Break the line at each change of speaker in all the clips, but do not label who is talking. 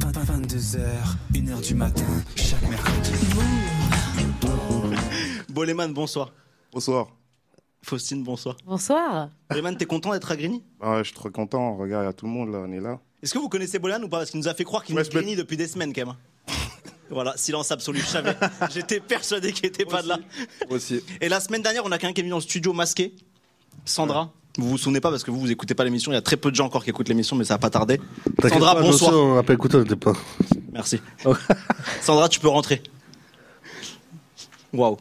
22h, 1h du matin, chaque mercredi.
Boleman, bonsoir.
Bonsoir.
Faustine, bonsoir.
Bonsoir.
Boleman, t'es content d'être à Grigny
Ah ouais, je suis trop content. Regarde, il y a tout le monde là, on est là.
Est-ce que vous connaissez Boleman ou pas Parce qu'il nous a fait croire qu'il
Ouais,
est
je peux-
Grigny depuis des semaines, quand même. voilà, silence absolu, je savais. J'étais persuadé qu'il était pas de là.
aussi.
Et la semaine dernière, on a quelqu'un qui est venu dans le studio masqué. Sandra. Vous vous souvenez pas parce que vous, vous écoutez pas l'émission. Il y a très peu de gens encore qui écoutent l'émission, mais ça va pas tarder.
T'inquiète
Sandra,
pas,
bonsoir.
Johnson, On n'a pas Ah, écouté au départ.
Merci. Sandra, tu peux rentrer. Waouh.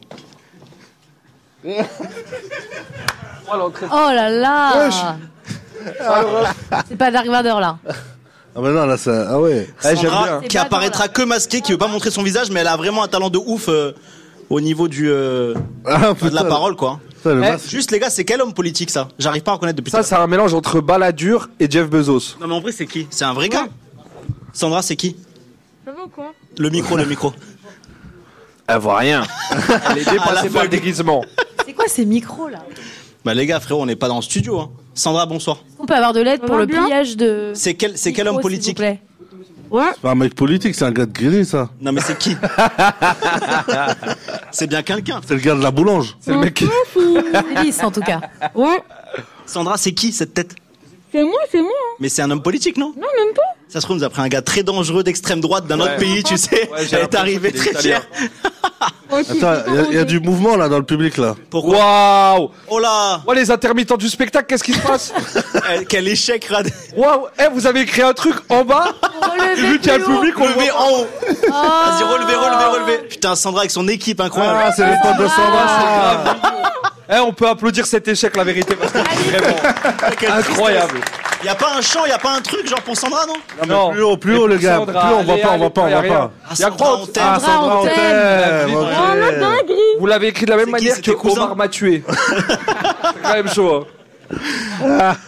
Oh là là C'est pas Dark Vador là.
Ah bah non, là, ça... Ah ouais. Ah,
Eh,
j'aime
Sandra,
bien.
bien.
qui apparaîtra que masquée, qui veut pas montrer son visage, mais elle a vraiment un talent de ouf euh, au niveau du, euh,
Ah,
de la
putain,
parole, quoi.
putain, le
Eh,
masque.
Juste, les gars, c'est quel homme politique ça J'arrive pas à reconnaître depuis
Ça,
tout à
c'est un mélange entre Balladur et Jeff Bezos.
l'heure. Non, mais en vrai, c'est qui C'est un vrai gars Sandra, c'est qui
Ça va ou quoi
Le micro, le micro.
Elle voit rien. Elle est dépassée par le déguisement.
C'est quoi ces micros là
Bah, les gars, frérot, on n'est pas dans le studio. hein. Sandra, bonsoir.
Est-ce qu'on peut avoir de l'aide pour
va
le
bien
pillage de.
C'est quel, c'est quel
micros, s'il
homme
vous
politique
plaît
Ouais.
C'est pas un mec politique, c'est un gars de Grigny, ça.
Non, mais c'est qui C'est bien quelqu'un.
C'est le gars de la boulange.
C'est le mec qui...
C'est lisse en tout cas.
Ouais.
Sandra, c'est qui cette tête
C'est moi, c'est moi. hein.
Mais c'est un homme politique, non
Non, même pas.
Ça se trouve, nous a pris un gars très dangereux d'extrême droite d'un autre pays, tu sais.
Ouais, j'ai
Elle est
l'impression
arrivée
qu'il est
très
italien.
fière.
Oh, tu
Attends,
sais
il y, a-
pas,
y a
ok.
du mouvement là dans le public là.
Pourquoi
Waouh
Oh là
Ah. Ouais, les intermittents du spectacle, qu'est-ce qui se passe
Eh, Quel échec, Rad.
Waouh Eh, vous avez créé un truc en bas Vu qu'il y a le public, on
Relevez
voit...
en haut Vas-y, relevez, relevez, relevez Putain, Sandra avec son équipe incroyable
Ah, c'est les potes de Sandra.
Ah. Eh, on peut applaudir cet échec, la vérité, parce que c'est vraiment
Quelle
incroyable.
tristesse. Y a pas un chant, y a pas un truc genre pour Sandra, non
Non.
Plus haut, plus haut, les gars. Plus haut, on voit pas, on voit pas, on voit pas.
Ah,
Il y a
Sandra,
quoi
on t'aime.
Ah, Sandra, on
Sandra, on
t'aime.
t'aime.
Oh, non,
ok.
dingue.
Vous l'avez écrit de la même
qui,
manière
c'était
que
cousin
Omar m'a tué. C'est quand même chaud. hein.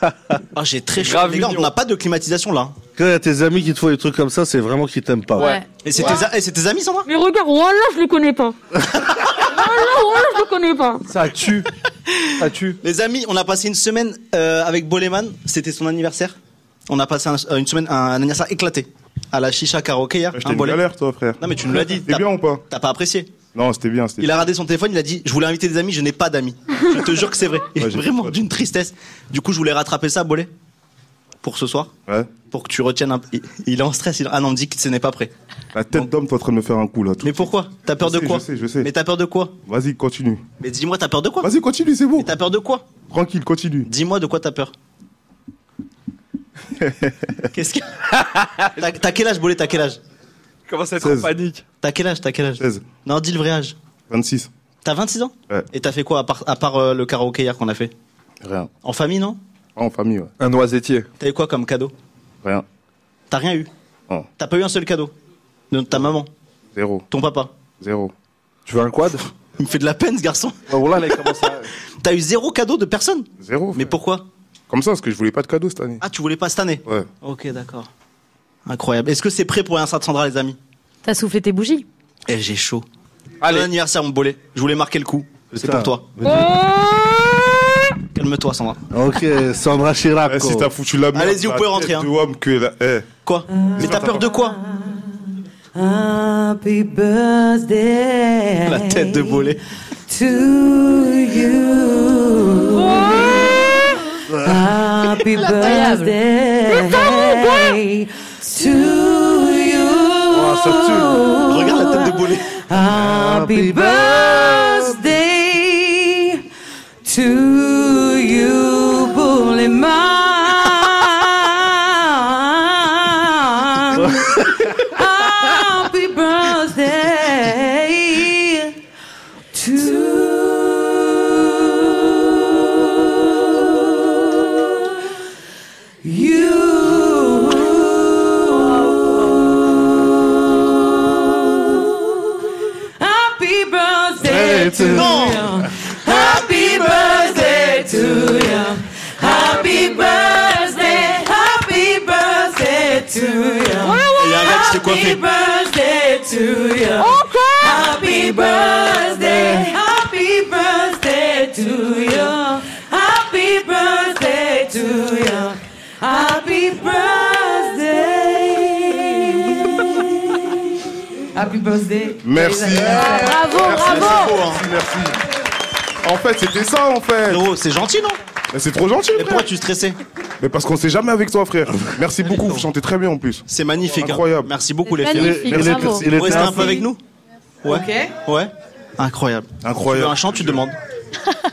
hein.
Ah, j'ai très chaud.
Grave
Les gars, on
mignon.
n'a pas de climatisation là.
Quand il y a tes amis qui te font des trucs comme ça, c'est vraiment qu'ils t'aiment pas.
Ouais.
Et c'est tes, et c'est tes amis, Sandra
Mais regarde, voilà, je le connais pas. voilà, voilà, je le connais pas.
Ça tue. Ça tue.
Les amis, on a passé une semaine euh, avec Boleman. C'était son anniversaire. On a passé un- euh, une semaine, un anniversaire éclaté. À la chicha karaoké hier.
Je
un
t'ai une
bolet.
galère, toi, frère.
Non, mais tu nous l'as dit.
T'es bien ou pas
T'as pas apprécié.
Non, c'était bien. c'était
Il a radé son téléphone, il a dit Je voulais inviter des amis, je n'ai pas d'amis. Je te jure que c'est vrai. Il est
Ouais, j'ai-
vraiment d'une tristesse. Du coup, je voulais rattraper ça, Bolet, pour ce soir,
Ouais.
pour que tu retiennes un. Il, il est en stress. Il... Ah non, on me dit que ce n'est pas prêt.
La tête d'homme, t'es en train de me faire un coup là. tout.
Mais pourquoi T'as peur
Je
de
sais,
quoi
je sais, je sais.
Mais t'as peur de quoi
Vas-y, continue.
Mais dis-moi, t'as peur de quoi
Vas-y, continue, c'est bon.
Mais t'as peur de quoi
Tranquille, continue.
Dis-moi de quoi t'as peur. Qu'est-ce que. T'as- T'as quel âge, Bolet T'as quel âge
Je commence à être en
Seize.
panique.
T'as quel âge T'as quel âge
16,
Non, dis le vrai âge.
26.
T'as 26 ans
Ouais.
Et t'as fait quoi à part, à part, euh, le karaoké hier qu'on a fait
Rien.
En famille, non
Pas en famille, ouais.
Un noisettier.
T'as eu quoi comme cadeau
Rien.
T'as rien eu
Non.
T'as pas eu un seul cadeau de ta maman,
Zéro.
ton papa.
Zéro.
Tu veux un quad
Il me fait de la peine ce garçon.
Oh là, là, il commence à...
T'as eu zéro cadeau de personne.
Zéro.
Mais
frère.
pourquoi
Comme ça, parce que je voulais pas de cadeau cette année.
Ah, tu voulais pas cette année
Ouais.
Ok, d'accord. Incroyable. Est-ce que c'est prêt pour l'instant de Sandra, les amis
T'as soufflé tes bougies
Eh, j'ai chaud. Bon
Allez,
anniversaire, mon bolet. Je voulais marquer le coup. C'est
Putain.
pour toi.
Euh.
Calme-toi, Sandra.
Ok, Sandra Chirac. oh.
Eh, si
quoi.
t'as foutu la merde.
Allez-y, vous
la
pouvez
tête
rentrer, hein.
de homme que la- eh.
Quoi Mais t'as peur de quoi
Happy birthday
La tête de bolet.
to you. Happy birthday to you.
Ah, ça
Regarde la tête de bolet.
Happy birthday to you, Bullyman. Happy birthday to you. Happy birthday to you. Happy birthday to you. Happy birthday. Happy birthday to you.
Il y a un gars qui s'est
Happy
coiffé.
birthday to you. Happy birthday. Happy birthday to you. Happy birthday to you. Happy birthday.
Happy birthday.
Merci.
Bravo, bravo.
hein.
Merci, merci. En fait, c'était ça, en fait.
Frérot, c'est gentil, non
Mais c'est trop gentil,
Mais
frère.
pourquoi tu stressais
Mais parce qu'on sait jamais avec toi, frère. Merci beaucoup, vous chantez très bien en plus.
C'est magnifique. hein.
Incroyable.
Merci beaucoup, les filles.
Magnifique,
il est-
bravo.
il est-
Vous restez un peu
Merci.
avec nous Ouais. Ouais. Incroyable. Tu veux
Incroyable.
un chant, tu demandes.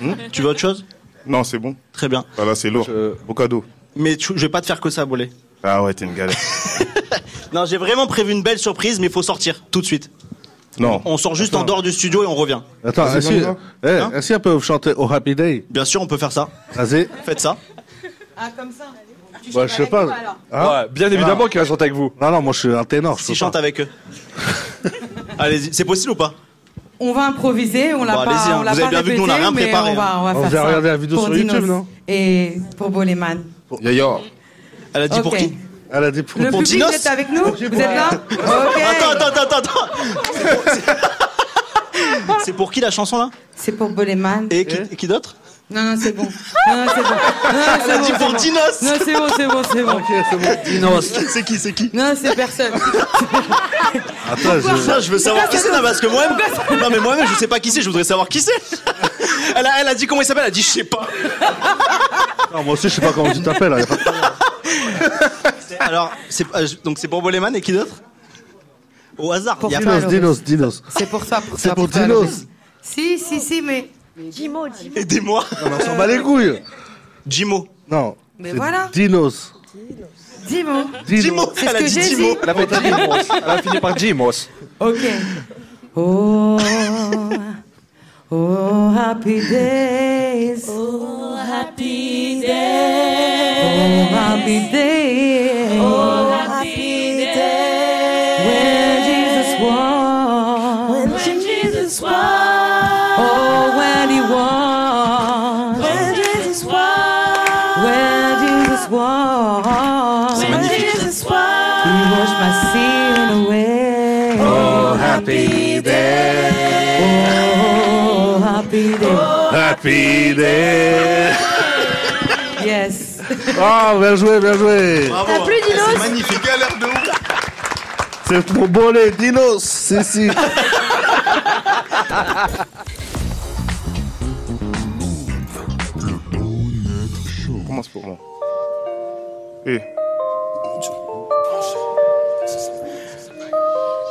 Hmm tu veux autre chose
Non, c'est bon.
Très bien.
Voilà, c'est lourd. Beau cadeau.
Mais tu- je vais pas te faire que ça, Bolé.
Ah ouais, t'es une galère.
Non, j'ai vraiment prévu une belle surprise, mais il faut sortir tout de suite.
Non.
On sort juste en dehors du studio et on revient.
Attends,
Vas-y, Hein
est-ce que-
Benoît.
eh, est-ce qu'elles peuvent chanter Oh Happy Day
Bien sûr, on peut faire ça.
Vas-y.
Faites ça.
Ah, comme ça Tu
Bah, je sais pas. Hein
Ouais, bien évidemment qu'il va chanter avec vous.
Non, non, moi je suis un ténor. Je
Si
peux
chante
pas.
avec eux. Allez-y, c'est possible ou pas
On va improviser, on l'a
Bon, allez-y,
pas,
hein.
on l'a
Vous avez
pas
bien vu que nous, on a
répété,
rien
mais
préparé, hein.
On va, Ah, on va
On
faire
va
ça
regarder la vidéo
pour
sur YouTube,
Dinos
non
Et pour Boleman.
Yaya.
Elle a dit
Ok.
pour qui
Elle a des poux-
Le
Pour
public,
Dinos
vous êtes avec nous Vous êtes là Ok.
Attends, attends, attends, attends. C'est pour qui la chanson là
C'est pour Boleman.
Et qui, et qui d'autre
Non, non, c'est bon. Non, non, c'est bon. Non, non,
Elle a dit
c'est bon.
pour Dinos.
Non, c'est bon, c'est bon, c'est bon.
C'est qui, c'est qui
Non, c'est personne.
Attends, je-
Ça, je veux savoir qui c'est, non, parce que moi-même, non, mais moi-même, je sais pas qui c'est, je voudrais savoir qui c'est. Elle a, elle a dit comment il s'appelle, elle a dit je sais pas.
Ah, moi aussi je sais pas comment tu t'appelles. hein, y a pas de problème.
Alors, c'est pas- je- donc c'est pour Boleman et qui d'autre Au hasard,
Pour
y a
Dinos.
pas-
Dinos, Dinos, Dinos.
C'est pour ça, pour
C'est
ça,
pour
ça,
Dinos.
Si, si, si, mais.
Jimo, Jimo.
Aidez-moi.
Non, mais on s'en bat les couilles.
Jimo.
Non.
Mais
c'est
voilà.
Dinos.
Dis-moi.
Jimo,
C'est ce
elle a
que
dit
j'ai
Jimo.
dit.
Elle a, fait Jimos. Elle a fini par Jimos.
Ok. Oh, oh, happy days.
Oh, happy day.
Oh, happy days.
Oh, happy day.
When Jesus was.
When Jesus was.
Oh, when he was.
When Jesus was.
When Jesus was.
When Jesus was.
He washed my sin away. Oh,
Happy day.
happy day.
Happy Day.
Yes.
Oh, bien joué, bien joué.
Bravo.
T'as plus Dinos
C'est magnifique. Galère de ouf.
C'est mon bolet, Dinos. Si, si.
Commence pour moi. Eh,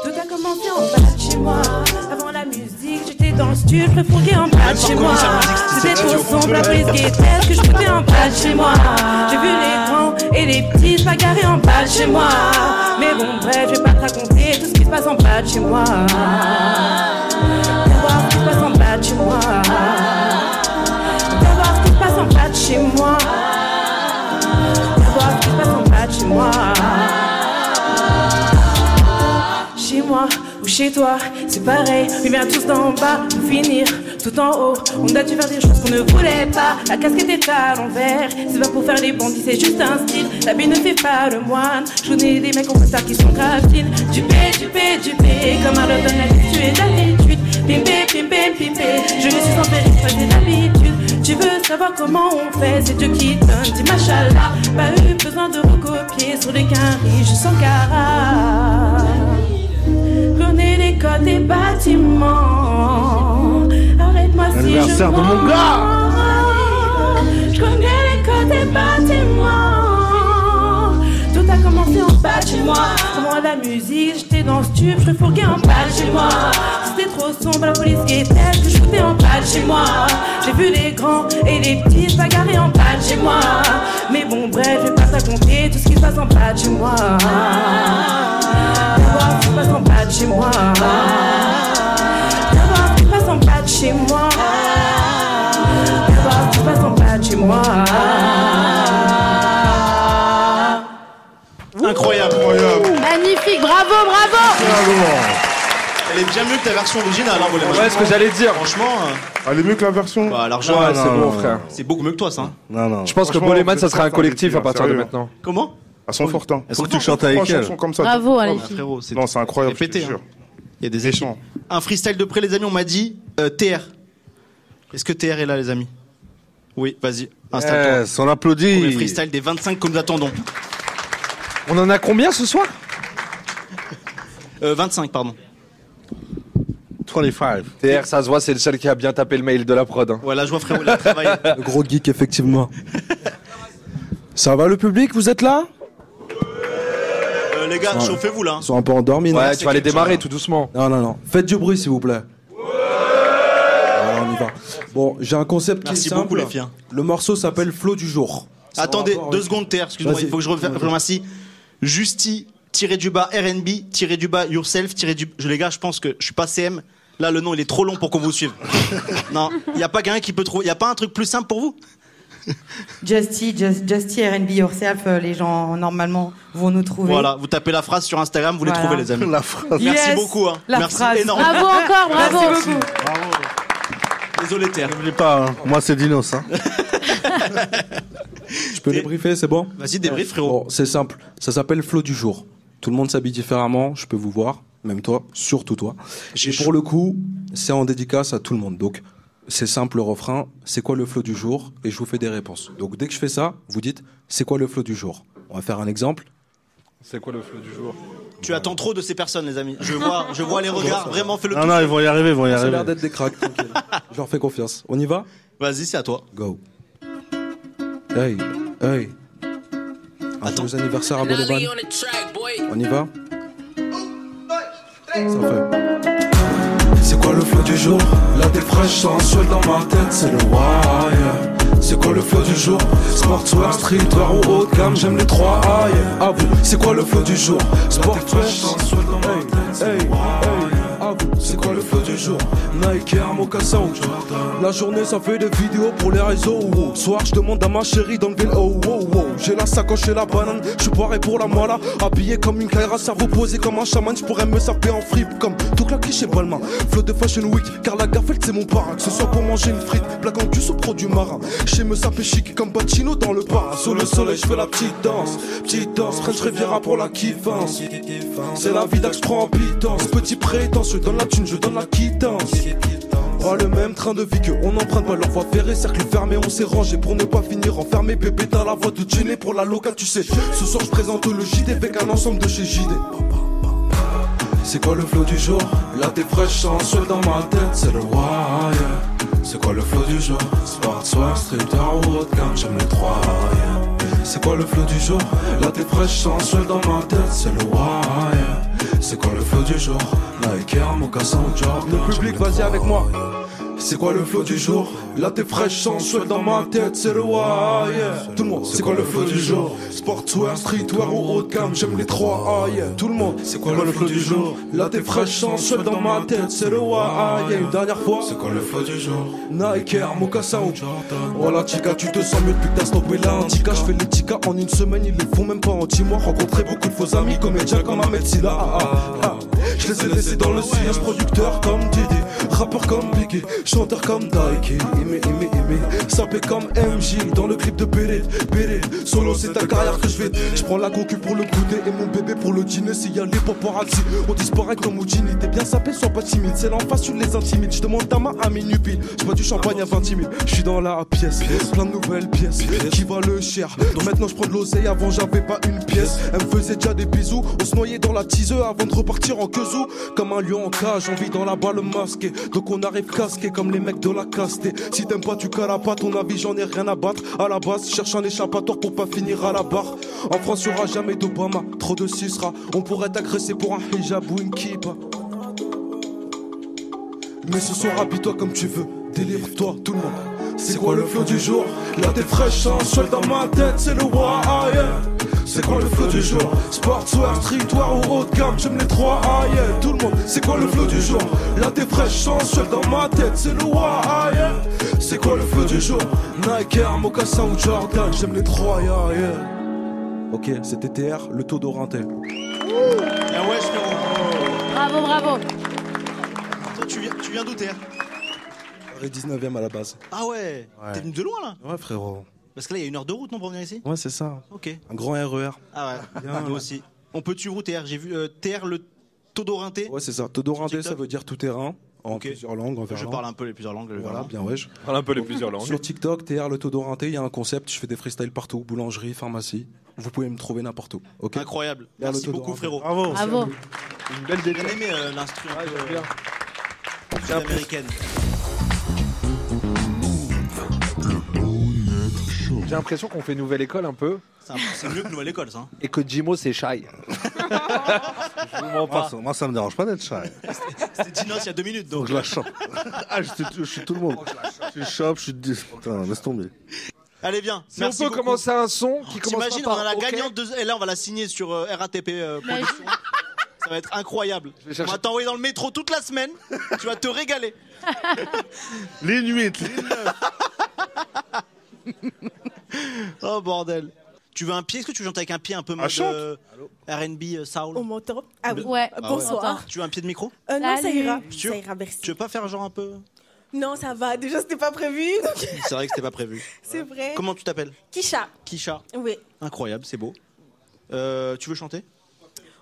Tout a commencé en bas de chez moi. Avant la musique, j'étais dans le studio, je me fourguais en bas de chez moi. C'était trop sombre, la brise qui était ce que je foutais en bas de chez moi. J'ai vu les grands et les petits se bagarrer en bas de chez moi. Mais bon, bref, je vais pas te raconter tout ce qui se passe en bas de chez moi. D'abord, ce qui se passe en bas de chez moi. D'abord, ce qui se passe en bas de chez moi. D'abord, ce qui se passe en bas de chez moi. Chez moi ou chez toi, c'est pareil. On vient tous d'en bas pour finir tout en haut. On a dû faire des choses qu'on ne voulait pas. La casquette est à l'envers. C'est pas pour faire les bandits, c'est juste un style. L'habit ne fait pas le moine. Je connais des mecs en ça qui sont graviles. Du P, du P, du P. Comme un London, la vie, tu es d'habitude. Pimpé, pimpé, pimpé. Je ne suis sans périphrase, j'ai l'habitude. Tu veux savoir comment on fait, c'est Dieu qui donne, dis machallah. Pas eu besoin de recopier sur les quinries, je sens cara. Prenez les codes des bâtiments. Arrête-moi si je
Anniversaire de mon
mens. Je connais les codes des bâtiments. Tout a commencé en bas de chez moi. Avant la musique, j'étais dans ce tube, je fourguais en bas de chez moi. C'était trop sombre, la police qui était, que je foutais en bas de chez moi. J'ai vu les grands et les petits se bagarrer en bas de chez moi. Mais bon, bref, je vais pas raconter tout ce qui se passe en bas de chez moi. D'abord, ce qui se passe en bas de chez moi. D'abord, ce qui se passe en bas de chez moi. D'abord, ce qui se passe en bas de chez moi.
Incroyable.
Magnifique, bravo, bravo.
Elle est bien mieux que ta version originale, hein, Boleman.
Ouais, ce que j'allais dire.
Franchement, euh,
elle est mieux que la version.
bah, l'argent,
Ouais,
euh,
c'est bon, frère.
c'est beaucoup mieux que toi, ça. hein.
Non, non.
Je pense que
Franchement,
Boleman, ça
vous êtes
sera un
forts,
collectif
les
à
filles,
partir de
sérieux. hein.
maintenant.
Comment
Elles sont fortes, hein.
Est-ce que tu chantes avec
Trois
elle
chansons comme ça.
Bravo à les
Ah,
filles.
Frérot, c'est
Non, c'est incroyable.
C'est pété,
je
hein.
te jure.
Il y a des échanges. Un freestyle de près, les amis, on m'a dit euh, TR. Est-ce que TR est là, les amis Oui, vas-y, installe-toi.
Eh,
Yes, Eh, on
Pour le
applaudit.
freestyle des 25 que nous attendons.
On en a combien ce soir
Euh, 25, pardon.
25.
TR, ça se voit, c'est le seul qui a bien tapé le mail de la prod. hein.
Voilà, je vois frérot, il a travaillé.
Le gros geek, effectivement. Ça va le public Vous êtes là
Euh, les gars,
Ouais.
chauffez-vous là.
Ils sont un peu endormis, non
Ouais, tu vas les
quelqu'un,
démarrer
hein.
tout doucement.
Non, non, non. Faites du bruit, s'il vous plaît. Voilà, on y va. Bon, j'ai un concept
Merci
qui est simple.
beaucoup, les filles.
Le morceau s'appelle Flow du jour.
Ça Attendez,
va avoir
deux
avec-
secondes, Terre, excuse-moi,
Vas-y.
il faut que je refasse- je remercie. Justy, tiré du bas, RNB, tiré du bas, yourself, tiré du. Je, les gars, je pense que je suis pas CM. Là, le nom, il est trop long pour qu'on vous suive. non, il n'y a pas quelqu'un qui peut trouver. Il n'y a pas un truc plus simple pour vous
Justy, Just- Justy, R&B yourself, euh, les gens normalement vont nous trouver.
Voilà, vous tapez la phrase sur Instagram, vous les
Voilà.
trouvez, les amis.
La phrase.
Merci
Yes,
beaucoup. Hein.
la
Merci
phrase.
énorme.
Bravo encore, bravo.
Désolé, Terre.
N'oublie pas, hein. moi c'est Dinos. Hein.
Je peux les briefer, c'est bon
Vas-y, débrief, frérot.
Bon, c'est simple. Ça s'appelle Flow du jour. Tout le monde s'habille différemment, je peux vous voir, même toi, surtout toi.
J'ai
Et
chaud.
pour le coup, c'est en dédicace à tout le monde. Donc, c'est simple le refrain, c'est quoi le flow du jour Et je vous fais des réponses. Donc, dès que je fais ça, vous dites, c'est quoi le flow du jour On va faire un exemple.
C'est quoi le flow du jour
Tu attends trop de ces personnes, les amis. Je vois, je vois les regards. Vraiment, fais le
Non,
tout.
non, ils vont y arriver, ils vont y
Ça a
arriver.
l'air d'être des cracks, tranquille. je leur fais confiance. On y va
Vas-y, c'est à toi.
Go. Hey, hey. Un
Attends.
joyeux anniversaire à Bolovan. On y va Ça fait.
C'est quoi le flow du jour La tête fraîche, sans un seul dans ma tête, c'est le wire. C'est quoi le flow du jour Sportswear, streetwear ou haut de gamme, j'aime les trois aïe. Ah vous, c'est quoi le flow du jour Sportswear, sans un seul dans ma tête, c'est le wire.
Ah, vous,
C'est quoi le flow du jour Nike, Air, Mocassin ou Jordan
La journée ça fait des vidéos pour les réseaux wow. Soir je demande à ma chérie d'enlever le oh wow wow. J'ai la sacoche et la banane, je suis barré pour la moala Habillé comme une caïra, cerveau posé comme un chaman Je pourrais me saper en fripe comme tout claqué chez Balmain Flow de Fashion Week, car la Garfield c'est mon parrain Que ce soit pour manger une frite, plaque en cul sous produit marin Chez me saper chic comme Pacino dans le bar Sous le soleil je fais la petite danse, petite danse French Riviera pour la kiffance C'est la vie d'axe, je prends en pitance Petit prétentieux, donne la thune, je donne la quittance Oh le même train de vie que on emprunte pas leur voie ferrée, cercle fermé, on s'est rangé pour ne pas finir enfermé. Bébé t'as la voix de Jenny pour la locale, tu sais. Ce soir je présente le JD avec un ensemble de chez JD.
C'est quoi le flow du jour La t'es fraîche, sans un seul dans ma tête, c'est le wire. C'est quoi le flow du jour Sportswear, streetwear ou haut de gamme, j'aime les trois yeah. C'est quoi le flow du jour La t'es fraîche, sans un seul dans ma tête, c'est le wire. C'est quoi le flow du jour Nike, Air, Mocassin ou Jordan
Le public vas-y avec moi.
C'est quoi le flow du jour La t'es fraîche, sensuelle dans ma tête, c'est le why. yeah. Tout le monde, c'est quoi le flow du jour Sportswear, streetwear ou haut de gamme, j'aime les trois. ah, yeah. Tout le monde, c'est quoi le flow du jour La t'es fraîche, sensuelle dans ma tête, c'est le why.
hein, Il y a
yeah.
une dernière fois.
C'est quoi le flow du jour
Nike Air, Mocassin ou
Jordan
Voilà chica, tu te sens mieux depuis que t'as stoppé la antica Je fais les ticas en une semaine, ils les font même pas en 10 mois Rencontré beaucoup de faux amis, comédiens comme Ahmed Silla ah, ah, ah. Je les ai laissés dans le sillage, producteur comme Didi Rappeur comme Biggie, chanteur comme Nike Aimé, aimé, aimé, sapé comme MJ Dans le clip de Bélé, Bélé Solo c'est ta carrière que je vais Je prends la concu pour le goûter et mon bébé pour le dîner S'il y a les paparazzi, on disparaît comme Houdini T'es bien sapé, sois pas timide, c'est là en face, tu les intimides Je demande ta main à mes nubiles, je bois du champagne à 20 000 Je suis dans la pièce, plein de nouvelles pièces Qui va le cher, donc maintenant je prends de l'oseille Avant j'avais pas une pièce, elle me faisait déjà des bisous On se noyait dans la tiseux avant de repartir en quezou Comme un lion en cage, on vit dans la balle masquée Donc on arrive casqué comme les mecs de la caste Et Si t'aimes pas tu carapates, ton avis j'en ai rien à battre À la base, cherche un échappatoire pour pas finir à la barre En France y'aura jamais d'Obama, trop de cisra On pourrait t'agresser pour un hijab ou une kippa mais ce soir, habille-toi comme tu veux, délivre-toi tout le monde.
C'est quoi le flow du jour La t'es fraîche, sensuelle dans ma tête, c'est le why. yeah. C'est quoi le flow du jour Sportswear, streetwear ou haut de gamme, j'aime les trois. ah, yeah. Tout le monde, c'est quoi le flow du jour La t'es fraîche, sensuelle dans ma tête, c'est le why. yeah. C'est quoi le flow du jour Nike, Air, Mocassin ou Jordan, j'aime les trois. yeah, yeah.
Ok, c'était TR, le taux d'Orentel.
Ah ouais, frérot.
Bravo, bravo.
Toi, tu viens, tu viens d'où, Terre
Et 19ème à la base.
Ah ouais, T'es venu de loin, là
Ouais, frérot.
Parce que là, il y a une heure de route, non, pour venir ici
Ouais, c'est ça.
Ok.
Un grand E RER.
Ah ouais, nous aussi. On peut tu où, TR J'ai vu euh, TR le Todorinté.
Ouais, c'est ça. Todorandé,
TikTok
ça veut dire tout terrain. En
Ok.
plusieurs langues, en
je
verlan.
parle un peu les plusieurs langues. le
Voilà,
verlan.
bien ouais. je-
Parle un peu les plusieurs langues.
Sur TikTok, TR, le Todorinté, il y a un concept. Je fais des freestyles partout. Boulangerie, pharmacie. Vous pouvez me trouver n'importe où. Ok.
Incroyable.
Vers le
Merci beaucoup,
Todoranté.
frérot.
Bravo.
Bravo.
Une belle
Bien
Ah,
détente.
aimé euh, l'instru. un peu. attitude américaine.
J'ai l'impression qu'on fait nouvelle école un peu
C'est un- C'est mieux que Nouvelle École, ça. hein.
et que Jimo c'est shy.
Je vous mens pas. Moi, ça me dérange pas d'être shy.
C'était Dinos il y a deux minutes, donc.
Je la chope. Ah, je, suis- je suis tout le monde. Je suis chope, je suis. dis- Putain, laisse tomber.
Allez, bien.
Si on peut commencer un son qui commence pas
Oh, T'imagines, on
par
a la
OK.
gagnante de. Et là, on va la signer sur euh, RATP euh,
Bah
Production. Ça va être incroyable. On
chercher-
va t'envoyer dans le métro toute la semaine. tu vas te régaler.
Les nuits.
Oh bordel. Tu veux un pied Est-ce que tu chantes avec un pied un
Ah,
peu mode
chante.
euh, R&B euh, soul
On m'entend Ah oui.
Ouais.
Ah ouais.
Bonsoir.
Tu veux un pied de micro
Euh, non, ça
Salut.
ira.
Sûr
Ça ira, merci.
Tu veux pas faire genre un peu
Non, ça va. Déjà, c'était pas prévu. donc
C'est vrai que c'était pas prévu.
C'est vrai.
Comment tu t'appelles
Kisha.
Kisha.
Oui.
Incroyable, c'est beau. Euh, tu veux chanter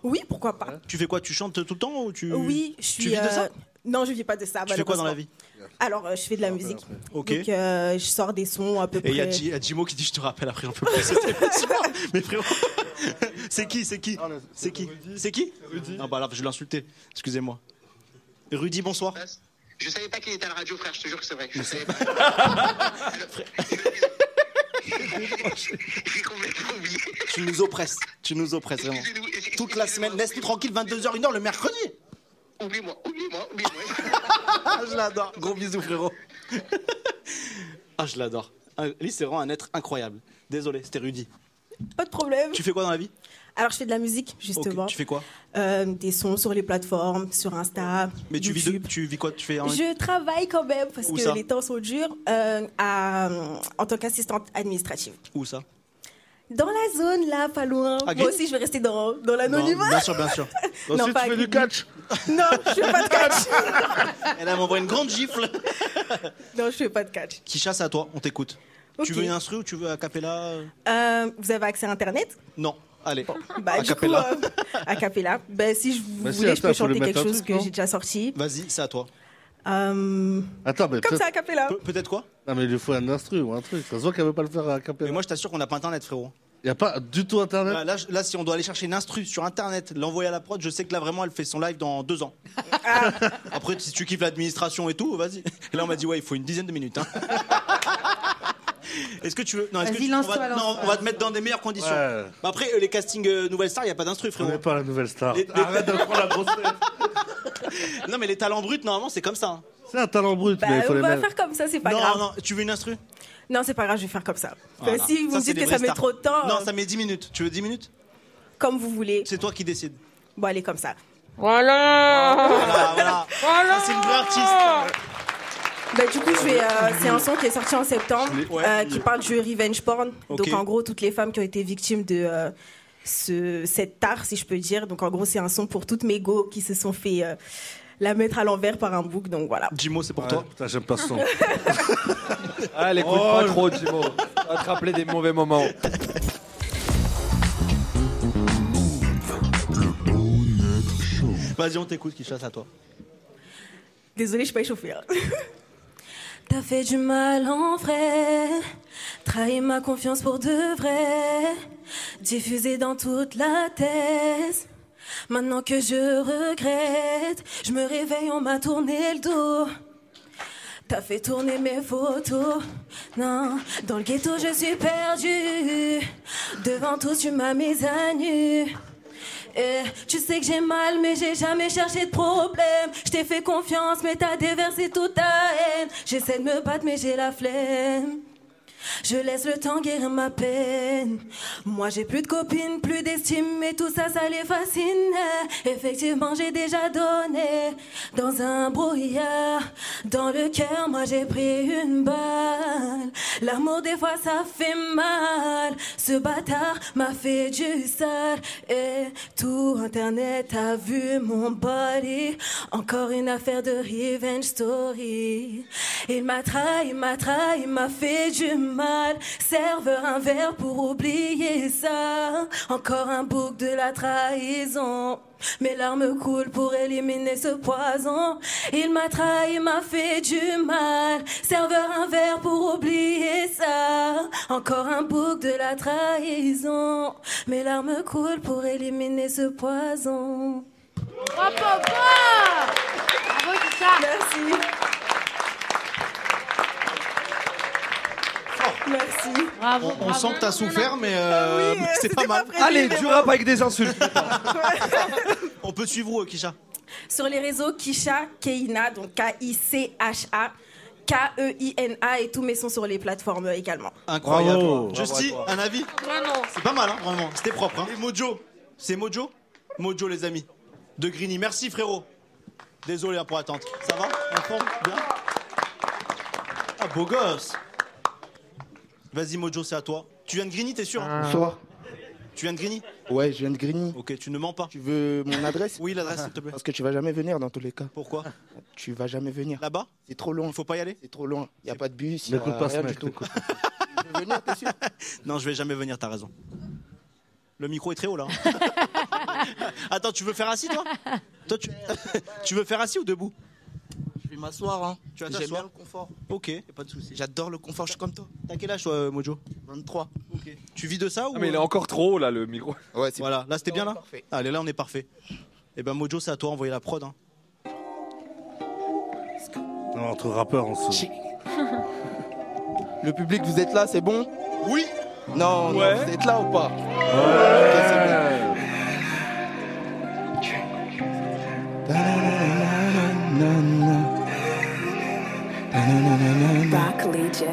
Oui, pourquoi pas.
Tu fais quoi Tu chantes tout le temps ou tu
Oui, je suis.
Tu vis de ça
euh, bah, Non, je vis pas de ça.
Tu fais quoi dans la
malheureusement.
vie
Alors, euh, je fais de la musique.
Ok.
Donc, euh, je sors des sons à peu
Et
près.
il y a Ji- y a Jimo qui dit je te rappelle après j'en peux plus. cette émission. Mais frérot, c'est qui C'est qui C'est qui C'est qui Non bah là je vais l'insulter. Excusez-moi. Rudy, bonsoir.
Je savais pas qu'il était à la radio, frère, je te jure que c'est vrai. Je savais pas. J'ai complètement oublié.
Tu nous oppresses. Tu nous oppresses vraiment.
Excusez-nous, excusez-
Toute la semaine. Laisse-nous tranquille 22h 1h le mercredi.
Oublie-moi, oublie-moi, oublie-moi.
Ah je l'adore. Gros bisous frérot. ah je l'adore. Ah, Lui c'est vraiment un être incroyable. Désolé, c'était Rudy.
Pas de problème.
Tu fais quoi dans la vie
Alors, je fais de la musique,
Ok,
justement.
Tu fais quoi
Euh, des sons sur les plateformes, sur Insta.
Mais tu vis, de-
YouTube.
tu vis quoi Tu fais un...
Je travaille quand même parce
Où
que
ça
les temps sont durs euh, à, en tant qu'assistante administrative.
où ça
Dans la zone, là, pas loin.
Ah,
Moi
gay.
aussi, je vais rester dans, dans
Non,
l'anonymat.
Bien sûr, bien sûr.
Non,
Ensuite,
pas
tu fais du
avec-
catch.
Non, je fais pas de catch.
Elle m'envoie une grande gifle.
non, je fais pas de catch.
Kisha, c'est à toi, on t'écoute.
Ok.
Tu veux une instru ou tu veux a cappella euh
Euh, vous avez accès à Internet
Non, allez.
Bah,
A
du
cappella.
coup, euh, a cappella. Ben, si je vous
Bah, si,
voulez, je
attends,
peux
faut lui
chanter
mettre
quelque
un
chose
truc,
que
non
j'ai déjà sorti.
Vas-y, c'est à toi.
Euh,
Attends,
comme
mais peut-être.
ça, a cappella.
Pe- Peut-être quoi
Non, mais il lui faut un instru ou un truc. Ça se voit qu'elle veut pas le faire à
Mais
Capella.
moi, je t'assure qu'on n'a pas internet, frérot.
Il y a pas du tout internet.
Là, là, je- là, si on doit aller chercher une instru sur internet, l'envoyer à la prod, je sais que là, vraiment, elle fait son live dans deux ans.
Ah.
Après, si tu kiffes l'administration et tout, vas-y. Et là, on m'a dit, ouais, il faut une dizaine de minutes. hein. Est-ce que tu veux. Non, est-ce que
Vas-y,
tu- on va-
lance-toi,
non,
lance-toi.
on va te mettre dans des meilleures conditions.
Ouais.
Bah, Après, euh, les castings euh, Nouvelle Star, il n'y a pas d'instru,
On n'est
frérot.
pas la nouvelle star.
Les- les-
Arrête de prendre la grosse tête.
Non, mais les talents bruts, normalement, c'est comme ça. hein.
C'est un talent brut,
Bah,
mais il faut
on
les
va
mettre.
faire comme ça, c'est pas
non,
grave.
non, tu veux une instru
Non, c'est pas grave, je vais faire comme ça.
Ah,
Voilà.
Ben, si vous
Ça,
me
c'est
dites
des
que
vraies
ça met
stars.
trop de temps,
Non,
euh,
ça met 10 minutes. Tu veux 10 minutes
comme vous voulez.
C'est toi qui décides.
Bon, allez, comme ça.
Voilà.
Voilà, voilà.
Voilà.
Ah, c'est une vraie artiste.
Bah, du coup, je vais, euh, c'est un son qui est sorti en septembre
Ouais.
euh, qui parle du revenge porn.
Ok.
Donc, en gros, toutes les femmes qui ont été victimes de euh, ce, cette tare, si je peux dire. Donc, en gros, c'est un son pour toutes mes go qui se sont fait euh, la mettre à l'envers par un bouc. Donc, voilà.
Jimo, c'est pour
Ouais,
toi. Oh,
Putain, j'aime pas ce son.
Ah, elle écoute pas trop Jimo. Ça va te rappeler des mauvais moments.
Vas-y, on t'écoute, qui chasse à toi.
Désolée, je suis pas échauffée. hein. T'as fait du mal en vrai, trahi ma confiance pour de vrai, diffusé dans toute la thèse. Maintenant que je regrette, je me réveille, on m'a tourné le dos. T'as fait tourner mes photos. Non, dans le ghetto, je suis perdue. Devant tous, tu m'as mise à nu. Eh, tu sais que j'ai mal, mais j'ai jamais cherché de problème. Je t'ai fait confiance, mais t'as déversé toute ta haine. J'essaie de me battre, mais j'ai la flemme. Je laisse le temps guérir ma peine. Moi j'ai plus de copines, plus d'estime, mais tout ça, ça les fascine. Effectivement, j'ai déjà donné dans un brouillard. Dans le cœur, moi j'ai pris une balle. L'amour, des fois, ça fait mal. Ce bâtard m'a fait du sale. Et tout Internet a vu mon body. Encore une affaire de revenge story. Il m'a trahi, il m'a trahi, il m'a fait du mal. Serveur un verre pour oublier ça. Encore un bouc de la trahison. Mes larmes coulent pour éliminer ce poison. Il m'a trahi, il m'a fait du mal. Serveur un verre pour oublier ça. Encore un bouc de la trahison. Mes larmes coulent pour éliminer ce poison.
Bravo, Bravo, Bravo, Kisha
Merci. Merci.
On, on sent que
Ah,
t'as souffert, mais, euh, mais c'est pas mal.
prévu, Allez, mais du bon. rap
avec des insultes. on peut suivre où, euh, Kisha
Sur les réseaux Kisha Keina, donc K-I-C-H-A, E K-E-I-N-A et tous mes sons sur les plateformes euh, également.
Incroyable.
Bravo.
Justy,
Bravo
un avis C'est pas mal, hein, vraiment. C'était propre. hein. Et Mojo, c'est Mojo Mojo, les amis. De Grigny. Merci, frérot. Désolé hein, pour l'attente. Ça va En forme Bien Ah, beau gosse. Vas-y, Mojo, c'est à toi. Tu viens de Grigny, t'es sûr hein
Ah. Bonsoir.
Tu viens de Grigny
Ouais, je viens de Grigny.
Ok, tu ne mens pas.
Tu veux mon adresse
Oui, l'adresse, s'il te plaît.
Parce que tu vas jamais venir dans tous les cas.
Pourquoi
Tu vas jamais venir.
Là-bas
C'est trop loin. Il
faut pas y aller
C'est trop loin. Il y a pas de bus. y a
N'écoute pas ce
rien
mec,
du tout.
n'écoute Non, je vais jamais venir, t'as raison. Le micro est très haut là. hein. Attends, tu veux faire assis toi Toi, tu... tu veux faire assis ou debout
Je vais m'asseoir. Hein.
Tu vas
J'aime
t'asseoir
bien le confort.
Ok.
Pas de souci. J'adore le confort. Je suis comme toi.
T'as quel âge toi, euh, Mojo
23.
Tu vis de ça
Ah,
ou
Ah, mais il est encore trop haut, là, le micro.
Ouais, c'est
Voilà, là c'était bien là
Parfait.
Allez, là on est parfait. Et ben Mojo, c'est à toi, envoyer la prod. hein.
Non, entre rappeurs, on se.
Le public, vous êtes là, c'est bon
Oui
non, non, vous êtes là ou pas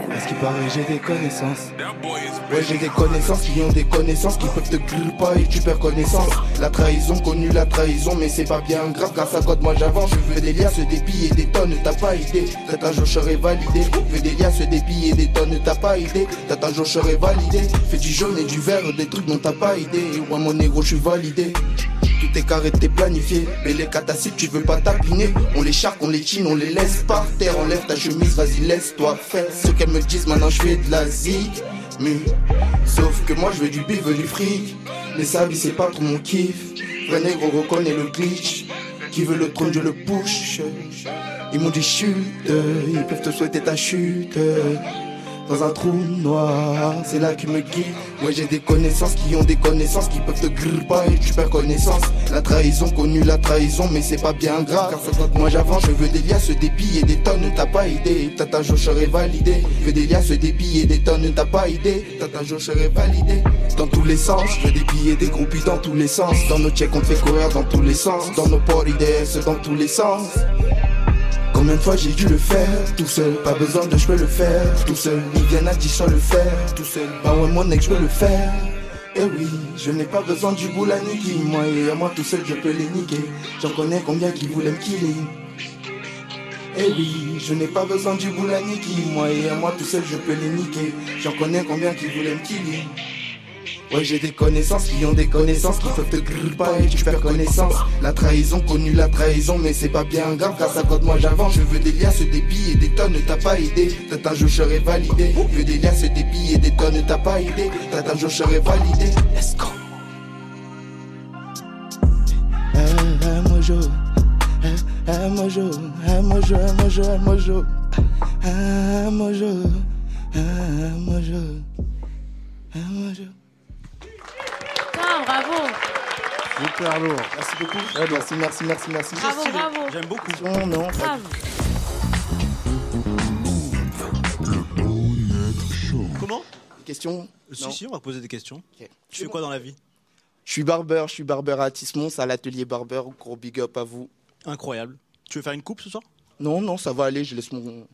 Parce qu'il paraît j'ai des connaissances Ouais j'ai des connaissances qui ont des connaissances Qui peuvent te griller pas et tu perds connaissance La trahison, connu la trahison Mais c'est pas bien grave, grâce à God moi j'avance Je veux des liasses, des billes et des tonnes T'as pas idée, t'as un jour je serai validé Je veux des liasses, des billes et des tonnes T'as pas idée, t'as un jour je serai validé Fais du jaune et du vert, des trucs dont t'as pas idée Ouais mon négro je suis validé tout est carré, t'es planifié. Mais les catastrophes, tu veux pas tapiner. On les charque, on les chine, on les laisse par terre. Enlève ta chemise, vas-y, laisse-toi faire. Ce qu'elles me disent, maintenant je fais de la zig. Mais sauf que moi je veux du bif, veux du fric. Mais sa vie, c'est pas trop mon kiff. Vrai négro reconnaît le glitch. Qui veut le trône, je le push. Ils m'ont dit chute, ils peuvent te souhaiter ta chute. Dans un trou noir, c'est là qu'ils me guide. Moi j'ai des connaissances qui ont des connaissances qui peuvent te griller pas et tu perds connaissance. La trahison, connu la trahison, mais c'est pas bien grave. Car ça doit que moi j'avance, je veux des liasses, des billes et des tonnes, t'as pas idée. T'as ta je serai validé. Je veux des liasses, des billes et des tonnes, t'as pas idée. T'as ta je serai validé. Dans tous les sens, je veux des billets, des groupies dans tous les sens. Dans nos checks, on te fait courir dans tous les sens. Dans nos ports, IDS, dans tous les sens. Combien de fois j'ai dû le faire tout seul Pas besoin de je peux le faire tout seul Ils viennent à 10 sans le faire tout seul Bah ouais mon ex je peux le faire Eh oui, je n'ai pas besoin du boule à niquer Moi et à moi tout seul je peux les niquer J'en connais combien qui voulaient me killer Eh oui, je n'ai pas besoin du boule à niquer Moi et à moi tout seul je peux les niquer J'en connais combien qui voulaient me killer Ouais j'ai des connaissances qui ont des connaissances qui peuvent te griller pas et tu perds connaissance La trahison connu la trahison mais c'est pas bien grave grâce à God moi j'avance Je veux des liasses, des billes et des tonnes t'as pas idée T'as un jour je serai validé Je veux des liasses, des billes et des tonnes t'as pas idée T'as un jour je serai validé Let's go Eh, eh, Mojo Eh, eh, Mojo Eh, Mojo, eh, Mojo, eh, Mojo Eh, Mojo Eh, Mojo Eh, Mojo
Putain, bravo.
Super lourd.
Merci beaucoup. Merci, merci, merci, merci.
Bravo, bravo.
J'aime beaucoup.
Non, non.
Bravo.
Comment
Question Non.
Si, si, on va poser des questions.
Ok.
Tu fais quoi dans la vie
Je suis barbeur, je suis barbeur à Tismons, à l'atelier barbeur. Gros big up à vous.
Incroyable. Tu veux faire une coupe ce soir
Non, non, ça va aller, je laisse mon.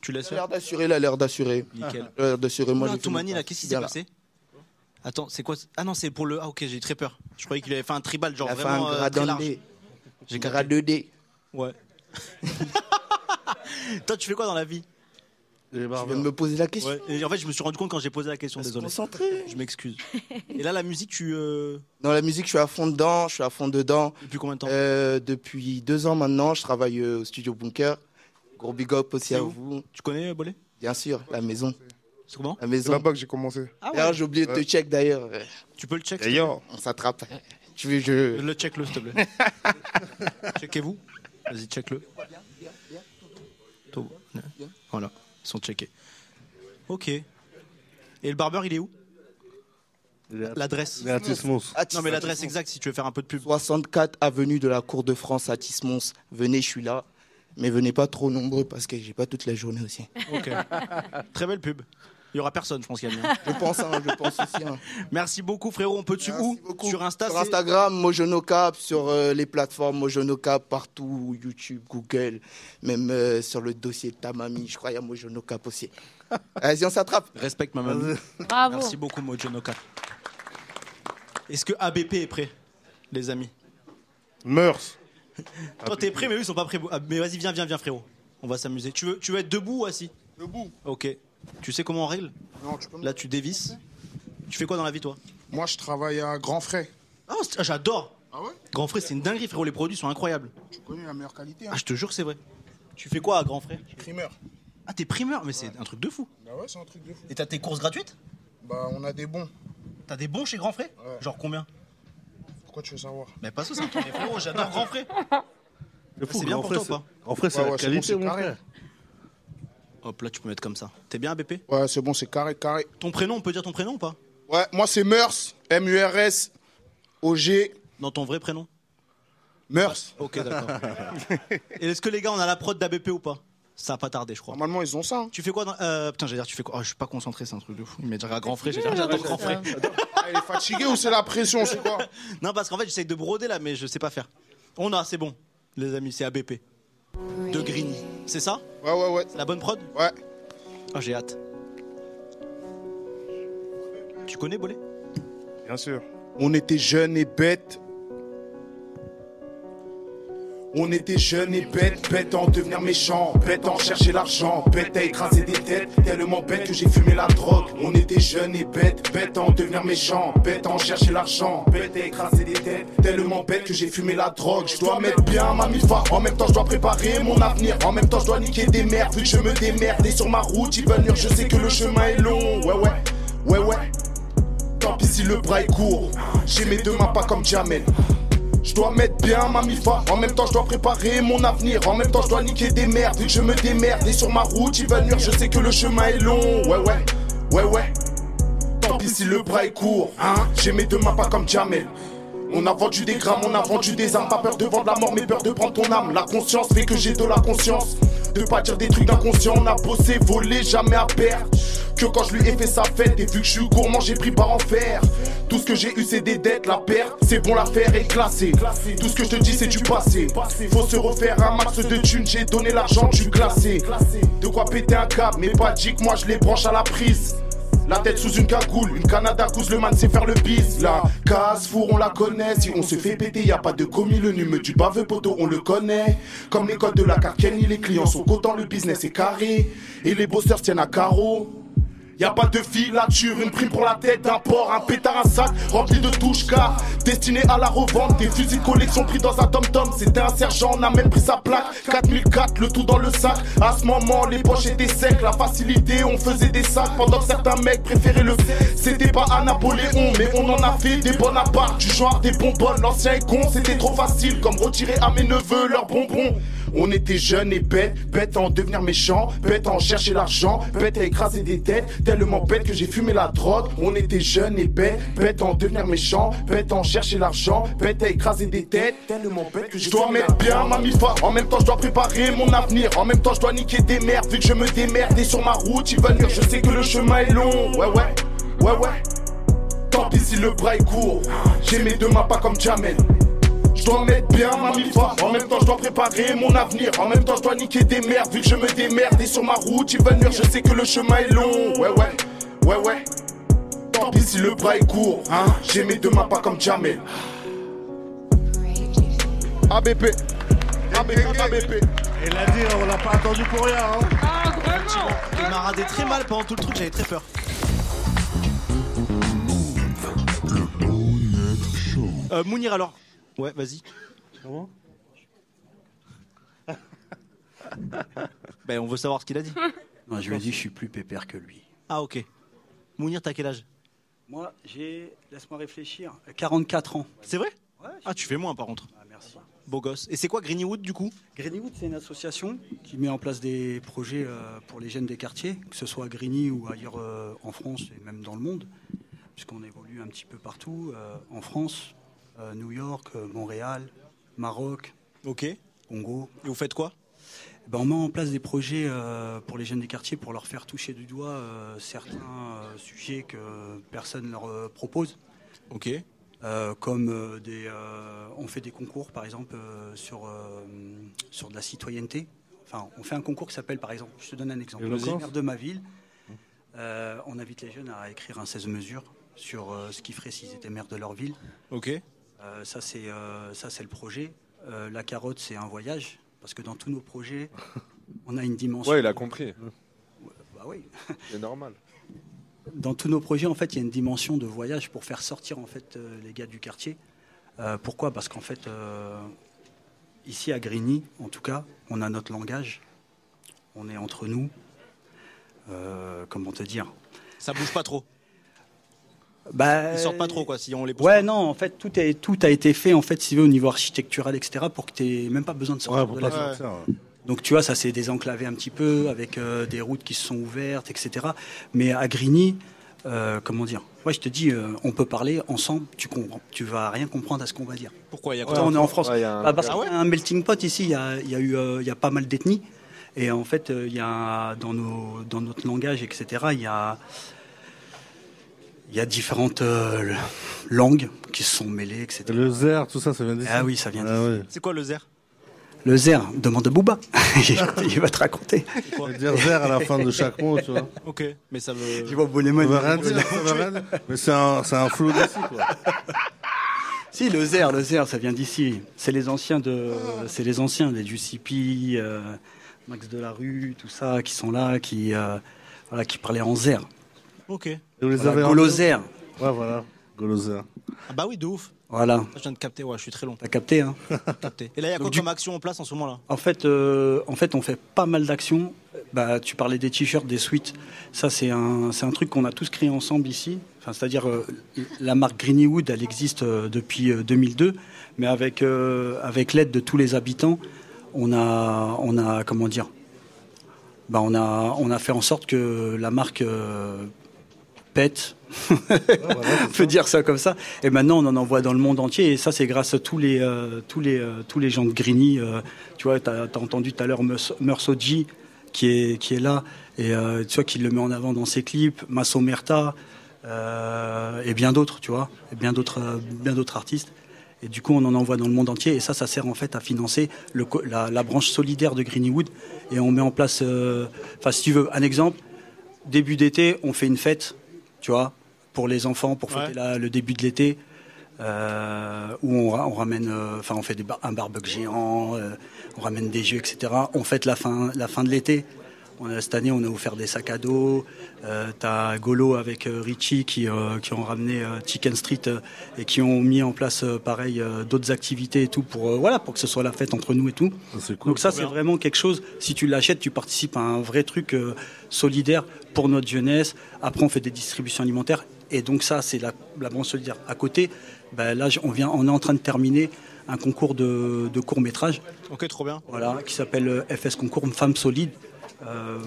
Tu laisses
Il a l'air
faire
d'assurer, il a l'air d'assurer.
Nickel.
Il a l'air d'assurer, moi
Oula,
j'ai fait
Toumani,
mon
là,
taf.
qu'est-ce qui
Bien
s'est
là.
passé Attends, c'est quoi ce- Ah non, c'est pour le. Ah ok, j'ai eu très peur. Je croyais qu'il avait fait un tribal, genre
Il a fait
vraiment
un
euh, très
gradin
large.
D.
J'ai
Grade 2D.
Ouais. Toi, tu fais quoi dans la vie
Les
Tu viens
barbeurs.
de me poser la question.
Ouais. Et en fait, je me suis rendu compte quand j'ai posé la question,
Reste
désolé.
Concentré.
Je m'excuse. Et là, la musique, tu. euh,
Dans la musique, je suis à fond dedans, je suis à fond dedans.
Depuis combien de temps
Euh, depuis deux ans maintenant, je travaille euh, au studio Bunker. Gros big up aussi
C'est
à
où
vous.
Tu connais euh, Bolé
Bien sûr, la maison.
C'est comment
La
C'est
maison.
là-bas que j'ai commencé.
Ah ouais.
D'ailleurs, j'ai oublié de te check d'ailleurs. Euh,
Tu peux le check
D'ailleurs,
On s'attrape. Tu veux, je.
Le check le s'il te plaît. Checkez-vous. Vas-y, check le. Voilà, ils sont checkés. Ok. Et le barbeur, il est où
Il est à-
L'adresse.
il est à Tismons.
Non, mais l'adresse exacte si tu veux faire un peu de pub.
64 avenue de la Cour de France à Tismons. Venez, je suis là.
Mais venez pas trop nombreux parce que j'ai pas toute la journée aussi.
Ok. Très belle pub. Il y aura personne, je pense, Camille.
Je pense, hein, je pense aussi. hein.
Merci beaucoup, frérot. On peut tu où Sur Insta
Sur
c'est-
Instagram, Mojono Cap, sur euh, les plateformes Mojono Cap, partout, YouTube, Google, même euh, sur le dossier de ta mamie, je crois, il y a Mojono Cap aussi. Vas-y, on s'attrape.
Respecte ma mamie.
Bravo.
Merci beaucoup, Mojo Noka. Est-ce que ABP est prêt, les amis
Meurs.
Toi, t'es prêt, mais eux, ils sont pas prêts. Ah, Mais vas-y, viens, viens, viens, frérot. On va s'amuser. Tu veux, tu veux être debout ou assis Debout. Ok. Tu sais comment on règle
Non, tu peux me-
Là, tu dévisses. Tu fais quoi dans la vie, toi
Moi, je travaille à Grand Frais.
Ah, c'est- ah, j'adore
Ah ouais
Grand Frais, c'est une dinguerie, frérot. Les produits sont incroyables.
Tu connais la meilleure qualité. Hein.
Ah, je te jure, que c'est vrai. Tu fais quoi à Grand Frais
Primeur.
Ah, t'es primeur, mais c'est un truc de fou.
Bah ouais, c'est un truc de fou.
Et t'as tes courses gratuites
Bah, on a des bons.
T'as des bons chez Grand Frais
Ouais.
Genre combien
Pourquoi tu veux savoir
Mais parce que c'est un truc, mais frérot, j'adore Grand Frais. Ah,
fou,
C'est bien
Grand
pour
Frais,
toi ou pas
c'est- Grand Frais, c'est Ouais, la ouais, c'est bon, qualité, c'est mon carré. frère.
Hop, là, tu peux mettre comme ça. T'es bien, BP
Ouais, c'est bon, c'est carré, carré.
Ton prénom, on peut dire ton prénom ou pas
Ouais, moi, c'est Meurs. M-U-R-S. O-G.
Dans ton vrai prénom Ah,
Meurs.
Ok, d'accord. Et Est-ce que les gars, on a la prod d'ABP ou pas Ça va pas tarder, je crois.
Normalement, ils ont ça. hein.
Tu fais quoi dans... euh, Putain, j'allais dire, tu fais quoi Oh, je suis pas concentré, c'est un truc de fou. Mais dire à Grand Frais, j'allais dire, j'adore Grand Frais.
Ah, il est fatigué ou c'est la pression, c'est quoi
Non, parce qu'en fait, j'essaye de broder là, mais je sais pas faire. On a, c'est bon, les amis, c'est ABP. De Green. C'est ça
Ouais, ouais, ouais.
La bonne prod
Ouais.
Ah, j'ai hâte. Tu connais Bolé
Bien sûr.
On était jeunes et bêtes.
On était jeunes et bêtes, bêtes à en devenir méchants, bêtes à en chercher l'argent, bêtes à écraser des têtes, tellement bêtes que j'ai fumé la drogue. On était jeunes et bêtes, bêtes à en devenir méchants, bêtes à en chercher l'argent, bêtes à écraser des têtes, tellement bêtes que j'ai fumé la drogue. Je dois mettre bien ma mifa, en même temps je dois préparer mon avenir, en même temps je dois niquer des mères, vu que je me démerde et sur ma route ils veulent lire, je sais que le chemin est long, ouais ouais, ouais ouais. Tant pis si le bras est court, j'ai mes deux mains pas comme Jamel. Je dois mettre bien ma mifa, en même temps je dois préparer mon avenir, en même temps je dois niquer des merdes, vu que je me démerde et sur ma route il va nuire, je sais que le chemin est long, ouais ouais, ouais ouais. Tant pis si le bras est court, hein, j'ai mes deux mains pas comme Jamel. On a vendu des grammes, on a vendu des armes, pas peur de vendre la mort, mais peur de prendre ton âme. La conscience fait que j'ai de la conscience, de pas dire des trucs d'inconscient. On a bossé, volé, jamais à perdre. Que quand je lui ai fait sa fête, et vu que je suis gourmand, j'ai pris par en fer. Tout ce que j'ai eu, c'est des dettes, la perte, c'est bon, l'affaire est classée. Tout ce que je te dis, c'est du passé. Faut se refaire un max de thunes, j'ai donné l'argent, tu classé. De quoi péter un câble, mais pas dit que moi je les branche à la prise. La tête sous une cagoule, une Canada Goose, le man sait faire le bise. La casse four, on la connaît. Si on se fait péter, y a pas de commis. Le nume du baveux poteau, on le connaît. Comme les codes de la carcanie, les clients sont contents, le business est carré. Et les bosseurs tiennent à carreau. Y a pas de filature, une prime pour la tête, un port, un pétard, un sac rempli de touches car destiné à la revente. Des fusils de collection pris dans un tom-tom. C'était un sergent, on a même pris sa plaque. 4004, le tout dans le sac. À ce moment, les poches étaient secs, la facilité, on faisait des sacs. Pendant que certains mecs préféraient le C'était pas un Napoléon, mais on en a fait des bonnes à part. Du genre des bonbonnes, l'ancien est con, c'était trop facile. Comme retirer à mes neveux leurs bonbons. On était jeunes et bêtes, bêtes à en devenir méchants, bêtes à en chercher l'argent, bêtes à écraser des têtes, tellement bêtes que j'ai fumé la drogue. On était jeunes et bêtes, bêtes à en devenir méchants, bêtes à en chercher l'argent, bêtes à écraser des têtes, tellement bêtes que je dois mettre bien ma mifa. En même temps, je dois préparer mon avenir, en même temps, je dois niquer des merdes, vu que je me démerde et sur ma route, il va nuire. Je sais que le chemin est long, ouais, ouais, ouais, ouais. Tant pis si le bras est court, j'ai mes deux mains pas comme Jamel. Je dois mettre bien ma mifa, en même temps je dois préparer mon avenir, en même temps je dois niquer des merdes, vu que je me démerde et sur ma route il va nuire, je sais que le chemin est long, ouais ouais, ouais ouais. Tant pis si le bras est court, hein, j'ai mes deux mains pas comme Jamel. ABP, ABP, ABP.
Et l'a dit, on l'a pas attendu pour rien. Hein.
Il m'a radé très mal pendant tout le truc, j'avais très peur. Euh, Mounir alors. Ouais, vas-y.
Comment
Ben, on veut savoir ce qu'il a dit.
Moi, je lui ai dit, je suis plus pépère que lui.
Ah, ok. Mounir, t'as quel âge
Moi, j'ai, laisse-moi réfléchir, 44 ans.
C'est vrai Ah, tu fais moins par contre.
merci.
Beau gosse. Et c'est quoi Greenwood du coup
Greenwood, c'est une association qui met en place des projets euh, pour les jeunes des quartiers, que ce soit à Grigny ou ailleurs euh, en France et même dans le monde, puisqu'on évolue un petit peu partout, euh, en France, euh, New York, euh, Montréal, Maroc,
Ok.
Congo.
Et vous faites quoi
ben, on met en place des projets euh, pour les jeunes des quartiers pour leur faire toucher du doigt euh, certains euh, sujets que personne leur euh, propose.
Ok.
comme euh, des, euh, on fait des concours par exemple euh, sur, euh, sur de la citoyenneté. Enfin, on fait un concours qui s'appelle par exemple, je te donne un exemple,
Et
le
vas-y.
maire de ma ville. Euh, on invite les jeunes à écrire un 16 mesures sur euh, ce qu'ils feraient s'ils étaient maires de leur ville.
Ok.
Euh, ça, c'est euh, ça, c'est le projet. Euh, la carotte, c'est un voyage. Parce que dans tous nos projets, on a une dimension.
Ouais, il a compris.
Bah oui.
C'est normal.
Dans tous nos projets, en fait, il y a une dimension de voyage pour faire sortir en fait euh, les gars du quartier. Euh, pourquoi Parce qu'en fait, euh, ici à Grigny, en tout cas, on a notre langage. On est entre nous. Euh, comment te dire
Ça bouge pas trop.
bah,
Ils sortent pas trop, quoi, si on les pousse.
Ouais, non, en fait, tout, est, tout a été fait, en fait, si tu veux, au niveau architectural, etc., pour que tu même pas besoin de sortir de la ville. Donc, tu vois, ça s'est désenclavé un petit peu avec euh, des routes qui se sont ouvertes, etc. Mais à Grigny, euh, comment dire Ouais, je te dis, euh, on peut parler ensemble, tu comprends, tu vas rien comprendre à ce qu'on va dire.
Pourquoi il y a
Ouais,
quoi
on est en France.
Ouais, il y a un-
Bah, parce
Ah
qu'il y a un melting pot ici, il y a, il y a eu, euh, il y a pas mal d'ethnies. Et en fait, euh, il y a dans, nos, dans notre langage, etc., il y a, il y a différentes euh, l- langues qui se sont mêlées, etc.
Le zer, tout ça, ça vient d'ici.
Ah oui, ça vient d'ici.
C'est quoi le zer
Le zer, demande à Booba. il va te raconter.
veut dire zer à la fin de chaque mot, tu vois.
Ok, mais ça veut.
Tu vois, Bolémon,
Ça veut
il-
rien dire, ça veut rien dire. Mais c'est un, c'est un flou d'ici, quoi.
Si, le zer, le zer, ça vient d'ici. C'est les anciens de, c'est les anciens, les Giussippi, euh, Max Delarue, tout ça, qui sont là, qui, euh, voilà, qui parlaient en zer.
Ok.
Et vous les
Voilà,
avez en-
Golozer.
Ouais, voilà. Golozer.
Ah bah oui, de ouf.
Ah.
Voilà.
Je viens de capter, ouais, je suis très long.
T'as capté, hein
Capté. Et là, il y a quoi comme action en place en ce moment-là
En fait, euh, en fait, on fait pas mal d'actions. Bah, tu parlais des t-shirts, des suites. Ça, c'est un, c'est un truc qu'on a tous créé ensemble ici. Enfin, c'est-à-dire, euh, la marque Greenywood, elle existe euh, depuis euh, 2002, mais avec, euh, avec l'aide de tous les habitants, on a, on a comment dire bah, on, a, on a fait en sorte que la marque euh, pète. on peut dire ça comme ça. Et maintenant, on en envoie dans le monde entier. Et ça, c'est grâce à tous les, euh, tous les, euh, tous les gens de Grigny. euh, tu vois, tu as, entendu tout à l'heure Meurs- Meursaudi qui est, qui est là. Et euh, tu vois, qui le met en avant dans ses clips. Masso Merta. euh, et bien d'autres, tu vois. Et bien d'autres euh, bien d'autres artistes. Et du coup, on en envoie dans le monde entier. Et ça, ça sert en fait à financer le co- la, la branche solidaire de Greenwood. Et on met en place, euh, enfin, si tu veux, un exemple. Début d'été, on fait une fête, tu vois, pour les enfants, pour fêter
Ouais.
la- le début de l'été, euh, où on, ra- on ramène, euh, enfin, on fait des bar- un barbecue géant, euh, on ramène des jeux, etc. On fête la fin, la fin de l'été. On a- cette année, on a offert des sacs à dos. Euh, T'as Golo avec euh, Richie qui, euh, qui ont ramené euh, Chicken Street euh, et qui ont mis en place, euh, pareil, euh, d'autres activités et tout pour, euh, voilà, pour que ce soit la fête entre nous et tout.
Ah,
Donc ça, c'est vraiment quelque chose. Si tu l'achètes, tu participes à un vrai truc euh, solidaire pour notre jeunesse. Après, on fait des distributions alimentaires. Et donc ça, c'est la, la branche solidaire. À côté, ben là, j- on, vient, on est en train de terminer un concours de, de court-métrage
Ok, trop bien.
voilà, qui s'appelle euh, FS Concours Femmes Solides euh,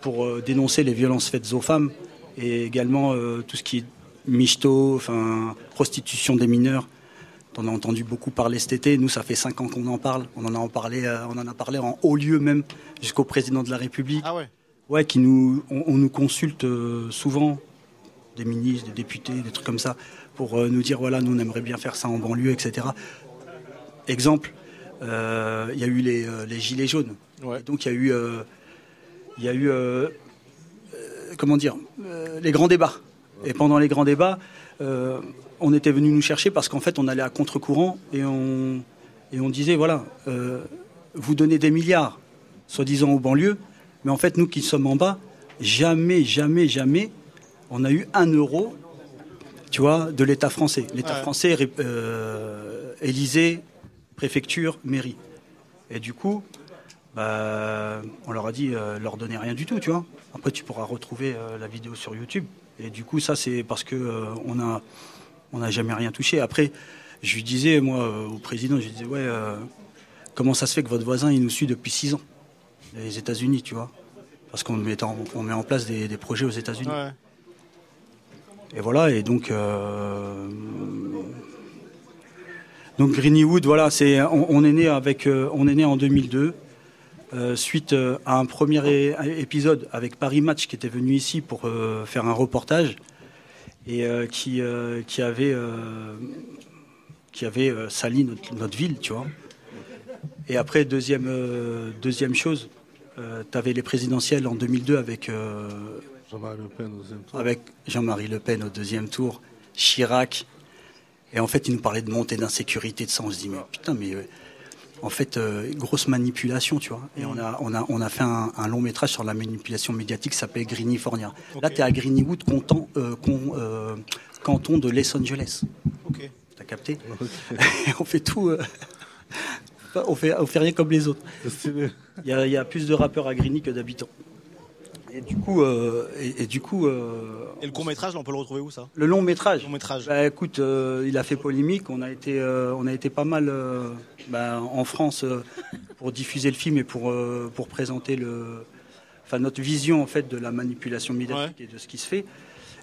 pour euh, dénoncer les violences faites aux femmes et également euh, tout ce qui est michto, enfin, prostitution des mineurs. On en a entendu beaucoup parler cet été. Nous, ça fait cinq ans qu'on en parle. On en a en parlé, euh, on en a parlé en haut lieu même jusqu'au président de la République.
Ah ouais.
Ouais, qui nous, on, on nous consulte euh, souvent, des ministres, des députés, des trucs comme ça, pour euh, nous dire voilà, nous on aimerait bien faire ça en banlieue, etc. Exemple, euh, il y a eu les, euh, les gilets jaunes. Et donc il y a eu, euh, il y a eu, euh, euh, comment dire, euh, les grands débats. Et pendant les grands débats, euh, on était venu nous chercher parce qu'en fait on allait à contre-courant et on, et on disait voilà, euh, vous donnez des milliards, soi-disant aux banlieues, mais en fait nous qui sommes en bas, jamais, jamais, jamais, on a eu un euro, tu vois, de l'État français. L'État
Ouais.
français, ré- euh, Élysée, préfecture, mairie. Et du coup, bah, on leur a dit, euh, leur donner rien du tout, tu vois. Après, tu pourras retrouver euh, la vidéo sur YouTube. Et du coup, ça, c'est parce que euh, on a, on n'a jamais rien touché. Après, je lui disais, moi, euh, au président, je lui disais, ouais, euh, comment ça se fait que votre voisin, il nous suit depuis six ans Les États-Unis, tu vois. Parce qu'on met en, on met en place des, des projets aux États-Unis.
Ouais.
Et voilà, et donc. euh, donc Greenywood, voilà, c'est, on, on est né avec, euh, on est né en 2002. euh, suite euh, à un premier é- épisode avec Paris Match qui était venu ici pour euh, faire un reportage et euh, qui, euh, qui avait, euh, qui avait euh, sali notre, notre ville, tu vois. Et après, deuxième, euh, deuxième chose, tu avais les présidentielles en 2002 avec, euh,
Jean-Marie Le Pen, deuxième tour.
avec Jean-Marie Le Pen au deuxième tour, Chirac. Et en fait, il nous parlait de montée d'insécurité, de ça. On se dit, mais putain, mais euh, en fait, euh, grosse manipulation, tu vois. Et on a, on a, on a fait un, un long métrage sur la manipulation médiatique qui s'appelait Greenifornia. Là, tu es à Greenwood, canton, euh, con- euh, canton de Los Angeles.
Ok.
T'as capté On fait tout. euh, on, fait, on fait rien comme les autres. Il y, a- il y a plus de rappeurs à Grigny que d'habitants. Et du coup. euh, et, et du coup euh,
Et le court métrage, on peut le retrouver où ça
le long métrage. Bah, écoute, euh, il a fait polémique. On a été, euh, on a été pas mal euh, bah, en France euh, pour diffuser le film et pour, euh, pour présenter le, enfin notre vision en fait de la manipulation médiatique et de ce qui se fait.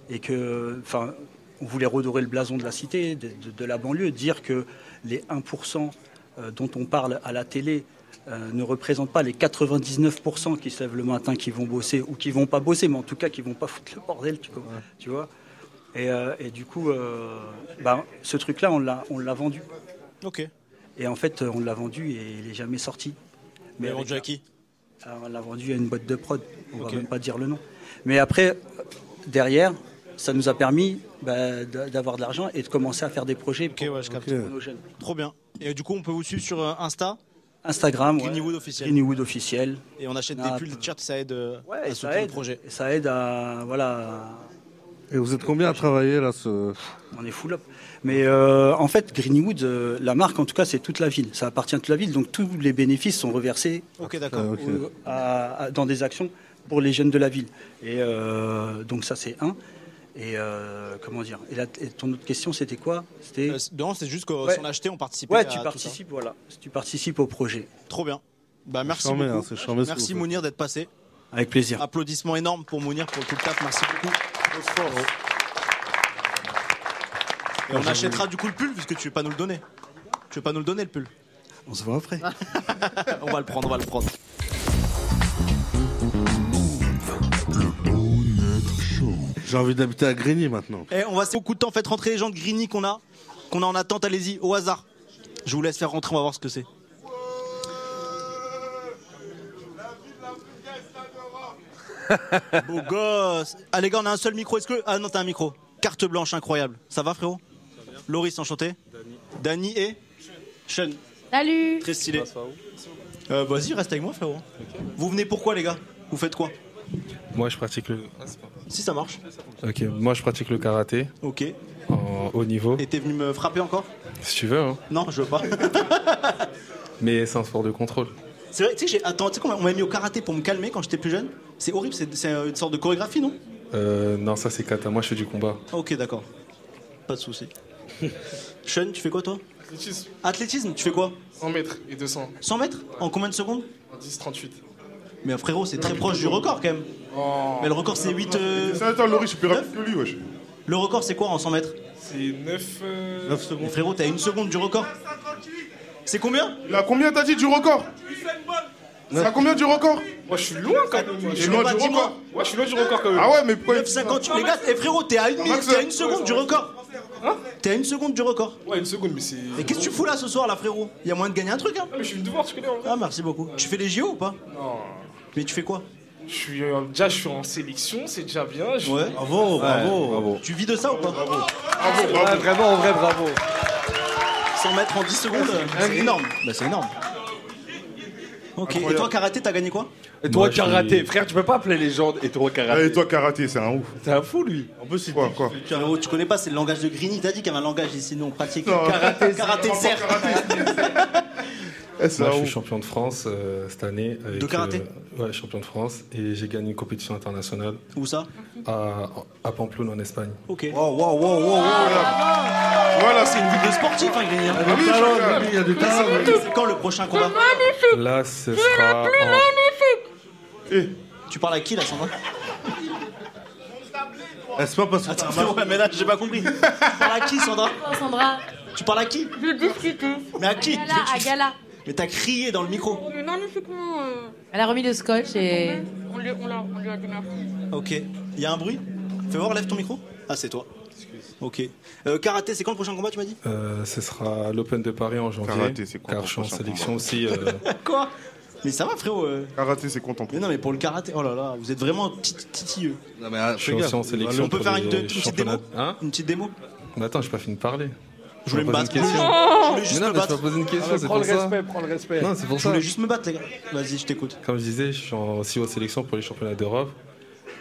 Et que, enfin, on voulait redorer le blason de la cité, de, de- de la banlieue, dire que les 1% euh, dont on parle à la télé. euh, ne représentent pas les 99% qui se lèvent le matin, qui vont bosser ou qui vont pas bosser, mais en tout cas qui vont pas foutre le bordel, tu, co- tu vois. Et, euh, et du coup, euh, bah, ce truc-là, on l'a, on l'a vendu.
Ok.
Et en fait, euh, on l'a vendu et il est jamais sorti.
Mais
avec-
vendu à qui
Alors, on l'a vendu à une boîte de prod. On
Ok.
va même pas dire le nom. Mais après, euh, derrière, ça nous a permis bah, d'a- d'avoir de l'argent et de commencer à faire des projets pour, pour nos jeunes.
Trop bien. Et du coup, on peut vous suivre sur euh, Insta
Instagram, ouais.
Greenwood officiel.
Greenwood officiel.
Et on achète
Ah,
des pulls, des shirts, ça aide euh, à
ça
soutenir le
aide.
projet.
Et ça aide à voilà.
Et vous êtes combien à travailler là ce...
On est full up. Mais euh, en fait, Greenwood, euh, la marque en tout cas, c'est toute la ville. Ça appartient à toute la ville, donc tous les bénéfices sont reversés
Ok, d'accord.
Ah,
euh, au- à- à- dans des actions pour les jeunes de la ville. Et euh, donc ça, c'est un. Et euh, comment dire Et, la- et ton autre question, c'était quoi C'était
Non, c'est juste que euh,
Ouais.
si on achetait, on participait.
Ouais,
à
tu
tout ça.
participes, voilà. Tu participes au projet.
Trop bien. Bah, merci
charmé, hein,
beaucoup.
c'est charmé ce que vous
merci
faites.
Mounir d'être passé.
Avec plaisir.
Applaudissements énormes pour Mounir pour tout le taf. Merci beaucoup. Et on achètera du coup le pull puisque tu veux pas nous le donner. Tu veux pas nous le donner le pull
On se voit après.
on va le prendre, on va le prendre.
J'ai envie d'habiter à Grigny maintenant.
Et Eh, on va beaucoup de temps faites rentrer les gens de Grigny qu'on a, qu'on a en attente. Allez-y au hasard. Je vous laisse faire rentrer, on va voir ce que c'est. Beau gosse. Ah les gars, on a un seul micro. Est-ce que ah non t'as un micro. Carte blanche incroyable. Ça va frérot Loris enchanté. Dani et Sean.
Salut
Très stylé. Euh, Vas-y, reste avec moi, frérot. Vous venez pourquoi, les gars Vous faites quoi
Moi, je pratique le.
Ah, Si ça marche.
Ok. Moi, je pratique le karaté.
Ok.
En haut niveau.
Et t'es venu me frapper encore
Si tu veux. hein.
Non, je veux pas.
Mais c'est un sport de contrôle.
C'est vrai, tu sais, j'ai- attends, tu sais qu'on m'a- on m'a mis au karaté pour me calmer quand j'étais plus jeune C'est horrible, c'est c'est une sorte de chorégraphie, non
Euh, non, ça c'est kata. Moi, je fais du combat.
Ah, Ok, d'accord. Pas de souci. Sean, tu fais quoi, toi
Athlétisme.
Athlétisme, tu fais quoi
100 mètres et 200.
100 mètres En combien de secondes
10, 38.
Mais frérot, c'est très proche du record quand même. Mais le record, c'est 8.
Attends, Laurie, je suis plus rapide que lui, wesh.
Le record, c'est quoi en 100 mètres
C'est 9. euh,
Mais frérot, t'as une seconde du record. C'est combien
Il a combien t'as dit du record C'est à combien du record
Moi, je suis loin quand même. moi.
Je suis loin du
dis-moi.
record.
Ouais, je suis loin du record quand même.
Ah ouais, mais pourquoi
9,50, les gars, et frérot, t'es à une minute,
Max,
t'es à une
ouais,
seconde du record. T'es à une seconde du record.
Ouais, une seconde, mais c'est.
Mais qu'est-ce que tu fous là ce soir, là, frérot Y a moyen de gagner un truc, hein
mais je suis venu te voir, tu connais. en vrai.
Ah, merci beaucoup. Tu fais les JO ou pas
Non.
Mais tu fais quoi
Je suis, euh, déjà, je suis en sélection, c'est déjà bien. je-
Ouais. Bravo, bravo. Tu vis de ça ou pas Bravo.
Bravo, bravo. Ouais,
vraiment, en vrai, bravo. 100 mètres en 10 secondes, c'est énorme. Bah, c'est énorme. Ok, et toi, karaté, t'as gagné quoi
Et toi,
Moi, je
karaté,
suis-
frère, tu peux pas appeler les gens et toi, karaté.
Et toi, karaté, c'est un ouf.
C'est un fou, lui.
En plus, c'est quoi, quoi
Frérot, tu connais pas, c'est le langage de Grigny. T'as dit qu'il y avait un langage ici, nous on pratique.
Non.
Karaté, karaté, serre. Eh,
Moi, je suis champion de France euh, cette année. avec,
De karaté
euh, Ouais, champion de France. Et j'ai gagné une compétition internationale.
Où ça
à, à Pamplona, en Espagne.
Ok. Wow, wow, wow, wow, wow. Voilà, c'est une vie de sportif, hein, Grigny. hein.
Il y a du talent, Grigny, il y a du talent.
C'est quand le prochain combat
Là, ce sera. en-
Tu parles à qui là, Sandra
C'est pas parce que.
Attends, frérot, mais là, j'ai pas compris. Tu parles à qui, Sandra
Sandra,
Tu parles à qui
je veux discuter.
Mais à qui
Gala, à Gala.
Mais t'as crié dans le micro.
Magnifiquement. euh,
Elle a remis le scotch et.
on, lui, on, l'a- on lui a dit merci.
Ok. Il y a un bruit Fais voir, lève ton micro. Ah, c'est toi. Ok. Euh, karaté, c'est quand le prochain combat, tu m'as dit
Euh, ce sera l'Open de Paris en janvier.
Karaté, c'est quoi
Car
ton
je suis en
prochain
sélection
combat
aussi. euh,
Quoi Mais ça va, frérot euh.
Karaté, c'est contemporain.
Mais non, mais pour le karaté, oh là là, vous êtes vraiment tit- titilleux.
je suis aussi en sélection.
On peut
pour
faire
les euh,
une, une petite démo
championnats- Hein
Une petite démo
Mais attends, j'ai pas fini de parler.
Je voulais me
pose une
battre.
question.
Je voulais
Mais
juste
non, mais
me
je
battre.
vais poser une question, c'est
Ah, prends le
pour ça.
respect, prends le respect.
Non, c'est pour
Je
ça.
voulais juste me battre, les gars. Vas-y, je t'écoute.
Comme je disais, je suis en- aussi aux sélections pour les championnats d'Europe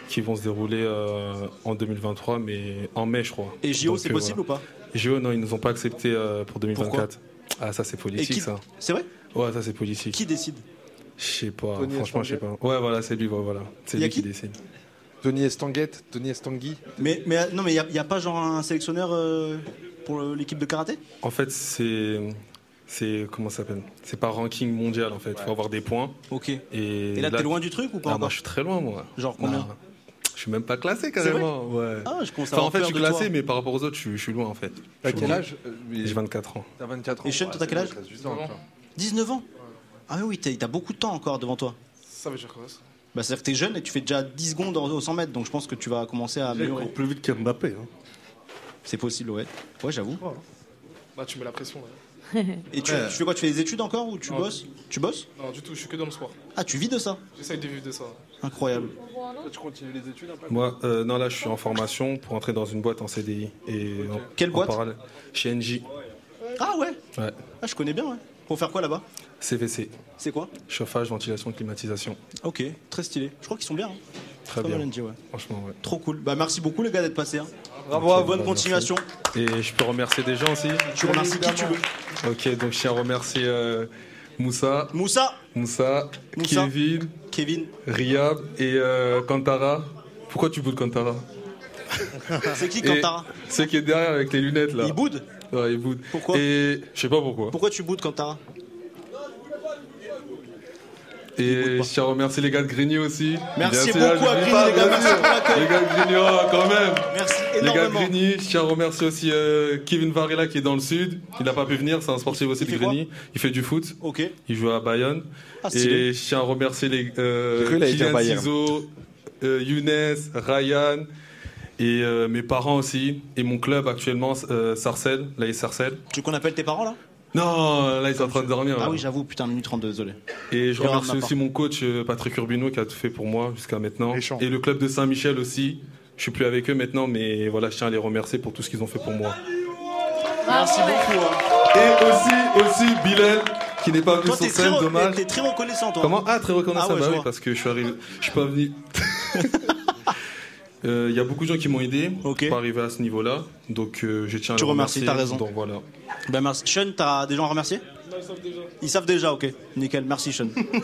qui vont se dérouler euh, en 2023, mais en mai, je crois. euh,
Et JO, c'est possible ou pas
JO, non, ils nous ont pas accepté euh, pour 2024. ah, ça, c'est
Et
politique,
qui
ça.
C'est vrai
Ouais, ça, c'est politique.
Qui décide
Je sais pas,
Tony
franchement, je sais pas. Ouais, voilà, c'est lui, ouais, voilà. C'est
Y a
lui qui,
qui
décide.
Tony Estanguette, Tony Estangui.
Mais, mais euh, non, mais il n'y a, pas genre un sélectionneur euh, pour euh, l'équipe de karaté
En fait, c'est. C'est. Comment ça s'appelle C'est par ranking mondial, en fait. Faut avoir des points.
Ok. Et,
Et,
là, t'es loin du truc ou
Ah,
pas encore
moi, je suis très loin, moi.
Genre combien
Non, Je suis même pas classé,
C'est vrai
carrément. Ouais.
Ah, je commence à
Enfin, en
avoir
fait, je
peur
suis
de
classé,
toi.
mais par rapport aux autres, je suis, je suis loin, en fait.
T'as
Je suis
quel
loin.
euh,
âge
J'ai 24 ans.
T'as 24 ans.
Et Sean, toi, t'as quel âge 19 ans Ah, mais oui, t'as t'as beaucoup de temps encore devant toi.
Ça veut dire quoi ça
Bah, c'est-à-dire que t'es jeune et tu fais déjà 10 secondes au 100 mètres, donc je pense que tu vas commencer à
Il
améliorer.
court plus vite qu'Mbappé. Hein.
C'est possible, ouais. Ouais, j'avoue.
Bah, tu mets la pression là.
Et tu,
Ouais.
tu fais quoi Tu fais des études encore ou tu
Non.
bosses Tu bosses
Non, du tout, je suis que dans le sport.
Ah, tu vis de ça
J'essaye de vivre de ça.
Incroyable.
Tu continues les études un peu
Moi, euh, non, là, je suis en formation pour entrer dans une boîte en CDI. Et en-
Quelle
en
boîte
parallèle, Chez NJ.
Ah, ouais
Ouais.
Ah, je connais bien, ouais. Pour faire quoi là-bas
CVC.
C'est quoi
Chauffage, ventilation, climatisation.
Ok, très stylé. Je crois qu'ils sont bien. hein.
Très
Pas mal,
bien.
NJ, ouais.
Franchement, ouais.
Trop cool. Bah, merci beaucoup, les gars, d'être passés. hein.
Ok,
Bravo, bonne
bah,
continuation.
merci. Et je peux remercier des gens aussi.
Tu remercies qui tu veux.
Ok, donc je tiens à remercier euh, Moussa,
Moussa,
Moussa,
Moussa.
Kevin,
Kevin,
Riab et euh, Kantara. Pourquoi tu boudes Kantara
c'est qui
Et
Kantara
C'est qui est derrière avec les lunettes là.
Il boude
Ouais, il boude.
Pourquoi
Et je sais pas pourquoi.
Pourquoi tu boudes Kantara
Et je tiens à remercier les gars de Grigny aussi.
Merci
Bien sûr,
beaucoup à
je
Grigny,
dis pas,
les gars,
bien
merci
sûr.
pour l'accueil.
Les gars de Grigny, oh, quand même.
Merci
Les gars de
énormément.
Grigny, je tiens à remercier aussi euh, Kevin Varela qui est dans le sud. Il n'a pas pu venir, c'est un sportif aussi
Il
de
fait quoi
Grigny. Il fait du foot.
Ok.
Il joue à Bayonne.
Ah, stylé.
et je tiens à remercier les
J'ai cru
euh,
qu'il allait dire
Kylian
Bayern.
Tizo, euh, Younes, Ryan et euh, mes parents aussi. Et mon club actuellement, euh, Sarcelles, l'AS Sarcelles.
Tu veux qu'on appelle tes parents là
Non, là ils sont en train de dormir. là.
Ah oui, j'avoue, putain, minute 32, désolé.
Et je
Erreur de
remercie
ma part.
aussi mon coach euh, Patrick Urbino qui a tout fait pour moi jusqu'à maintenant.
Méchant.
Et le club de Saint-Michel aussi. Je suis plus avec eux maintenant, mais voilà, je tiens à les remercier pour tout ce qu'ils ont fait pour moi.
Merci beaucoup. hein.
Et aussi, aussi Bilal qui n'est pas venu
Toi,
sur
t'es très,
scène,
re-
dommage.
t'es- t'es très reconnaissant, toi.
Comment Ah, très reconnaissant,
Ah ouais,
bah
je
oui,
vois.
parce que je suis arrivé, je suis pas venu. Euh, Il y a beaucoup de gens qui m'ont aidé
Ok.
pour arriver à ce niveau-là, donc euh, je tiens à
Tu
les
remercies,
remercier.
t'as raison.
Donc voilà.
Bah, merci. Sean, t'as des gens à remercier Ils savent déjà, ok. Nickel, merci Sean.
Il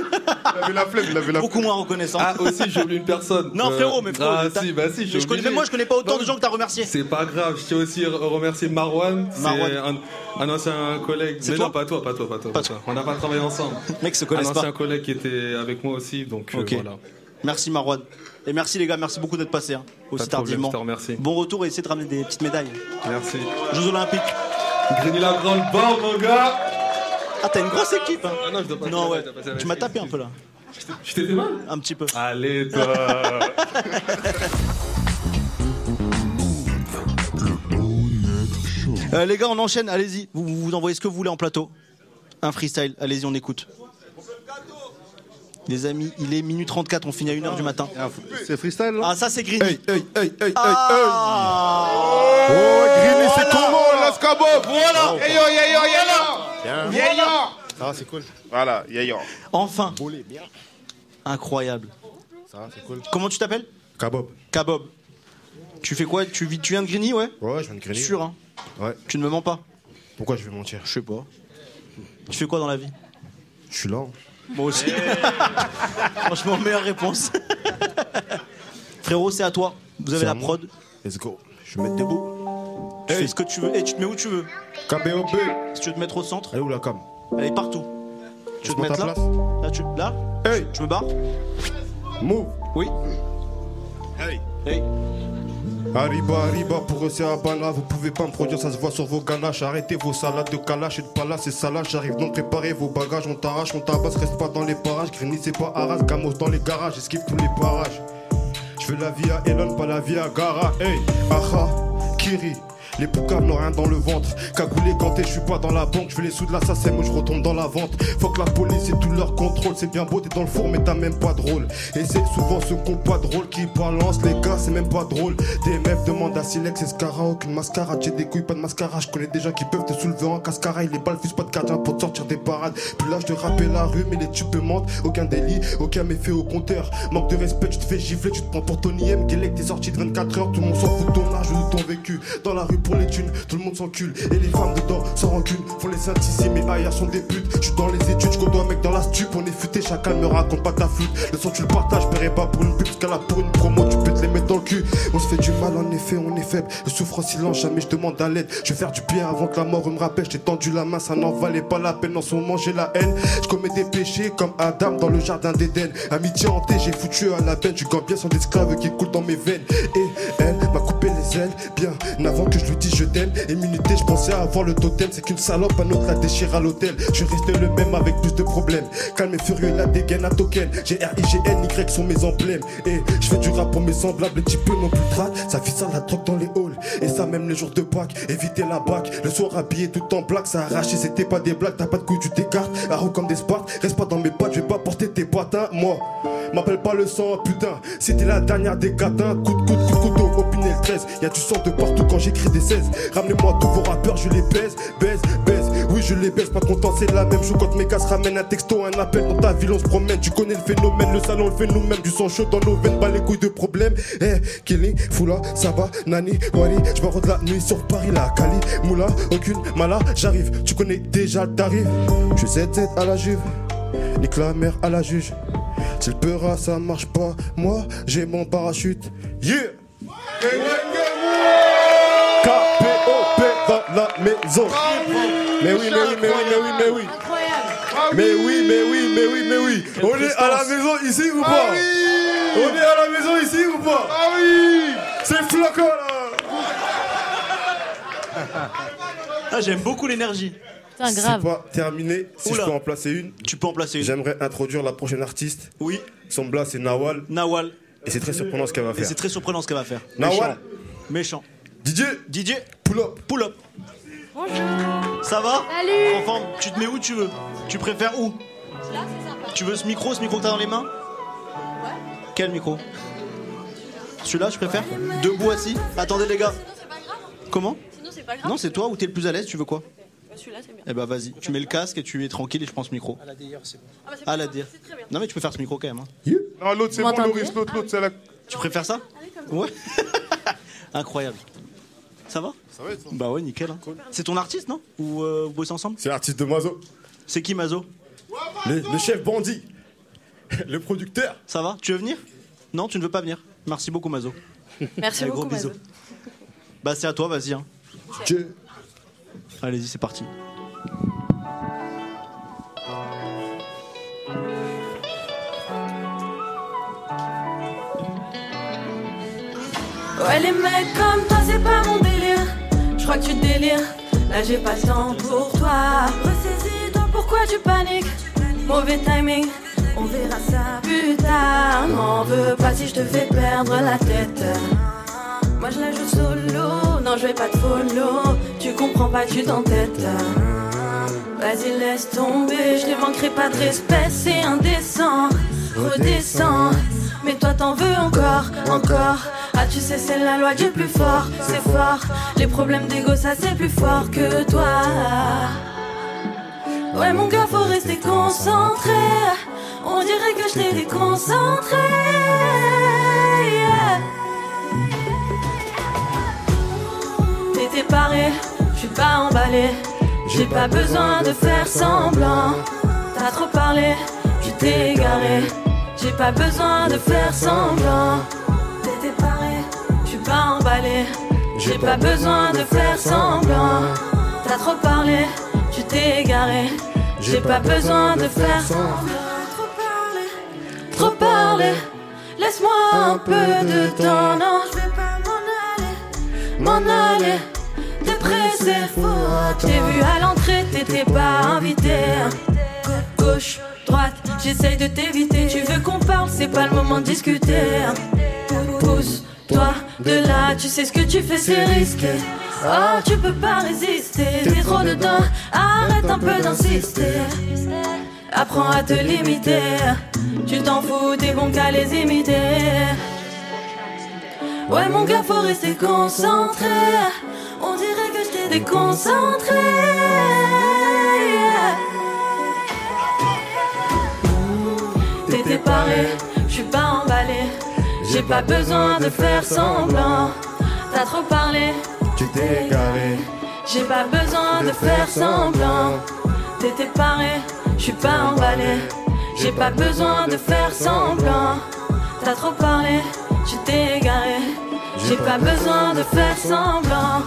avait la flemme, il avait la
Beaucoup moins reconnaissant.
Ah aussi, j'ai oublié une personne.
non,
Euh,
frérot, mais frérot.
Ah
t'as-
si, bah si,
mais je connais, même moi, je connais pas autant de gens que t'as remercié.
C'est pas grave, je tiens aussi à remercier Marwan, c'est
Marwan.
un, un ancien collègue.
C'est
Mais
toi
non, pas toi, pas toi, pas toi. pas toi. On n'a pas travaillé ensemble.
Mec, se
Un
connaissent
ancien
pas.
collègue qui était avec moi aussi, donc euh,
Ok.
voilà.
Merci Marwan. Et merci les gars, merci beaucoup d'être passés. hein,
Pas
aussi
de problème, je
tardivement.
te remercie.
Bon retour et essayez de ramener des petites médailles.
Merci.
Jeux Olympiques.
Grigny la grande barre, mon gars
Ah, t'as une grosse équipe. hein.
Ah non, je dois pas
Non,
je
ouais.
dois passer à la
Tu m'as
suite.
tapé un peu là.
Je t'ai fait mal
Un petit peu.
Allez, toi
Euh, les gars, on enchaîne, allez-y. Vous, vous vous envoyez ce que vous voulez en plateau. Un freestyle, allez-y, on écoute. Les amis, il est minuit 34, on finit à 1h du matin.
C'est freestyle là
Ah, ça c'est Green.
Hey, hey, hey,
Ah
Oh, Grigny, c'est comment là
Lascabov Voilà Hey yo, hey yo, hey yo
Bien.
Hey yo
Ça, c'est cool.
Voilà, Yayan.
Enfin,
Bolé, bien.
incroyable.
Ça, c'est cool.
Comment tu t'appelles
Kabob.
Kabob. Tu fais quoi tu, vis- tu viens de Grigny, ouais
Ouais, je viens de griller.
Sûr, hein
Ouais.
Tu ne me mens pas
Pourquoi je vais mentir
Je sais pas. Tu fais quoi dans la vie
Je suis là.
Moi aussi. Franchement, meilleure réponse. Frérot, c'est à toi. Vous avez
C'est
la
à moi.
prod.
Let's go. Je vais me mettre debout.
Tu fais ce que tu veux. Et tu te mets où tu veux.
KBOB.
Si tu veux te mettre au centre,
Elle est où la cam
elle est partout. Tu veux te
Laisse-moi
mettre
ta
là
place.
Là, tu, là
Hey.
Tu me barres
Move.
Oui.
Hey.
Hey.
Arriba, arriba, pour eux c'est Habana, vous pouvez pas me produire, ça se voit sur vos ganaches. Arrêtez vos salades de calache et de palace et salade, j'arrive donc préparer vos bagages, on t'arrache, on tabasse, reste pas dans les parages, Grigny c'est pas Arras, Gamos dans les garages, esquive tous les parages. Je veux la vie à Elon, pas la vie à Gara, hey, Aha, Kiri. Les poucaves n'ont rien dans le ventre. Cagoulé ganté, je suis pas dans la banque. Je veux les sous de l'assassin, moi je retombe dans la vente. Faut que la police et tout leur contrôle. C'est bien beau, t'es dans le four, mais t'as même pas de rôle. Et c'est souvent ce qu'on pas drôle qui balance. Les gars, c'est même pas drôle. Des meufs demandent à Silex et Scara. Aucune mascara, j'ai des couilles, pas de mascara. Je connais des gens qui peuvent te soulever en cascara. Ils les balles, fusent pas de gardien pour te sortir des parades. Puis là, je te rappelle la rue, mais les tubes mentent. Aucun délit, aucun méfait au compteur. Manque de respect, tu te fais gifler, tu te prends pour Tony M. Guélec, t'es sorti de 24 heures, tout le monde s'en fout de ton âge ou de ton vécu. Dans la rue pour les thunes, tout le monde s'encule. Et les femmes dedans, sans rancune, font les synthésés, mais ailleurs sont des putes. Je suis dans les études, je un mec dans la stupe, on est futé, chacun me raconte pas ta flûte. Le son, tu le partages, paierai pas pour une pub, parce qu'elle a pour une promo, tu peux te les mettre dans le cul. On se fait du mal, en effet, on est faible. Je souffre en silence, jamais je demande à l'aide. Je vais faire du bien avant que la mort me rappelle. J'ai tendu la main, ça n'en valait pas la peine. En ce moment, j'ai la haine. Je commets des péchés comme Adam dans le jardin d'Éden. Amitié hantée, j'ai foutu à la peine. Du gambien sans esclaves qui coule dans mes veines. Et elle m'a coupé les ailes, bien avant que je lui dise je t'aime. Immunité, je pensais avoir le totem. C'est qu'une salope, un autre la déchire à l'hôtel. Je restais le même avec plus de problèmes. Calme et furieux, la dégaine à token. G R I G N Y sont mes emblèmes. Et je fais du rap pour mes semblables. Les types non plus traque. Ça fit ça la drogue dans les halls. Et ça même les jours de Pâques. Éviter la bac. Le soir habillé tout en blague. Ça arraché, c'était pas des blagues. T'as pas de couilles, tu t'écartes. Haro comme des spartes. Reste pas dans mes pattes. Je vais pas porter tes patins. Moi, m'appelle pas le sang, putain. C'était la dernière des catins. Coup de coude, coup de couteau. Au Pinel 13. Y a du sang de partout quand j'écris des 16 Ramenez-moi tous vos rappeurs, je les baise, baise, baise Oui je les baise, pas content c'est la même chose Quand mes gars se ramènent un texto, un appel dans ta ville on se promène Tu connais le phénomène, le salon le phénomène Du sang chaud dans nos veines, pas les couilles de problème Eh, Kelly, Foula, Saba, Nani, Wali Je barre de la nuit sur Paris, la Cali, Moula, aucune mala J'arrive, tu connais déjà le tarif Je suis ZZ à la juve, nique la mère à la juge S'il pleura ça marche pas, moi j'ai mon parachute Yeah Eh, ouais, eh, ouais. K.P.O.P. dans la maison. Mais oui, mais oui, mais oui, mais oui, mais oui.
Ah
Mais oui, mais oui, mais oui, mais oui. On est à la maison ici ou pas On est à la maison ici ou pas Ah oui C'est flocon là
Ah, j'aime beaucoup l'énergie.
C'est pas terminé. Si je peux en placer une.
Tu peux en placer une.
J'aimerais introduire la prochaine artiste.
Oui.
Son blas c'est Nawal.
Nawal.
Et c'est très surprenant ce qu'elle va
Et
faire.
c'est très surprenant ce qu'elle va faire.
Nawal.
Méchant.
Didier.
Didier.
Pull up.
Pull up. Bonjour. Ça va
Salut.
En forme. Tu te mets où tu veux Tu préfères où Tu veux ce micro, ce micro que t'as dans les mains Quel micro Celui-là, je préfère Debout, assis. Attendez, les gars. Comment
hein. Sinon, c'est pas grave.
Non, c'est toi ou t'es le plus à l'aise Tu veux quoi
Celui-là, c'est bien.
Eh bah, vas-y. Tu mets le casque et tu es tranquille et je prends ce micro.
c'est bon. Ah, bah, c'est
À
pas
la
grave,
dire.
C'est très bien.
Non, mais tu peux faire ce micro quand même. hein.
Non, l'autre c'est
Vous
bon,
m'entendez
Loris, l'autre, l'autre c'est la.
Tu préfères ça Ouais. Incroyable. Ça va
Ça va être
Bah ouais, nickel. hein. C'est ton artiste, non Ou euh, vous bossez ensemble
C'est l'artiste de Mazo.
C'est qui Mazo
le, le chef bandit. Le producteur.
Ça va Tu veux venir Non, tu ne veux pas venir. Merci beaucoup, Mazo.
Merci
Un
beaucoup,
gros bisou.
Mazo.
Bah c'est à toi, vas-y. hein. Allez-y, c'est parti.
Ouais, les mecs comme toi, c'est pas mon délire. Je crois que tu délires. Là, j'ai pas le temps pour toi. Ressaisis-toi, pourquoi tu paniques Mauvais timing, on verra ça plus tard. M'en veux pas si je te fais perdre la tête. Moi, je la joue solo. Non, je vais pas te follow. Tu comprends pas, tu t'entêtes. Vas-y, laisse tomber. Je te manquerai pas de respect, c'est indécent. Redescends. Mais toi t'en veux encore, encore. Ah, tu sais, c'est la loi du plus fort, c'est fort. Les problèmes d'ego, ça c'est plus fort que toi. Ouais, mon gars, faut rester concentré. On dirait que je t'ai déconcentré. yeah. T'étais paré, je suis pas emballé. J'ai pas besoin de faire semblant. T'as trop parlé, tu t'es égaré. J'ai pas besoin de faire semblant. T'étais paré, je suis pas emballé. J'ai pas besoin de faire semblant. T'as trop parlé, tu t'es égaré. J'ai pas besoin de faire semblant. Trop parlé, trop parlé. Laisse-moi un peu de temps, non, je vais pas m'en aller. m'en aller Dépressé, T'es vu à l'entrée, t'étais pas invité Gauche, droite, j'essaye de t'éviter Tu veux qu'on parle, c'est pas le moment de discuter Pousse-toi de là, tu sais ce que tu fais, c'est risqué Oh, tu peux pas résister, t'es trop dedans Arrête un peu d'insister Apprends à te limiter Tu t'en fous, t'es bon qu'à les imiter Ouais mon gars faut rester concentré On dirait que je t'ai déconcentré yeah. T'étais paré, je suis pas emballé J'ai pas besoin de faire semblant T'as trop parlé,
Tu t'es égaré.
j'ai pas besoin de faire semblant T'étais paré, je suis pas emballé J'ai pas besoin de faire semblant T'as trop parlé, tu t'es égaré J'ai pas besoin de faire semblant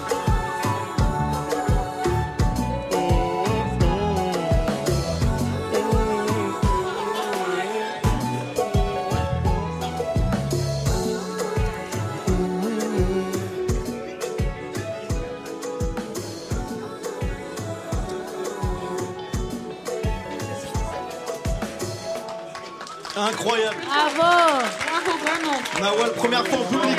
Incroyable.
Bravo Bravo, vraiment
Oh. Nawal, première fois en public.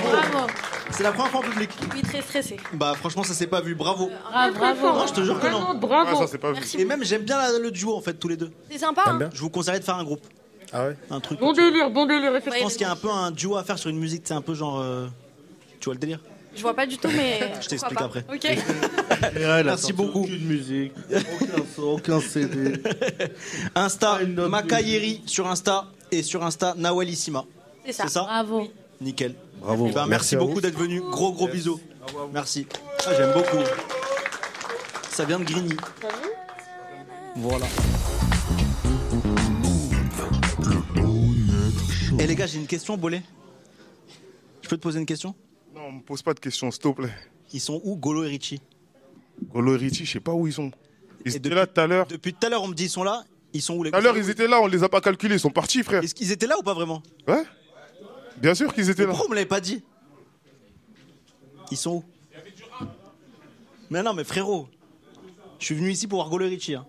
C'est la première fois en public.
Je suis très stressé.
Bah franchement ça s'est pas vu, bravo.
Ah, bravo.
Non je te jure que non.
Vraiment, bravo. Ouais, ça s'est
pas vu. Et même j'aime bien la- le duo en fait tous les deux.
C'est sympa, hein. T'aimes bien
Je vous conseillerais de faire un groupe.
Ah ouais.
Un truc.
Bon délire, bon délire.
Je pense qu'il y a un peu un duo à faire sur une musique, c'est un peu genre euh, tu vois le délire.
Je vois pas du tout, mais.
Je t'explique
pourquoi pas. Ok.
Merci beaucoup.
Aucune musique, aucun son, aucun CD.
Insta Makayeri sur Insta et sur Insta Nawalissima.
C'est ça. Bravo.
Nickel.
Bravo.
Eh ben, merci,
Merci à
beaucoup
vous.
d'être venu. Gros gros bisous. Merci. Ah, J'aime beaucoup. Ça vient de Grigny. Voilà. Eh les gars, j'ai une question, Bolé. Je peux te poser une question
Non, on me pose pas de questions, s'il te plaît.
Ils sont où, Golo et Richie
Golo et Richie, je sais pas où ils sont. Ils étaient là tout à l'heure.
Depuis tout à l'heure, on me dit ils sont là. Ils sont où les
Tout à l'heure, ils étaient là, on les a pas calculés, ils sont partis, frère.
Est-ce qu'ils étaient là ou pas vraiment
Ouais Bien sûr qu'ils étaient là.
Pourquoi on me l'avait pas dit Ils sont où Mais non, mais frérot, je suis venu ici pour voir Golo et Richie. hein.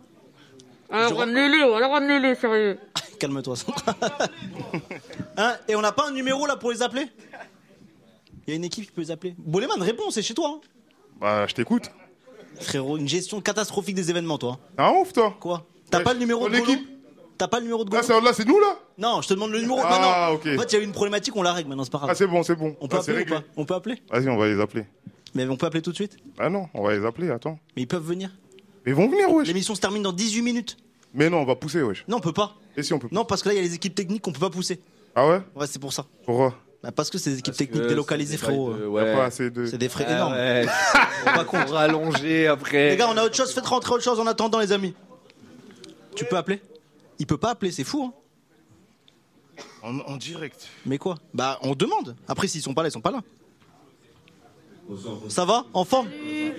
Alors, ramenez-les, alors ramenez-les, sérieux.
Calme-toi, Sandra. Hein Et on n'a pas un numéro là pour les appeler Il y a une équipe qui peut les appeler. Boleman, réponds, c'est chez toi. hein.
Bah, je t'écoute.
Frérot, une gestion catastrophique des événements, toi. hein.
Ah, ouf, toi
Quoi T'as pas le numéro de Golo T'as pas le numéro de Golo
Là, Ah, c'est nous, là
Non, je te demande le numéro.
Ah,
non, non.
ok.
En fait, il y a eu une problématique, on la règle maintenant, c'est pas grave.
Ah, c'est bon, c'est bon.
On peut
Ah, c'est
appeler ou
réglé.
pas On peut appeler
Vas-y, on va les appeler.
Mais on peut appeler tout de suite
Ah non, on va les appeler, attends.
Mais ils peuvent venir
Mais ils vont venir, wesh.
L'émission se termine dans 18 minutes.
Mais non, on va pousser, wesh.
Non, on peut pas.
Et si on peut
Non, parce que là, il y a les équipes techniques qu'on peut pas pousser.
Ah ouais
Ouais, c'est pour ça.
Pourquoi
Bah, Parce que c'est des équipes techniques
c'est
délocalisées,
des
frérot.
bails de- ouais. Y a pas assez de-
C'est des frais
Ah
énormes.
ouais.
On va qu'on
rallonger après.
Les gars, on a autre chose. Faites rentrer autre chose en attendant, les amis. Tu peux appeler Il peut pas appeler, c'est fou. hein.
En, direct.
Mais quoi Bah, on demande. Après, s'ils sont pas là, ils sont pas là. Ça va En forme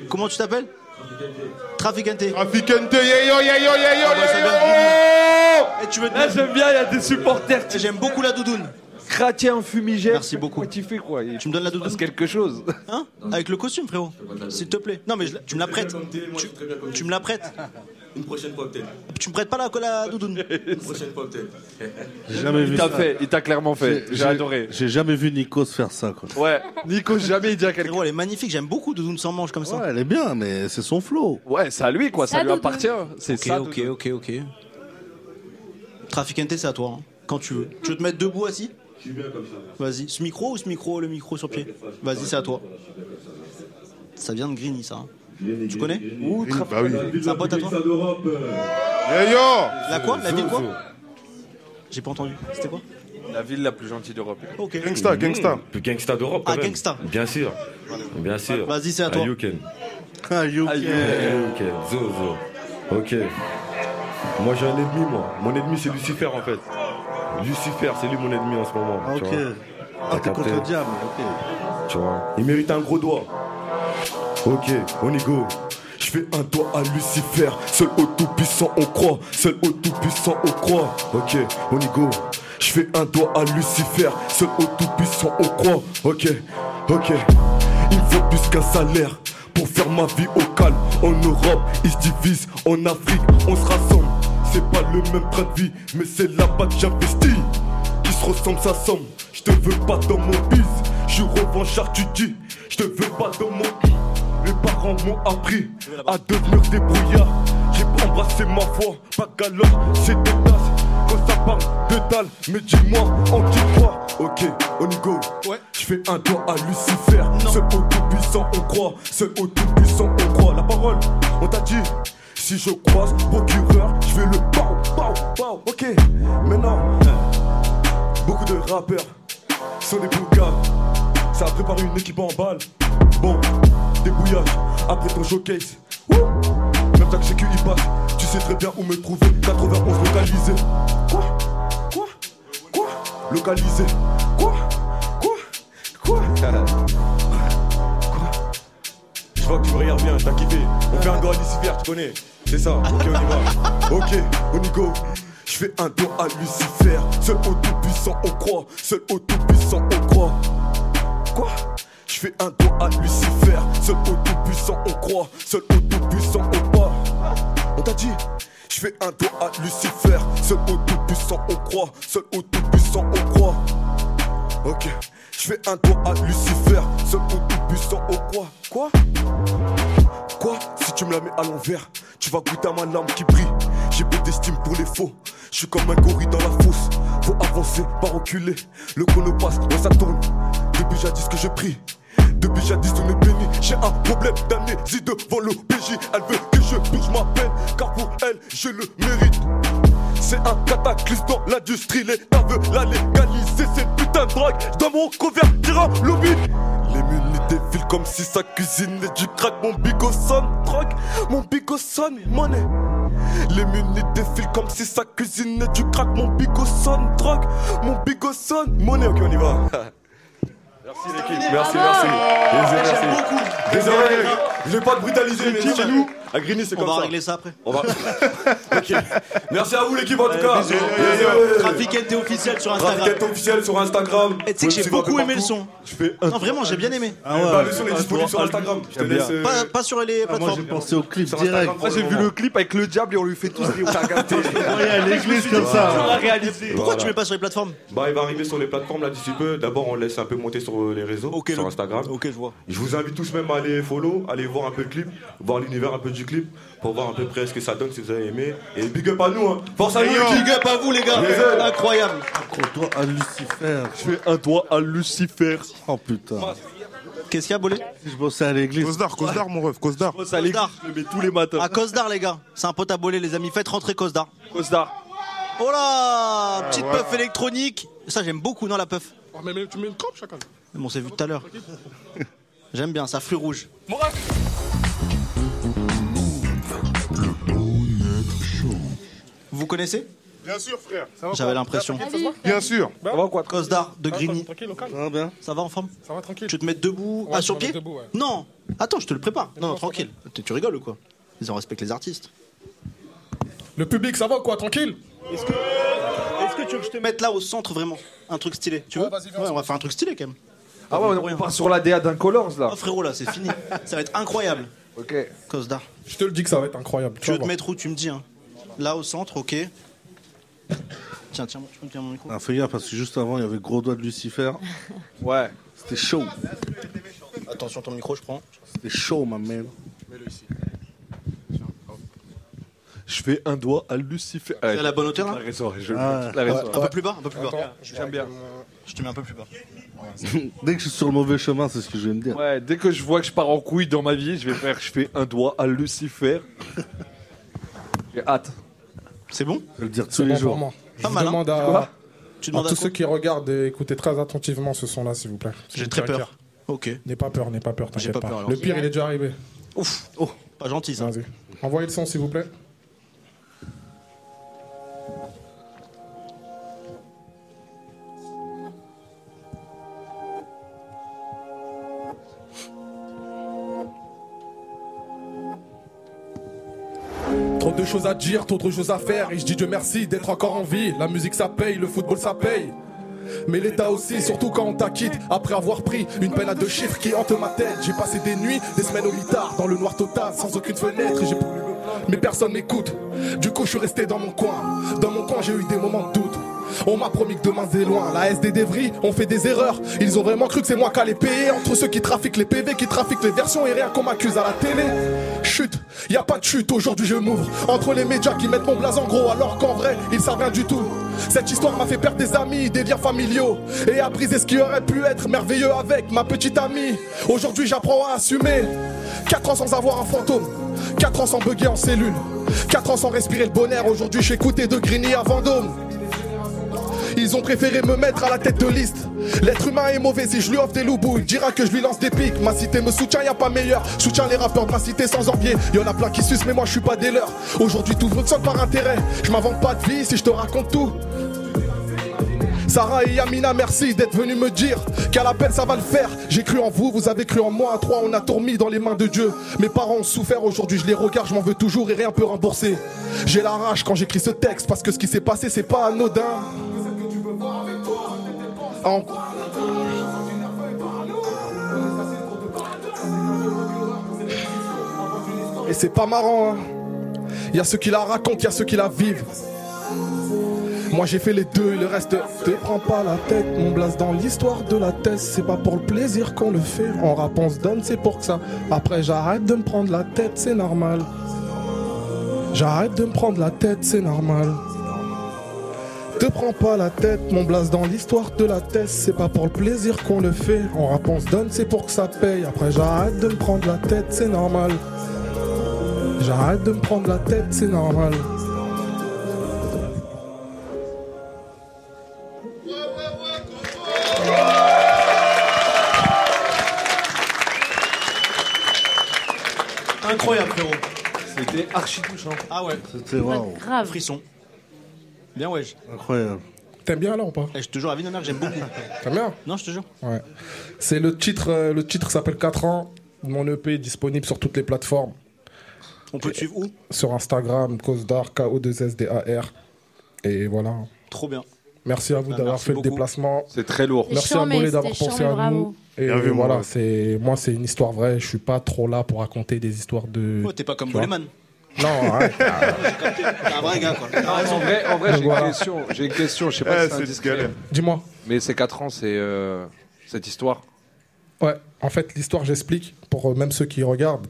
Comment tu t'appelles Traficante. Ah, bah,
Traficante, yeah, yo, yeah, yo, yeah, yo, yeah, yo.
Et tu veux
Là, j'aime bien, il y a des supporters.
Eh, J'aime beaucoup la doudoune.
Craquer un fumigène.
Merci beaucoup.
Tu fais quoi
Tu me donnes la doudoune
quelque chose.
Hein Avec le costume, frérot. S'il te plaît. Non, mais je la- tu me la prêtes. Tu, tu me la prêtes.
Une prochaine fois peut-être.
Tu me prêtes pas la, la doudoune
Une prochaine fois peut-être.
J'ai jamais
Il
vu
t'a
ça.
fait, il t'a clairement fait. J'ai adoré.
J'ai jamais vu Nikos faire ça, quoi.
Ouais.
Nico, jamais il dit à quelqu'un. Frérot, elle est magnifique. J'aime beaucoup doudoune sans manche comme ça.
Ouais, elle est bien, mais c'est son flow.
Ouais, c'est à lui, quoi. Ça
Ça,
lui
Doudou.
appartient. C'est
Ok,
ça.
ok, ok, ok. Traficante, c'est à toi, hein, quand tu veux. Tu veux te mettre debout assis Je suis bien comme ça. Vas-y, ce micro ou ce micro, le micro sur pied Vas-y, c'est à toi. Ça vient de Grigny, ça. hein. Tu connais Ouh,
Bah
C'est un pote à toi
Hey, yo
La quoi La ville quoi J'ai pas entendu. C'était quoi
La ville la plus gentille d'Europe.
Ok.
Gangsta, gangsta.
Hmm, Plus gangsta d'Europe. quand
Ah,
même.
gangsta.
Bien sûr. Bien sûr.
Vas-y, c'est à toi.
Ayuken.
Ayuken.
Ayuken. Zo, zo. Ok. Moi, j'ai un ennemi, moi. Mon ennemi, c'est Lucifer, en fait. Lucifer, c'est lui mon ennemi en ce moment. tu
Ok.
vois.
Ah, t'es
T'as
contre
capté
le diable, ok.
tu vois. Il mérite un gros doigt. Ok, on y go. Je fais un doigt à Lucifer, seul au tout puissant on croit, seul au tout puissant on croit. Ok, on y go. Je fais un doigt à Lucifer, seul au tout puissant on croit. Ok, ok. Il faut plus qu'un salaire pour faire ma vie au calme. En Europe, ils se divisent. En Afrique, on se rassemble. C'est pas le même train de vie, mais c'est là-bas que j'investis. Qui se ressemble, ça somme. Je te veux pas dans mon bis. Je suis revanchard, tu dis. Je te veux pas dans mon i. Mes parents m'ont appris à devenir débrouillard. J'ai pas embrassé ma foi, pas galop, c'est des tasses. Quand ça parle de dalle, mais dis-moi en qui croit. Ok, on y go. Je fais un doigt à Lucifer. Seul au tout-puissant, on croit. Seul au tout-puissant, on croit. La parole, on t'a dit. Si je croise procureur, je vais le pow, pow, pow. Ok, maintenant, beaucoup de rappeurs sont des boucaves. Ça prépare une équipe en balle. Bon, débouillage après ton showcase. Wouh Même ta que il passe, tu sais très bien où me trouver. 91 localisé. Quoi Quoi Quoi Localisé. Quoi Quoi Quoi
Je vois que tu me regardes bien, t'as kiffé. On fait un goal ici vert, tu connais. C'est ça, ok, on y va.
Ok, on y go. Je fais un don à Lucifer. Seul au tout-puissant, on croit. Seul au tout-puissant, on croit. Quoi Je fais un don à Lucifer. Seul au tout-puissant, on croit. Seul au tout-puissant, on croit. On t'a dit Je fais un don à Lucifer. Seul au tout-puissant, on croit. Seul au tout-puissant, on croit. Ok, je fais un don à Lucifer. Seul au tout-puissant, on croit. Quoi Quoi Si tu me la mets à l'envers, tu vas goûter à ma lame qui brille. J'ai peu d'estime pour les faux. Je suis comme un gorille dans la fosse. Faut avancer, pas reculer. Le chrono passe, ouais, ça tourne. Depuis jadis que je prie. Depuis jadis on est béni. J'ai un problème d'amnésie devant l'OPJ. Elle veut que je bouge ma peine, car pour elle, je le mérite. C'est un cataclysme dans l'industrie. L'État veut la légaliser. Cette putain de drogue dans mon convertira lobby. Les munis défilent comme si sa cuisine est du crack. Mon bigot sonne drogue, mon bigot sonne money. Les munis défilent comme si sa cuisine est du crack. Mon bigot sonne drogue, mon bigot sonne money. Ok, on y va.
Merci l'équipe, merci,
Ah
merci. Désolé, merci.
Désolé, je vais pas te brutaliser, mais chez nous,
à Grigny, c'est
comme
On va
ça.
régler ça après.
on va. ok. Merci à vous l'équipe en tout
Ouais,
cas.
bisous,
Plaisir.
bisous. Trafiquette officielle sur Instagram.
Trafiquette officielle sur Instagram.
Et tu sais que j'ai beaucoup aimé le son.
Je fais un
Non, vraiment, j'ai bien aimé.
Ah ouais. Bah, le son est disponible sur Instagram. Je te
J'aime bien.
laisse. euh,
Pas, pas sur les plateformes.
pensé au clip
Sur Instagram,
Moi j'ai vu
probablement.
le clip avec le diable et on lui fait tous des regarder.
Pourquoi tu mets pas sur les plateformes
Bah, il va arriver sur les plateformes là d'ici peu. D'abord, on laisse un peu monter sur euh, les réseaux, sur Instagram.
Ok, je vois.
Je vous invite tous même à aller follow, aller voir un peu le clip, voir l'univers un peu du clip, pour voir un peu près ce que ça donne si vous avez aimé. Et big up à nous, hein. Force à nous,
Et
l'équipe.
big up à vous, les gars.
Désolé.
Incroyable.
Doigt à Lucifer. Je fais un doigt à Lucifer. Oh putain.
Qu'est-ce qu'il y a, Bolé
Je bossais à l'église.
Cosdar, Cosdar, mon ref, Cosdar.
Cosdar.
Je le mets tous les matins.
À Cosdar, les gars. C'est un pote à boler, les amis. Faites rentrer Cosdar.
Cosdar.
Oh là Petite
voilà.
puff électronique. Ça, j'aime beaucoup, non, la puff
Oh, mais, mais tu mets une crampe, chacun.
Mais on s'est vu tout à l'heure. J'aime bien, ça fruit rouge. Vous connaissez
Bien sûr, frère. Ça va,
J'avais
quoi
l'impression.
T'as tranquille, ça se voit
sûr. Ça va quoi Cosdar de Grigny.
Tranquille, local.
Ça va en forme
Ça va, tranquille.
Tu veux te mettre debout,
Ouais,
à
je
sur
me
pied
mets debout, ouais.
Non Attends, je te le prépare. Non, non, tranquille. Tu, tu rigoles ou quoi Ils en respectent les artistes.
Le public, ça va ou quoi Tranquille
Est-ce que, est-ce que tu veux que je te mette là au centre vraiment Un truc stylé, tu veux Ouais, on va faire un truc stylé quand même.
Ah ouais, on, on part sur la DA d'un Colors là.
Oh frérot, là, c'est fini. ça va être incroyable.
Ok.
Cosdar.
Je te le dis que ça va être incroyable.
Tu
vas
veux te
voir.
mettre où Tu me dis. hein. Là au centre, ok. Tiens, tiens, tu peux me tenir mon micro
Ah, fais gaffe parce que juste avant il y avait gros doigt de Lucifer.
Ouais.
C'était chaud.
Attention, ton micro, je prends.
C'était chaud ma mère. Je fais un doigt à Lucifer.
C'est à la bonne hauteur, là
Toute La raison, je le
Ah,
fais, toute la
ouais.
raison.
Un peu plus bas, un peu plus bas.
J'aime bien.
Je te mets un peu plus bas.
Dès que je suis sur le mauvais chemin, c'est ce que je vais me dire.
Ouais, dès que je vois que je pars en couille dans ma vie, je vais faire, je fais un doigt à Lucifer. J'ai hâte.
C'est bon
Je vais le dire tous
C'est
les
bon
jours.
pour moi.
Pas
je
mal, hein.
demande
Quoi
à,
Tu
à
demandes à
tous
quoi
ceux qui regardent, euh, écoutez très attentivement ce son-là, s'il vous plaît. S'il
J'ai
vous
très
plaît,
peur.
Pierre.
Ok.
N'aie pas peur, n'aie pas peur,
J'ai
t'inquiète
pas
pas.
peur, alors.
Le pire, il est déjà arrivé.
Ouf. Oh, pas gentil ça.
Envoyez le son, s'il vous plaît. Trop de choses à dire, trop de choses à faire. Et je dis Dieu merci d'être encore en vie. La musique ça paye, le football ça paye.
Mais l'État aussi, surtout quand on t'acquitte Après avoir pris une peine à deux chiffres qui hante ma tête J'ai passé des nuits, des semaines au mitard Dans le noir total, sans aucune fenêtre Et j'ai voulu me plaindre, Mais personne m'écoute Du coup je suis resté dans mon coin Dans mon coin j'ai eu des moments de doute on m'a promis que demain c'est loin. La SD d'Evry, on fait des erreurs. Ils ont vraiment cru que c'est moi qu'à les payer. Entre ceux qui trafiquent les PV, qui trafiquent les versions et rien qu'on m'accuse à la télé. Chute, y a pas de chute, aujourd'hui je m'ouvre. Entre les médias qui mettent mon blason gros, alors qu'en vrai, ils savent rien du tout. Cette histoire m'a fait perdre des amis, des liens familiaux. Et a brisé ce qui aurait pu être merveilleux avec ma petite amie. Aujourd'hui j'apprends à assumer. 4 ans sans avoir un fantôme. 4 ans sans bugger en cellule. 4 ans sans respirer le bonheur. Aujourd'hui j'écoutais de Grigny à Vendôme. Ils ont préféré me mettre à la tête de liste. L'être humain est mauvais si je lui offre des loups Il dira que je lui lance des pics. Ma cité me soutient, y a pas meilleur. Soutient les rappeurs de ma cité sans envier. Y en a plein qui sucent, mais moi je suis pas des leurs. Aujourd'hui tout fonctionne par intérêt. Je m'invente pas de vie si je te raconte tout. Sarah et Yamina, merci d'être venus me dire qu'à la peine ça va le faire. J'ai cru en vous, vous avez cru en moi. À trois, on a tourmis dans les mains de Dieu. Mes parents ont souffert aujourd'hui, je les regarde, je m'en veux toujours et rien peut rembourser. J'ai la rage quand j'écris ce texte parce que ce qui s'est passé, c'est pas anodin. En- Et c'est pas marrant, hein. Y a ceux qui la racontent, y a ceux qui la vivent. Moi j'ai fait les deux et le reste. Te prends pas la tête, mon blase dans l'histoire de la thèse. C'est pas pour le plaisir qu'on le fait. En rap on se donne, c'est pour que ça. Après j'arrête de me prendre la tête, c'est normal. J'arrête de me prendre la tête, c'est normal. Te prends pas la tête, mon blase dans l'histoire de la thèse. C'est pas pour le plaisir qu'on le fait. En rap on se donne, c'est pour que ça paye. Après j'arrête de me prendre la tête, c'est normal. J'arrête de me prendre la tête, c'est normal.
Incroyable, frérot.
C'était archi touchant.
Ah ouais.
C'était waouh.
Grave. Frisson. Bien, wesh.
Incroyable.
T'aimes bien là ou pas
Eh, je te jure, à vie d'honneur, j'aime beaucoup.
T'aimes bien
Non, je te jure.
Ouais. C'est le titre, euh, le titre s'appelle 4 ans. Mon EP est disponible sur toutes les plateformes.
On peut te suivre où
Sur Instagram, cause d'art, K-O-2-S-D-A-R. Et voilà.
Trop bien.
Merci à vous
Ah,
d'avoir
merci
fait
beaucoup.
le déplacement.
C'est très lourd.
Merci hein.
chiant,
à
mais
Bolé d'avoir
c'était
pensé
chiant,
à
mais
nous.
bravo.
Et
Bien vu,
voilà,
Bolé.
c'est moi c'est une histoire vraie. Je suis pas trop là pour raconter des histoires de.
Oh, t'es pas comme
tu vois.
Boleman.
Non. arrête.
T'es un vrai gars, quoi.
en vrai, en vrai,
Donc
j'ai une
voilà.
question. J'ai une question. Je sais pas si
Eh,
c'est
c'est
indiscret.
Dis-moi.
Mais ces 4 ans, c'est euh, cette histoire.
Ouais, en fait, l'histoire, j'explique pour euh, même ceux qui regardent.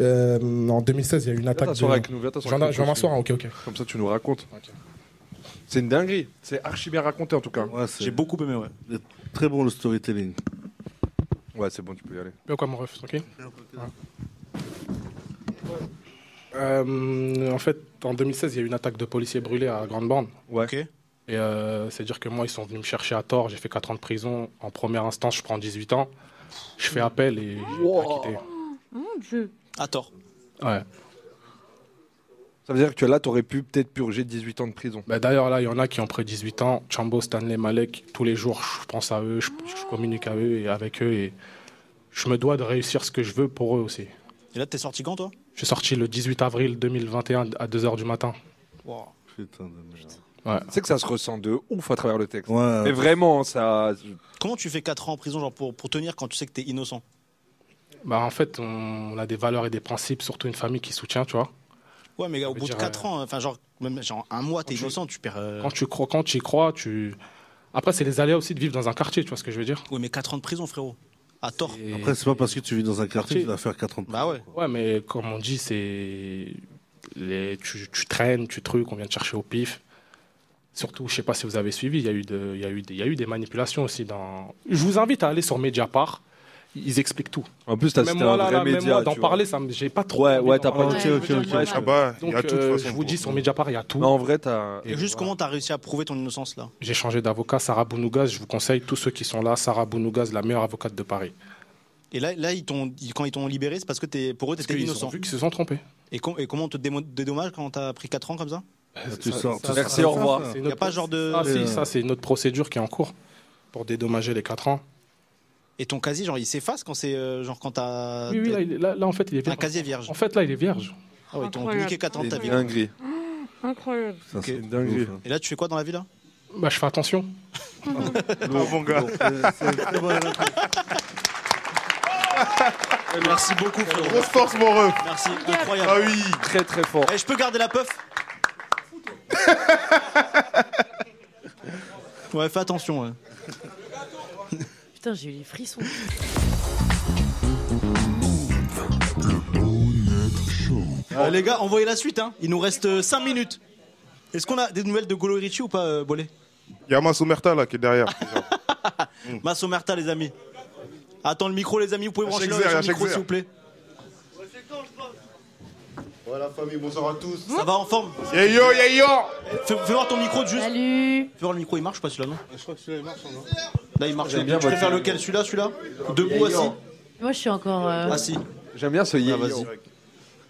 Euh, en 2016, il y a eu une attaque.
t'asseoir
de-
avec nous, viens t'asseoir
Je viens
avec
je viens
nous.
m'asseoir, ok, ok.
Comme ça, tu nous racontes. C'est une dinguerie. C'est archi bien raconté en tout cas.
J'ai beaucoup aimé, ouais.
Très bon le storytelling.
Ouais, c'est bon, tu peux y aller.
Bien quoi, mon ref, tranquille Ouais. Euh, En fait, en 2016, il y a eu une attaque de policiers brûlés à Grande Bande.
Ouais.
Et euh, c'est-à-dire que moi, ils sont venus me chercher à tort. J'ai fait 4 ans de prison. En première instance, je prends 18 ans. Je fais appel et j'ai été acquitté.
Mon dieu.
À tort.
Ouais.
Ça veut dire que là, t'aurais pu peut-être purger 18 ans de prison.
Bah, D'ailleurs, là, il y en a qui ont près de 18 ans. Chambo, Stanley, Malek, tous les jours, je pense à eux, je, je communique à eux et avec eux. Et je me dois de réussir ce que je veux pour eux aussi.
Et là, t'es sorti quand, toi
Je suis sorti le 18 avril 2021 à 2h du matin.
Wow.
Putain de merde.
Ouais.
Tu sais que ça se ressent de ouf à travers le texte.
Euh,
Ouais.
Mais vraiment, ça.
Comment tu fais 4 ans en prison genre pour, pour tenir quand tu sais que t'es innocent
Bah, en fait, on, on a des valeurs et des principes, surtout une famille qui soutient, tu vois.
Ouais, mais gars, au
veut
bout de
dire,
4 ans, enfin, genre, même genre un mois, t'es innocent, tu perds. euh,
Quand tu crois, quand tu y crois, tu. Après, c'est les aléas aussi de vivre dans un quartier, tu vois ce que je veux dire
Ouais, mais 4 ans de prison, frérot. À tort.
Après, c'est pas parce que tu vis dans un quartier que tu
Quartier.
vas faire 4 ans de
Bah ouais.
Ouais, mais comme on dit, c'est. Les... Tu, tu traînes, tu trucs, on vient te chercher au pif. Surtout, je sais pas si vous avez suivi, il y, a eu de- il y, a eu des- il y a eu des manipulations aussi dans. Je vous invite à aller sur Mediapart, ils expliquent tout.
En plus, t'as
Même
cité
moi,
un
là,
vrai
là, même
média,
moi, d'en
tu vois.
parler, ça me- j'ai pas trop.
Ouais,
envie
ouais,
d'en
t'as pas
parler.
Ok, ok, ok, je comprends.
Donc,
Il y a toute
euh,
façon
je vous
pour-
dis, sur Mediapart, il y a tout.
Non, en vrai, t'as.
Et juste, comment t'as réussi à prouver ton innocence, là
J'ai changé d'avocat, Sarah Bounougaz, je vous conseille, tous ceux qui sont là, Sarah Bounougaz, la meilleure avocate de Paris.
Et là, là ils t'ont- ils- quand ils t'ont libéré, c'est parce que t'es- pour eux, t'étais
qu'ils ont
innocent.
vu qu'ils se sont trompés.
Et, com- et comment on te démo- dédommage quand t'as pris 4 ans comme ça
Bah, Ah,
tu
Ça-
sors.
ça-
Merci,
ça-
au revoir.
ça, c'est
Il
une
n'y a
autre-
pas genre de.
Ah, si, ça, c'est une autre procédure qui est en cours pour dédommager les 4 ans.
Et ton casier, genre, il s'efface quand c'est. euh, genre, quand t'as.
Oui, oui, là, il est- là- là, en fait, il est
t'as un
vierge.
casier vierge.
En fait, là, il est vierge.
Ah ouais, ils t'ont
Incroyable.
niqué 4 ans de ta vie.
Dinguerie.
Incroyable.
Ok.
C'est une dinguerie.
Et là, tu fais quoi dans la vie, là
Bah, je fais attention.
Bah,
bon gars. Merci beaucoup, frérot.
Grosse force, mon ref.
Merci, incroyable.
Ah oui.
Très, très fort. Et je peux garder la puff Ouais, fais attention, hein. ouais.
Putain, j'ai eu les frissons.
Euh, les gars, envoyez la suite, hein. Il nous reste 5 minutes. Est-ce qu'on a des nouvelles de Golo et Ritchie ou pas, euh, Bolé
Il y a Masso Merta là qui est derrière.
Masso Merta, les amis. Attends le micro, les amis, vous pouvez
Hmm. À
brancher
chaque
le
zère, à
le
chaque
micro,
zère.
s'il vous plaît.
Voilà famille, bonsoir à tous.
Ça va en forme
Yeah, yo, yeah, yo.
fais, fais voir ton micro, juste. Salut Fais voir le micro, il marche ou pas celui-là, non
Je crois que celui-là, il marche, hein, non
Là, il marche.
J'aime
Tu
bien
préfères
votre-
lequel Celui-là, celui-là Debout, assis
Moi, je suis encore. euh,
Assis. Ah,
J'aime bien ce yeah, yo.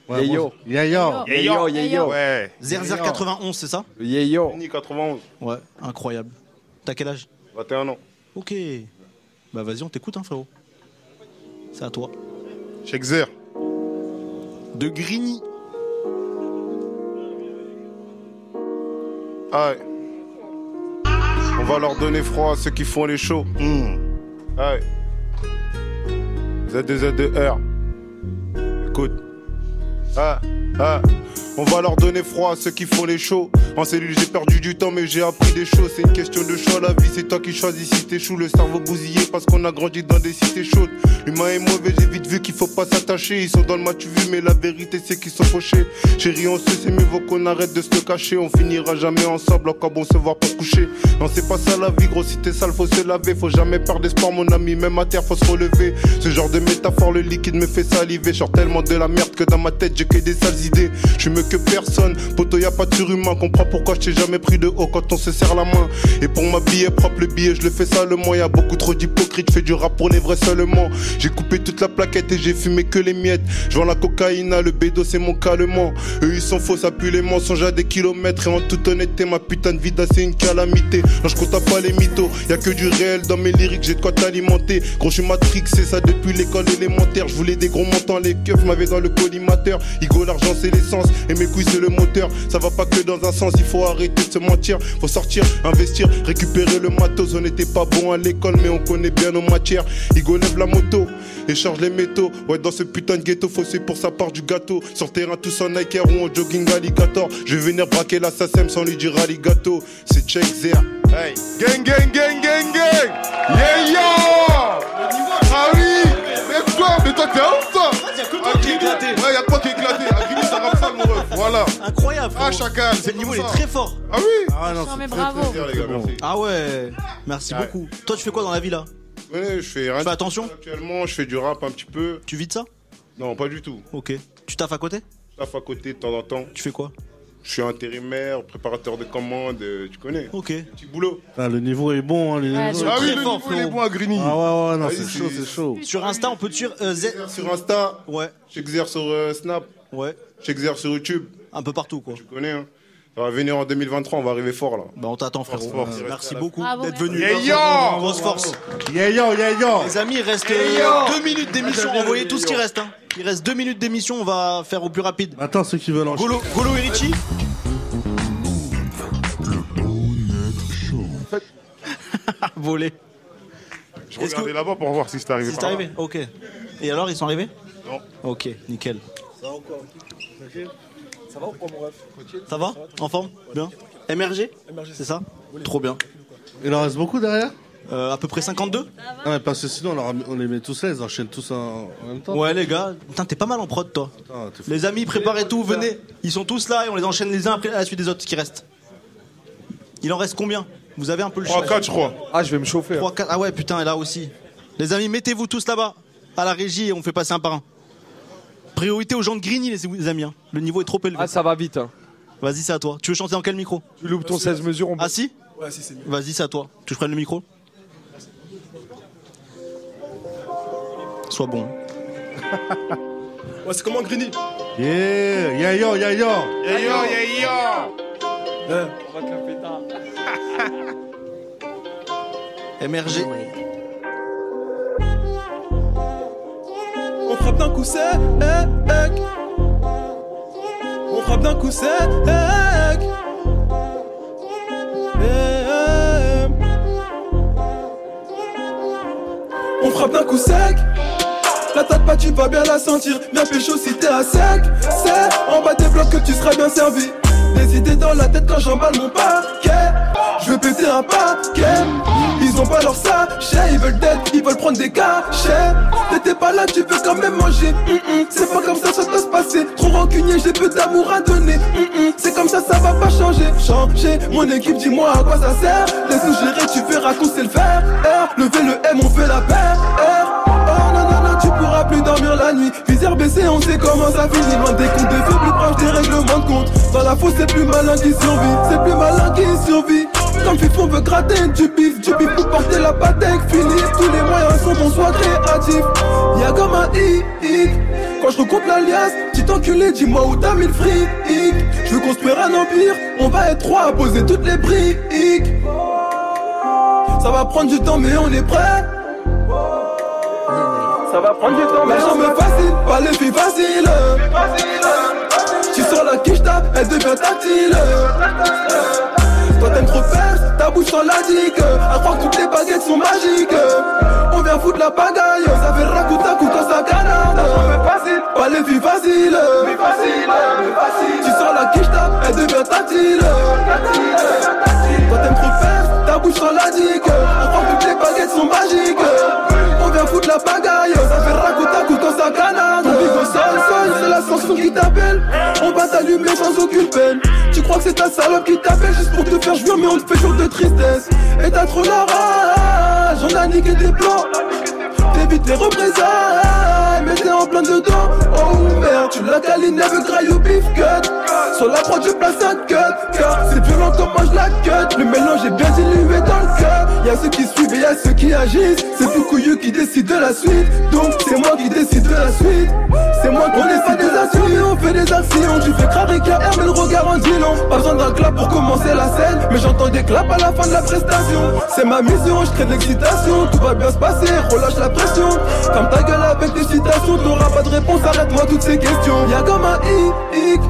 Ouais,
Yeah, yo.
bon.
Yeah, yo. Yeah, yo, yeah, yo.
Ouais.
Zerzer 91, c'est ça
Yeah, yo.
Ni 91.
Ouais, incroyable. T'as quel âge
21 ans.
Ok. Bah vas-y, on t'écoute, hein, frérot. C'est à toi.
Shakespeare.
De Grigny.
Ah ouais. On va leur donner froid à ceux qui font les shows. Ah ouais. Z2Z2R. Écoute. Ah, ah. On va leur donner froid à ceux qui font les shows. En cellule, j'ai perdu du temps, mais j'ai appris des choses. C'est une question de choix, la vie, c'est toi qui choisis si t'échoues. Le cerveau bousillé parce qu'on a grandi dans des cités chaudes. L'humain est mauvais, j'ai vite vu qu'il faut pas s'attacher. Ils sont dans le match vu, mais la vérité, c'est qu'ils sont fauchés. Chérie, on se sait, mieux vaut qu'on arrête de se le cacher. On finira jamais ensemble, encore bon se voir pour coucher. Non, c'est pas ça la vie, gros, si t'es sale, faut se laver. Faut jamais perdre espoir, mon ami, même à terre, faut se relever. Ce genre de métaphore, le liquide me fait saliver. Je sors tellement de la merde que dans ma tête, j'ai que des sales idées. Je suis mieux que personne, poto, y a pas de surhumain. Comprends pourquoi je t'ai jamais pris de haut quand on se serre la main. Et pour ma billet propre, le billet, je le fais salement. Y a beaucoup trop d'hypocrites, fais du rap pour les vrais seulement. J'ai coupé toute la plaquette et j'ai fumé que les miettes. Je vends la cocaïne, le bédo, c'est mon calmant. Eux, ils sont faux, ça pue les mensonges à des kilomètres. Et en toute honnêteté, ma putain de vida, c'est une calamité. Non, je compte à pas les mythos, y a que du réel dans mes lyriques, j'ai de quoi t'alimenter. Gros, je suis matrixé, ça depuis l'école élémentaire. Je voulais des gros montants, les keufs m'avaient dans le collimateur. Igo, l'argent, c'est l'essence, et mes couilles, c'est le moteur. Ça va pas que dans un sens, il faut arrêter de se mentir. Faut sortir, investir, récupérer le matos. On n'était pas bon à l'école, mais on connaît bien nos matières. Igo, lève la moto, et charge les métaux. Ouais, dans ce putain de ghetto, faussé pour sa part du gâteau. Sur terrain, tous en Nike Air ou en jogging alligator. Je vais venir braquer la SACEM sans lui dire alligato. C'est check Zer. Hey.
Gang, gang, gang, gang, gang. Yeah, yo. Ah oui. Mais quoi Mais toi, t'es un ouf, toi.
Y'a que toi qui est éclaté.
Ouais, y'a toi qui est éclaté. À Grigny, ça rappe ça, mon ref. Voilà.
Incroyable.
Ah, chacal.
C'est le niveau, il
comme
est
ça.
très fort.
Ah oui.
Ah
non,
c'est mais très, bravo. très fier,
les gars, merci.
Ah ouais. Merci
Ouais.
beaucoup. Toi, tu fais quoi dans la vie là
Ouais, je fais rien.
Tu fais attention
Actuellement, je fais du rap un petit peu.
Tu vis de ça
Non, pas du tout.
Ok. Tu taffes à côté
Je taffe à côté de temps en temps.
Tu fais quoi
Je suis intérimaire, préparateur de commandes, euh, tu connais.
Ok.
Petit boulot.
Ah, le niveau est bon, hein, les
Ouais,
niveaux-
c'est
Ah oui,
très
le
fort,
niveau,
frérot.
il est bon à Grigny. Ah ouais, ouais, non,
Ah
c'est
oui,
chaud, c'est chaud.
Sur Insta, on peut te suivre. euh, Z-
Sur Insta,
Ouais.
j'exerce sur euh, Snap,
Ouais.
j'exerce sur YouTube.
Un peu partout, quoi.
Tu connais, hein. Ça va venir en 2023, on va arriver fort là.
Bah, on t'attend, frérot.
Force,
Euh,
force.
Merci beaucoup
Bravo,
d'être
merci.
venu.
Yeah, yo
Grosse force.
Yeah, yo, yeah, yo.
Les amis, il reste
Yeah,
euh,
yo.
deux minutes d'émission. Envoyez tout ce qui reste. hein. Il reste deux minutes d'émission. On va faire au plus rapide.
Attends, ceux qui veulent enchaîner.
Golo, Golo et Richie. Volé.
Je
Est-ce que-
regardais là-bas pour voir si c'était arrivé.
C'est
par là.
arrivé, ok. Et alors, ils sont arrivés
Non.
Ok, nickel.
Ça va ou quoi Ça va ou quoi, mon ref
Ça va En forme Bien MRG
MRG.
C'est ça Trop bien.
Il en reste beaucoup derrière
Euh, à peu près 52
Ah, mais parce que sinon, on, leur- on les met tous là, ils enchaînent tous en, en même temps.
Ouais, les gars. Putain, t'es pas mal en prod, toi.
Putain, t'es fou.
Les amis, préparez tout, venez. Ils sont tous là et on les enchaîne les uns après à la suite des autres qui restent. Il en reste combien Vous avez un peu le
Trois,
chiffre
quatre, je crois.
Ah, je vais me chauffer.
Trois, quatre. Ah ouais, putain, et là aussi. Les amis, mettez-vous tous là-bas, à la régie, et on fait passer un par un. Priorité aux gens de Grigny, les- les amis. hein. Le niveau est trop élevé.
Ah, ça va vite. Hein.
Vas-y, c'est à toi. Tu veux chanter dans quel micro
Tu loupes ton 16 mesures. On...
Ah si
Ouais, si, c'est mieux.
Vas-y, c'est à toi. Tu prennes le micro Sois bon.
Ouais, c'est comment Grigny
Yeah, yeah, yo, yeah, yo.
Yeah, yo, yeah, yo.
Eh,
Euh,
MRG.
On frappe d'un coup sec. On frappe d'un coup sec. Eh, eh.
frappe d'un coup sec. La tête pas, tu vas bien la sentir. Viens pécho si t'es à sec. C'est en bas des blocs que tu seras bien servi. Des idées dans la tête quand j'emballe mon paquet. Je vais péter un paquet. Ils ont pas leur sachet, ils veulent d'être, ils veulent prendre des cachets. T'étais pas là, tu veux quand même manger. Hum, hum, C'est pas comme ça, ça doit se passer. Trop rancunier, j'ai peu d'amour à donner. Hum, hum, C'est comme ça, ça va pas changer. Changer mon équipe, dis-moi à quoi ça sert. Laisse-nous gérer, tu verras qu'on sait le faire. R, lever le M, on fait la paire. R, oh non, non, non, tu pourras plus dormir la nuit. Visière baissée, on sait comment ça finit. Loin des comptes de vie, plus proche des règlements de compte. Dans la fosse, c'est plus malin qui survit. C'est plus malin qui survit. Comme FIFA, on veut gratter du bif. Du bif pour porter la patek finie. Tous les moyens sont bons, sois créatif. Y'a comme un hic. Quand je recompte l'alias, petit enculé, dis-moi où t'as mis le fric. Je veux construire un empire, on va être trois à poser toutes les briques. Ça va prendre du temps, mais on est prêt. Ça va prendre du temps, mais on me facile, pas les filles faciles. Tu sens la quiche, tape, elle devient tactile. Toi t'aimes trop faire, ta bouche sans la digue. À croire que toutes les baguettes sont magiques. On vient foutre la bagaille, ça fait racoute à coup quand ça canade. Pas les filles faciles. Tu sens la quiche, tape, elle devient tactile. Toi t'aimes trop faire, ta bouche sans la digue. À croire que toutes les baguettes sont magiques. On vient foutre la bagaille, ça fait racoute à coup quand ça canade. Ton bigo sale, sale, c'est la chanson qui t'appelle. On va t'allumer sans aucune peine. Tu crois que c'est ta salope qui t'appelle juste pour te faire jouir, mais on te fait jour de tristesse. Et t'as trop la rage, on a niqué tes plans. T'évites les représailles, mais t'es en plein dedans. Oh merde, tu la câlines, elle veut graille au beef cut. Sur la prod, je place un cut. car C'est violent comme moi je la cut. Le mélange est bien dilué dans le cœur. Y'a ceux qui suivent et y'a ceux qui agissent. C'est Fukuyu qui décide de la suite. Donc c'est moi qui décide de la suite. C'est moi qui décide. On est pas des actions, mais on fait des actions. Tu fais cramer qu'un air, mais le regard en dit non. Pas besoin d'un clap pour commencer la scène. Mais j'entends des claps à la fin de la prestation. C'est ma mission, je crée de l'excitation. Tout va bien se passer, relâche la pression. Ferme ta gueule avec tes citations. T'auras pas de réponse, arrête-moi toutes ces questions. Y'a comme un hic.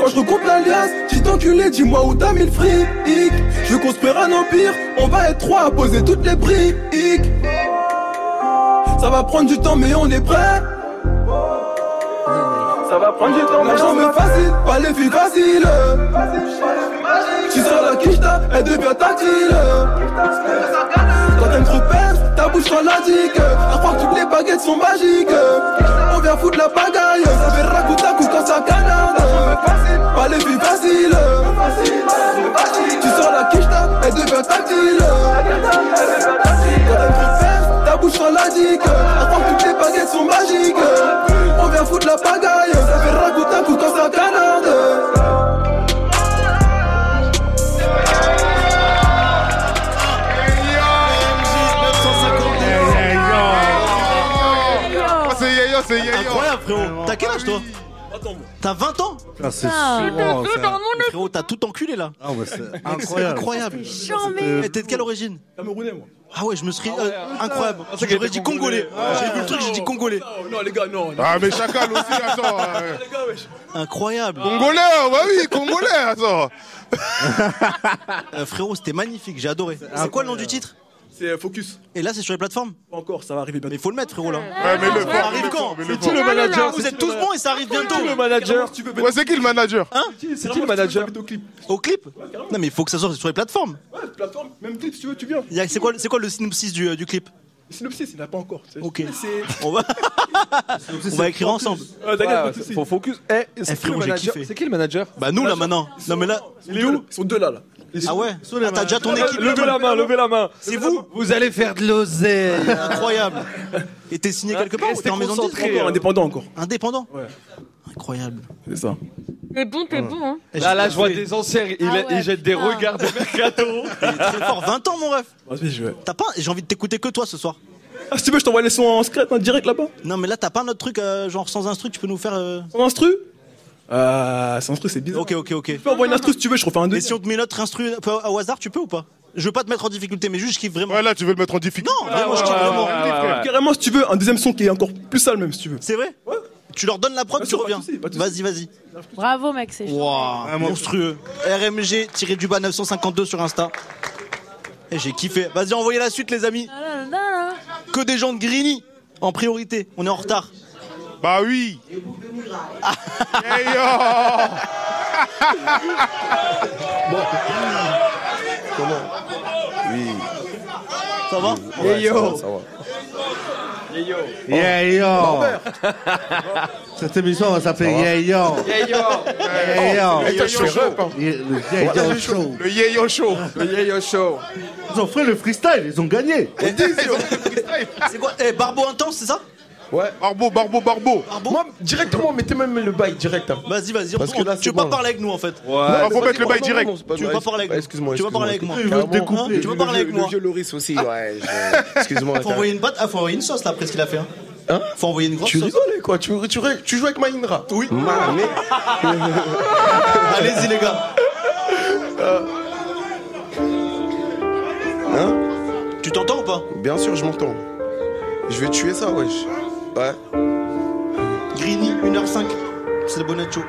Quand je recompte l'alias, dis t'enculé, dis-moi où t'as mis le fric. Je veux construire un empire, on va être trois à poser toutes les briques. Ça va prendre du temps, mais on est prêt. Ça va prendre du temps, mais j'en me facile, pas les filles faciles. Tu sens la quiche, tape, elle devient tactile. Toi t'aimes trop perdre, ta bouche sans la digue. À croire que toutes les baguettes sont magiques. On vient foutre la bagaille, ça fait racoute à coup quand ça canade. Pas les filles faciles. Tu sens la quiche, tape, elle devient tactile. Toi t'aimes trop perdre, ta bouche sans la digue. À croire que toutes les baguettes sont magiques. On vient foutre la bagaille, ça fait racoute à coup quand ça canade.
Ah, C'est Yayo, c'est Yayo.
Incroyable, frérot. T'as quel âge, toi T'as 20 ans
Ah, c'est Ah. souvent, ça.
Frérot, t'as tout enculé là.
Ah, bah, c'est
C'est
incroyable.
incroyable.
C'est charmé.
Mais T'es de quelle origine
Camerounais, moi.
Ah ouais, je me serais. euh,
putain.
incroyable.
Ah, c'est
J'aurais
qu'il
dit
était
congolais.
congolais. Ah,
J'ai vu le truc, j'ai dit congolais.
Non, les gars, non.
Ah, mais chacal aussi, attends. euh,
Incroyable.
Congolais, bah oui, congolais, attends.
Euh, frérot, c'était magnifique, j'ai adoré. C'est quoi le nom du titre
Ah, C'est euh, Focus.
Et là, c'est sur les plateformes
Pas encore, ça va arriver bientôt.
Mais faut le mettre, frérot, là.
Ouais, mais le
Ça
fort, mais
arrive
le fort,
quand
mais le
C'est
fort.
qui
Ah,
le manager
C'est
Vous êtes
qui le
tous bons et ça arrive bientôt.
le manager Tu veux
Ouais, c'est qui le manager
Hein
C'est qui le manager au clip
Au clip Non, mais il faut que ça sorte sur les plateformes.
Ouais, plateforme, même clip si tu veux, tu viens.
Il y a- C'est quoi, c'est quoi le synopsis du, euh, du clip
Le synopsis, il n'a pas encore. tu sais.
Ok.
C'est.
On va, on va écrire ensemble.
Ouais, T'inquiète, pas de soucis.
Faut focus. Eh,
Eh,
c'est qui le
frérot, j'ai
manager
kiffé.
C'est qui le manager
Bah, nous, là, maintenant. Non, mais là.
Il est où Ils sont deux là, là.
Ah ouais Ah, T'as déjà ton
Euh,
équipe.
Levez la main, levez la main.
C'est vous
Vous allez faire de l'oseille.
Incroyable. Et t'es
Ah,
signé quelque part ou t'es en maison de disque
euh.
Encore indépendant, encore.
Indépendant Incroyable.
C'est ça.
T'es bon, t'es bon, hein.
Là, là, je vois des anciens. Il,
Ah ouais,
il jette des
putain.
regards de mercato.
Très fort, 20 ans, mon ref.
Vas-y, je vais.
T'as pas. J'ai envie de t'écouter que toi ce soir.
Ah, si tu veux, je t'envoie les sons en secret, en direct là-bas.
Non, mais là, t'as pas un autre truc, euh, genre sans instru, que tu peux nous faire. euh,
Sans instru Euh. Sans instru, c'est bizarre.
Ok, ok, ok.
Tu peux envoyer une instru si tu veux, je refais un
Et
deuxième.
si on te met notre instru euh, au hasard, tu peux ou pas Je veux pas te mettre en difficulté, mais juste je kiffe vraiment.
Ouais, là, tu veux le mettre en difficulté.
Non, vraiment, je kiffe
ouais,
vraiment.
ouais, Carrément, si tu veux, un deuxième son qui est encore plus sale, même si tu veux.
C'est vrai Tu leur donnes la prod,
Bien
tu
sûr, pas de
reviens.
souci, pas de
Vas-y, vas-y.
Bravo, mec, c'est
Waouh, monstrueux. RMG tiré du bas Eh, 952 sur Insta. Et j'ai kiffé. Vas-y, envoyez la suite, les amis.
Ah là là là là.
que des gens de Grigny en priorité. On est en retard.
Bah oui.
Ah.
Comment Oui.
Ça va
Ouais,
Hey, yo.
Ça va, ça va.
yo.
Oh. Yeah, yo. Cette émission va s'appeler
Ça va
Yeah, yo.
Eh,
Yeah,
Oh.
yo.
Yeah, yo.
Oh, le show, show.
Le Yeah,
Le Yayo
yo show.
Show. Le Yayo Show.
Ils ont fait le freestyle, ils ont gagné.
C'est quoi Eh, Barbeau intense, c'est ça
Ouais. Barbeau, barbeau, barbeau.
Moi,
directement, mettez même le bail direct. hein.
Vas-y, vas-y,
Parce
on-
que là,
tu
c'est
veux pas
bon.
parler avec nous en fait.
Non, faut mettre le bail direct.
Tu veux pas parler avec nous.
Excuse-moi.
Tu veux parler avec moi.
excuse-moi.
Carrément.
Carrément.
Hein Tu veux parler avec
Le
moi.
vieux Loris aussi, ouais. je- Excuse-moi.
Faut envoyer une botte, ah, faut envoyer une sauce là après ce qu'il a fait. hein. Faut envoyer une grosse
Tu
sauce. Ah.
rigolais quoi tu, tu, tu joues avec Mahindra
Oui.
Ma mère.
Allez-y les gars.
Hein
Tu t'entends ou pas
Bien sûr, je m'entends. Je vais tuer ça, wesh. Ouais.
Greeny, 1h05. C'est le bonnet de show.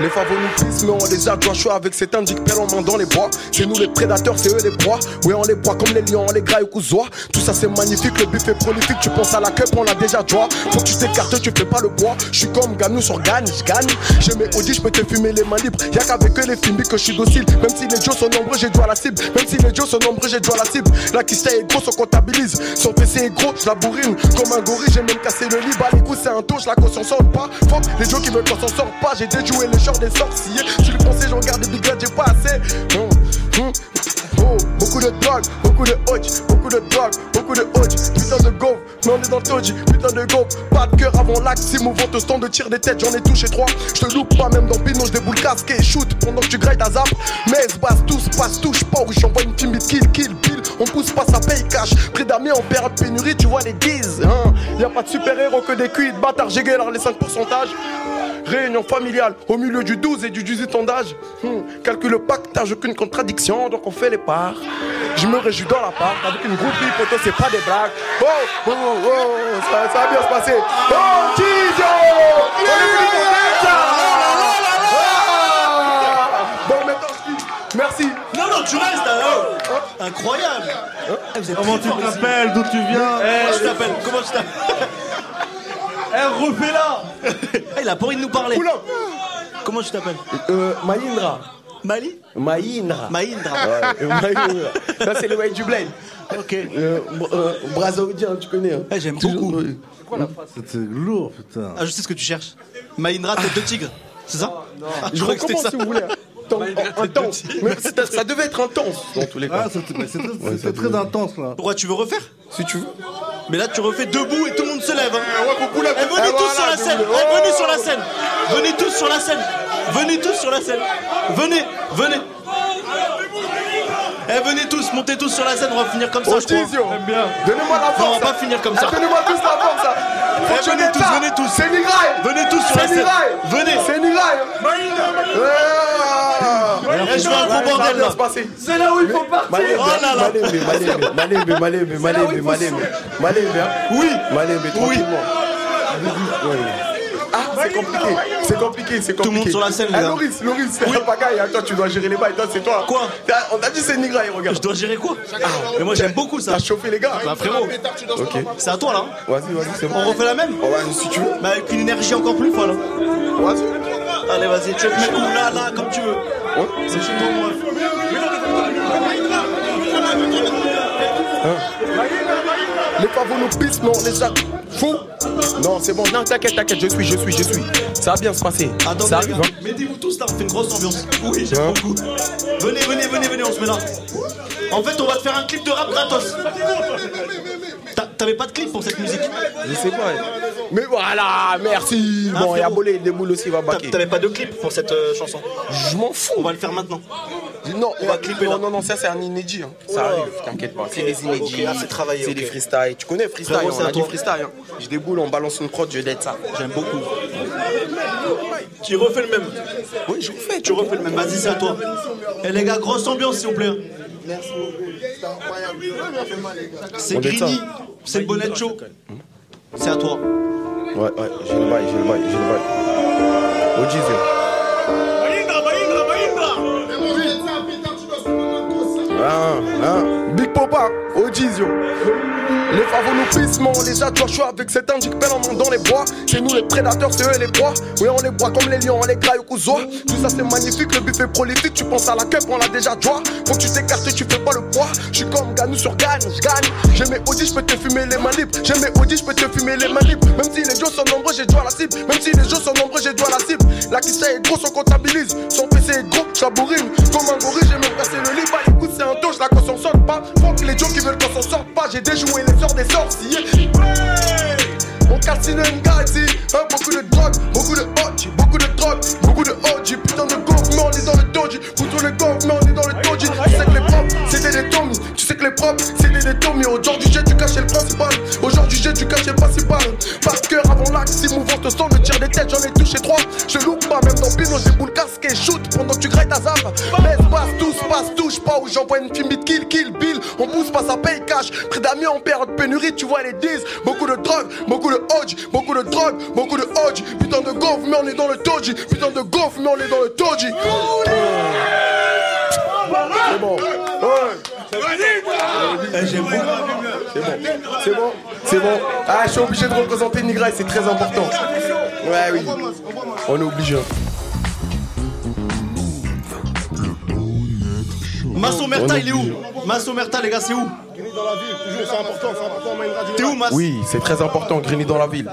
Les favoritismes ont déjà doigt choix avec cet indique pelle en main dans les bois. C'est nous les prédateurs, c'est eux les proies. Ouais, on les boit comme les lions, on les graille au cousoir. Tout ça c'est magnifique, le buffet prolifique. Tu penses à la cup, on l'a déjà joie. Faut que tu t'écartes, tu fais pas le poids. Je suis comme Ganou sur Gagne, je gagne. J'ai mes Audi, je peux te fumer les mains libres. Y'a qu'avec eux les films que je suis docile. Même si les dieux sont nombreux, j'ai droit à la cible. Même si les dieux sont nombreux, j'ai droit à la cible. La kista est grosse, on comptabilise. Son PC est gros, je la bourrine. Comme un gorille, j'ai même cassé le lit. Bah les coups, c'est un tour, je la conscience sort pas. Fuck, les gens qui veulent qu'on s'en sorte pas. J'ai déjoué les chars des sorciers. Tu le pensais, j'en garde des big guns, j'ai pas assez. Hum, hum. Oh, beaucoup de drogue, beaucoup de hodge, beaucoup de drogue, beaucoup de hodge. Putain de gaufre, mais on est dans le toji, putain de gaufre. Pas de cœur avant l'acte, si mouvant te stand de tir des têtes, j'en ai touché trois. Je te loupe pas, même dans Pino, je déboule casque et shoot pendant que tu grailles ta zap. Mais basse, tous, passe, touche pas, ou j'envoie une film kill, kill, kill. On pousse pas, ça paye cash. Près d'amis en période de pénurie, tu vois les 10. Hein. Y a pas de super-héros que des cuits, bâtard, j'ai galère les 5 Réunion familiale au milieu du 12 et du 18 ans d'âge. Hum, calcule le pactage, aucune contradiction, donc on fait les parts. Je me réjouis dans la part avec une groupie, photo, c'est pas des blagues. Oh, oh, oh, oh, ça, ça va bien se passer. Oh, Tizo On est venu pour faire ça.
Oh
Ah Bon, maintenant, je dis merci.
Non, non, tu restes alors Incroyable Eh, vous êtes
Comment
très
tu
forts, ici.
t'appelles D'où tu viens
Comment tu t'appelles Eh, Comment tu t'appelles Eh, refais-la Eh, Il a pas envie de nous parler. Comment tu t'appelles
Euh, Mahindra.
Mali
Mahindra.
Mahindra.
Ouais, Mahindra. Ça, c'est le way du blade.
Ok. Eh,
Euh, euh, Brazaudien, tu connais. hein.
J'aime
Toujours,
beaucoup.
oui.
C'était lourd, putain.
Ah, je sais ce que tu cherches. Mahindra, tête de tigre. C'est ça Ah,
Je
croyais
recommence si vous voulez. Tant- Intense. Mais c'était- ça devait être intense dans tous les cas.
Ah, c'était mais c'était-
Ouais, ça
c'était très
devait-
intense là.
Pourquoi tu veux refaire
Si tu veux.
Mais là, tu refais debout et tout le monde se lève. hein.
vous lève.
Eh, venez
Eh,
tous
voilà,
sur la
je
scène.
vous lève.
Eh, venez sur la scène. Venez tous sur la scène. Venez tous sur la scène. Venez, venez. Eh, venez tous, montez tous sur la scène. On va finir comme ça, je crois.
Otizio, donnez-moi la
Non,
force.
on va pas
hein.
finir comme ça.
Ah, Donnez-moi tous la force. hein.
Eh,
Faut que
venez
je
tous,
mette ça.
venez tous.
C'est Nigrai.
Venez tous sur la
C'est
scène.
Nigrai.
Venez.
hein. C'est Nigrai. Ouais.
Eh, je veux un gros
Ouais, ça va
bordel,
bien
là.
se passer.
C'est là où il faut partir.
Malembe,
Oh là là.
Malembe, Malembe, Malembe, Malembe, Malembe, Malembe. Malembe, hein.
Oui.
Malembe, tranquillement. Ouais, ouais. Ah, c'est compliqué, c'est compliqué, c'est compliqué.
Tout le monde sur la scène, les
Ah,
gars.
Loris, Loris, c'est un pagaille, hein. toi tu dois gérer les bails, toi c'est toi.
Quoi
T'as- On t'a dit c'est Nigrai, regarde.
Je dois gérer quoi Ah, Mais moi, j'aime beaucoup ça.
T'as chauffé les gars.
Bah, frérot.
Ok.
C'est à toi, là. hein.
Vas-y, vas-y, c'est bon.
On refait la même
Oh, vas-y, si tu veux.
Mais avec une énergie encore plus folle. hein.
Vas-y.
Allez, vas-y, tu mets où là, là, comme tu veux. C'est chez toi, moi.
Les pavots nous pissent, mais on les a fous. Non, c'est bon, non, t'inquiète, t'inquiète, je suis, je suis, je suis. Ça va bien se passer.
Attendez,
ça
les
arrive,
gars.
hein.
Mettez-vous tous là, on fait une grosse ambiance. Oui, j'aime beaucoup. Venez, venez, venez, venez, on se met là. En fait, on va te faire un clip de rap gratos. T'a- T'avais pas de clip pour cette musique
Je sais pas. Mais voilà, merci. bon, et Abolé, il déboule aussi, il va
T'a-
baquer.
Ah, T'avais pas de clip pour cette euh, chanson
Je m'en fous.
On va le faire maintenant.
Non, euh,
On va clipper
non,
là.
non, non, ça c'est un inédit. hein. Ça arrive, t'inquiète pas. C'est des inédits.
Ok, ah, c'est travaillé,
C'est
ok.
des freestyles. Tu connais freestyle,
Frérot, c'est
on
à
a dit
toi.
freestyle. hein. Je déboule, on balance une prod, je dette ça.
J'aime beaucoup. Tu refais le même.
Oui, je refais.
Tu refais le même. Vas-y, c'est à toi. Eh les gars, grosse ambiance, s'il vous plaît. C'est
On est ça.
Grigny, c'est le bonnet de show. C'est à toi.
Ouais, ouais, j'ai le bail, j'ai le bail, j'ai le bail. Au diesel.
Mahindra, Mahindra, Mahindra
Putain, Hein, hein. Big Popa, Odizio. Les favos nous pissent, mais on les a tu vois, je suis avec cet indique pelle en mandant les bois. C'est nous les prédateurs, c'est eux les proies. Oui, on les boit comme les lions, on les graille au cousoir. Tout ça c'est magnifique, le buffet prolifique. Tu penses à la cup, on l'a déjà toi. Faut que tu t'écartes, tu fais pas le poids. Je suis comme Ganou sur Gagne, je gagne. J'ai mes Audi, je peux te fumer les mains libres. J'ai mes Audi, je peux te fumer les mains libres. Même si les gens sont nombreux, j'ai droit à la cible. Même si les gens sont nombreux, j'ai droit à la cible. La quiche est grosse, on comptabilise. Son PC est gros, je la bourrine. Comme un gorille, j'ai même cassé le lit. Bah écoute, c'est un dos, la qu'on s'en sorte pas. Faut que les gens qui veulent qu'on s'en sorte pas. J'ai déjoué les sorts des sorciers. Ouais. On calcine une galaxie. Hein, beaucoup de drogue, beaucoup de OG, beaucoup de drogue, beaucoup de OG. Putain de gang, mais on est dans le doji. Couteau le gang, mais on est dans le doji. Tu sais que les propres, c'était des tomis. Tu sais que les propres, c'était des tomis. Aujourd'hui, j'ai du cachet le principal. Aujourd'hui, j'ai du cachet le principal. Par cœur avant l'axe, si mouvant te sens, le tir des têtes, j'en ai touché trois. Je loupe pas, même dans Pino, j'ai boule casque et shoot pendant que tu grailles ta zappe. Laisse, passe, tous, passe, touche pas où j'envoie une film beat, kill, kill, bill. On pousse pas, ça paye cash. Près d'amis en période pénurie, tu vois les 10. Beaucoup de drogue, beaucoup de hodge, beaucoup de drogue, beaucoup de hodge. Putain de gaufre, mais on est dans le toji. Putain de gaufre, mais on est dans le toji. C'est bon. Eh, j'aime beaucoup. C'est bon. C'est bon. C'est bon. Ah, je suis obligé de représenter Nigra et c'est très important. Ouais, oui. On est obligé.
Masso Merta, il est où Masso Merta, les gars, c'est où
Il est dans la ville, toujours, c'est important, c'est important. mais il a dit-
T'es où, Mas
Oui, c'est très important, Grigny dans la ville.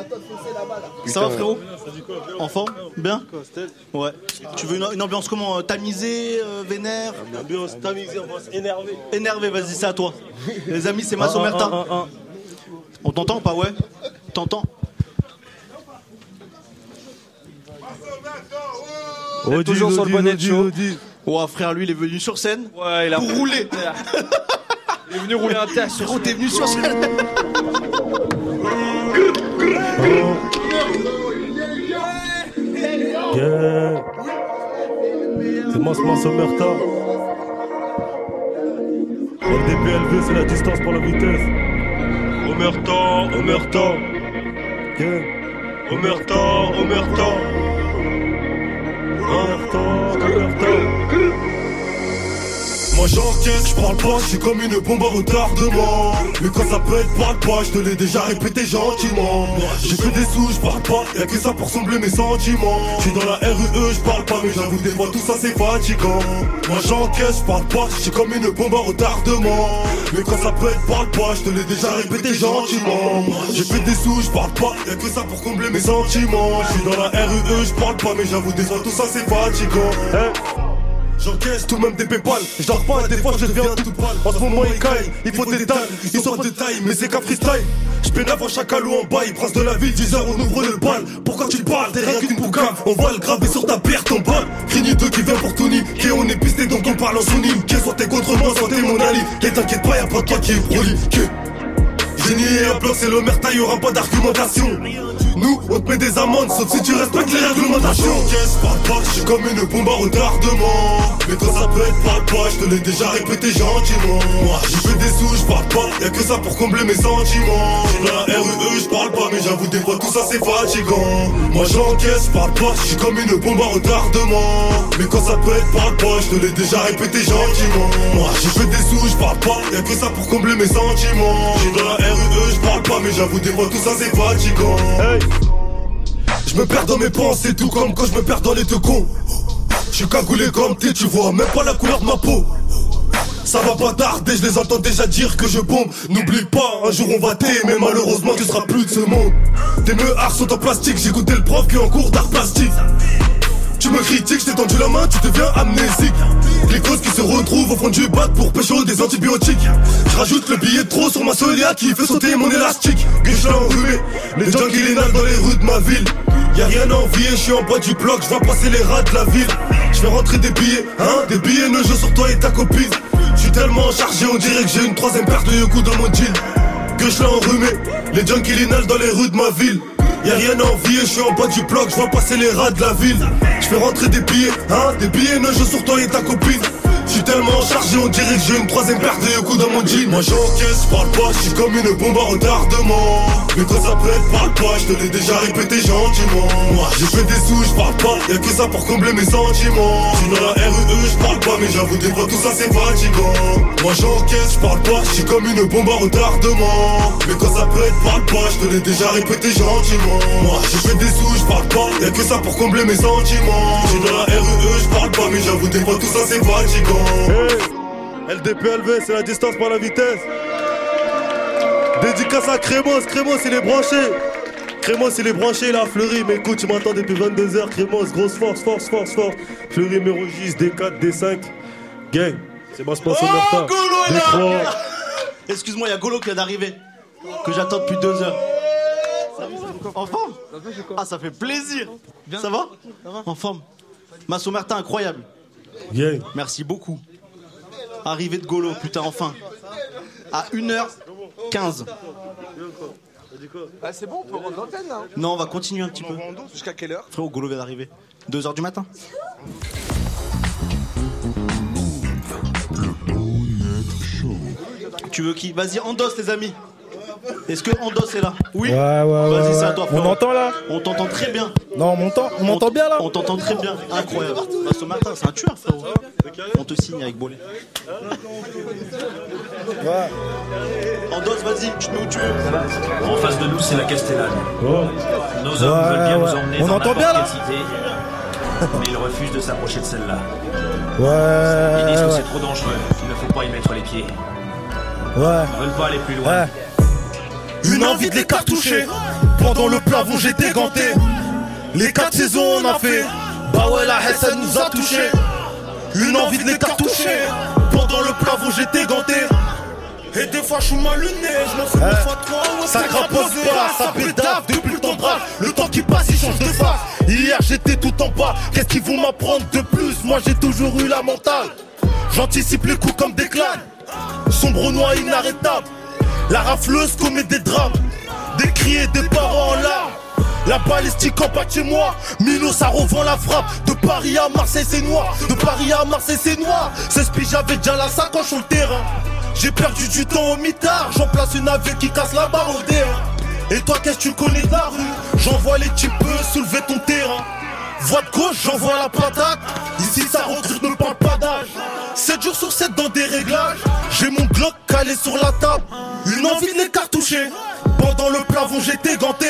Ça va, frérot En forme Bien Ouais. Tu veux une, une ambiance comment euh, Tamisée, euh, vénère Ambiance tamisée, ambiance énervée. Énervée, vas-y, c'est à toi. Les amis, c'est Masso
Un, un,
Merta.
un, un, un.
On t'entend ou pas, ouais T'entends
Odile,
toujours sur le
Odile,
bonnet de
Odile,
show.
Odile.
Ouais, frère, lui, il est venu sur scène
Ouais, il a
pour rouler.
Il est venu rouler un tas sur
Frérot, t'es venu sur scène
Yeah. C'est moi ce morceau Merta. LDPLV, c'est la distance pour la vitesse. Omerta, Omerta. Yeah. Omerta, Omerta. Omerta, Omerta.
Moi j'enquête, je parle pas, je suis comme une bombe à retardement Mais quand ça pète, parle pas, je te l'ai déjà répété gentiment J'ai que des sous, je parle pas, y'a que ça pour sembler mes sentiments Je suis dans la RUE, je parle pas, mais j'avoue que des fois tout ça c'est fatigant Moi j'encaisse, je parle pas, je suis comme une bombe à retardement Mais quand ça pète, parle pas, je te l'ai déjà répété gentiment J'ai fait des sous, je parle pas, y'a que ça pour combler mes sentiments Je suis dans la RUE, je parle pas, mais j'avoue des fois tout ça c'est fatigant Hein J'encaisse tout de même des pépales, je dors pas, des fois je deviens tout pâle En ce moment ils caillent, il faut des tailles, ils sont pas de taille, mais c'est qu'un freestyle Je pénave avant chacal ou en bail, prince de la ville, 10 heures on ouvre le bal Pourquoi tu parles, t'es rien qu'une boucane, on va le graver sur ta perte en balle Grigny 2 qui vient pour tout nier, qui on est pisté donc on parle en souni Qui soit t'es contre moi, soit t'es mon ali, et t'inquiète pas y'a pas toi qui est broli Génie et un bloc c'est le merta, y'aura pas d'argumentation nous, on te met des amendes, sauf si tu respectes les réglementations. Qu'est-ce pas pas, je suis comme une bombe à retardement. Mais quand ça peut être pas pas, je te l'ai déjà répété gentiment. Moi, j'ai fait des sous, je parle pas, y'a que ça pour combler mes sentiments. J'ai la RUE, E je parle pas, mais j'avoue des fois tout ça c'est fatigant. Moi j'encaisse, je parle pas, je suis comme une bombe à retardement. Mais quand ça peut être parle pas, je te l'ai déjà répété gentiment. Moi, j'ai fait des sous, je parle pas, y'a que ça pour combler mes sentiments. J'ai la RUE, E je parle pas, mais j'avoue des fois tout ça c'est fatigant. Je me perds dans mes pensées, tout comme quand je me perds dans les deux cons. Je suis cagoulé comme t'es, tu vois même pas la couleur de ma peau. Ça va pas tarder, je les entends déjà dire que je bombe. N'oublie pas, un jour on va t'aimer, malheureusement tu seras plus de ce monde. Tes meuhards sont en plastique, j'écoutais le prof qui est en cours d'art plastique. Tu me critiques, je t'ai tendu la main, tu deviens amnésique. Les causes qui se retrouvent au fond du bac pour pécho des antibiotiques. Je rajoute le billet de trop sur ma solia qui fait sauter mon élastique. Guichelin enrhumé, les junkies les nalent dans les rues de ma ville. Y'a rien à envier, je suis en bas du bloc, je vois passer les rats de la ville. Je fais rentrer des billets, hein, des billets ne jeu sur toi et ta copine. Je suis tellement chargé, on dirait que j'ai une troisième paire de yoku dans mon jean. Guichelin enrhumé, les junkies les nalent dans les rues de ma ville. Y'a rien à envier, je suis en bas du bloc, je vois passer les rats de la ville. Je fais rentrer des billets, hein, des billets neigeux sur toi et ta copine. Je suis
tellement chargé, on dirait que j'ai une troisième paire de coups dans mon jean. Moi j'encaisse, je parle pas, je suis comme une bombe à retardement. Mais quand ça prête, parle pas, je te l'ai déjà répété gentiment. Moi j'ai fait des sous, je parle pas, y'a que ça pour combler mes sentiments. Je suis dans la RUE, je parle pas, mais j'avoue des fois tout ça c'est fatigant. Moi j'encaisse, je parle pas, je suis comme une bombe à retardement. Mais quand ça prête, parle pas, je te l'ai déjà répété gentiment. Moi j'ai fait des sous, je parle pas, y'a que ça pour combler mes sentiments. Je suis dans la RUE, je parle pas, mais j'avoue des fois tout ça c'est fatigant.
LDPLV, c'est la distance par la vitesse. Dédicace à Crémos, Crémos il est branché. Crémos il est branché, il a fleuri. Mais écoute, tu m'attends depuis 22h. Crémos, grosse force, force, force, force. Fleury, Mérogis, D4, D5. Gang, c'est bon, sponsor Martin.
Golo est là Excuse-moi, il y a Golo qui vient d'arriver. Que j'attends depuis deux heures. En forme Ah, ça fait plaisir Ça va En forme Masso Martin, incroyable. Merci beaucoup. Arrivée de Golo, putain, enfin. À 1h15.
Ah, c'est bon, on peut rendre l'antenne là.
Non, on va continuer un petit peu.
Jusqu'à quelle heure
Frérot, Golo vient d'arriver. 2h du matin. Tu veux qui Vas-y, endosse les amis. Est-ce que endosse est là Oui.
Ouais, ouais, ouais.
Vas-y, c'est
ouais.
à toi.
On
frérot.
m'entend là
On t'entend très bien.
Non, on m'entend on m'entend bien là
On t'entend très bien. Incroyable. Bah, ce matin, c'est un tueur, frérot. On te signe avec Bolé. Endosse, vas-y, tu te mets où tu veux.
En face de nous, c'est la Castellane. Oh. Nos hommes
Ouais,
veulent bien
ouais.
nous emmener
On
dans
entend
n'importe
bien, là
quelle cité, mais ils refusent de s'approcher de celle-là.
Ouais.
Ils disent que
Ouais.
c'est trop dangereux, qu'il ne faut pas y mettre les pieds.
ouais.
Ils veulent pas aller plus loin.
Une envie de les cartoucher Pendant le plafond j'ai déganté Les quatre saisons on a fait Bah ouais la Hesse elle nous a touchés Une envie de les cartoucher Pendant le plafond j'ai déganté et des fois je suis mal luné, je m'en fous Ouais. deux fois trois ouais, Ça c'est crapose grave, pas, c'est ça pédave depuis le temps de rage. Le temps qui passe il change de face Hier j'étais tout en bas, qu'est-ce qu'ils vont m'apprendre de plus Moi j'ai toujours eu la mentale J'anticipe les coups comme des clans Sombre noir inarrêtable La rafleuse commet des drames Des cris et des parents en larmes la balistique en bas de chez moi, Milo ça revend la frappe De Paris à Marseille c'est noir, de Paris à Marseille c'est noir 16 piges j'avais déjà la sacoche sur le terrain hein. J'ai perdu du temps au mitard, j'en place une avec qui casse la barre au dé. hein. Et toi qu'est-ce que tu connais de la rue J'envoie les types soulever ton terrain Voix de gauche, j'envoie la patate Ici ça recrute, ne parle pas d'âge 7 jours sur 7 dans des réglages J'ai mon Glock calé sur la table Une envie de les cartoucher Pendant le plafond j'étais ganté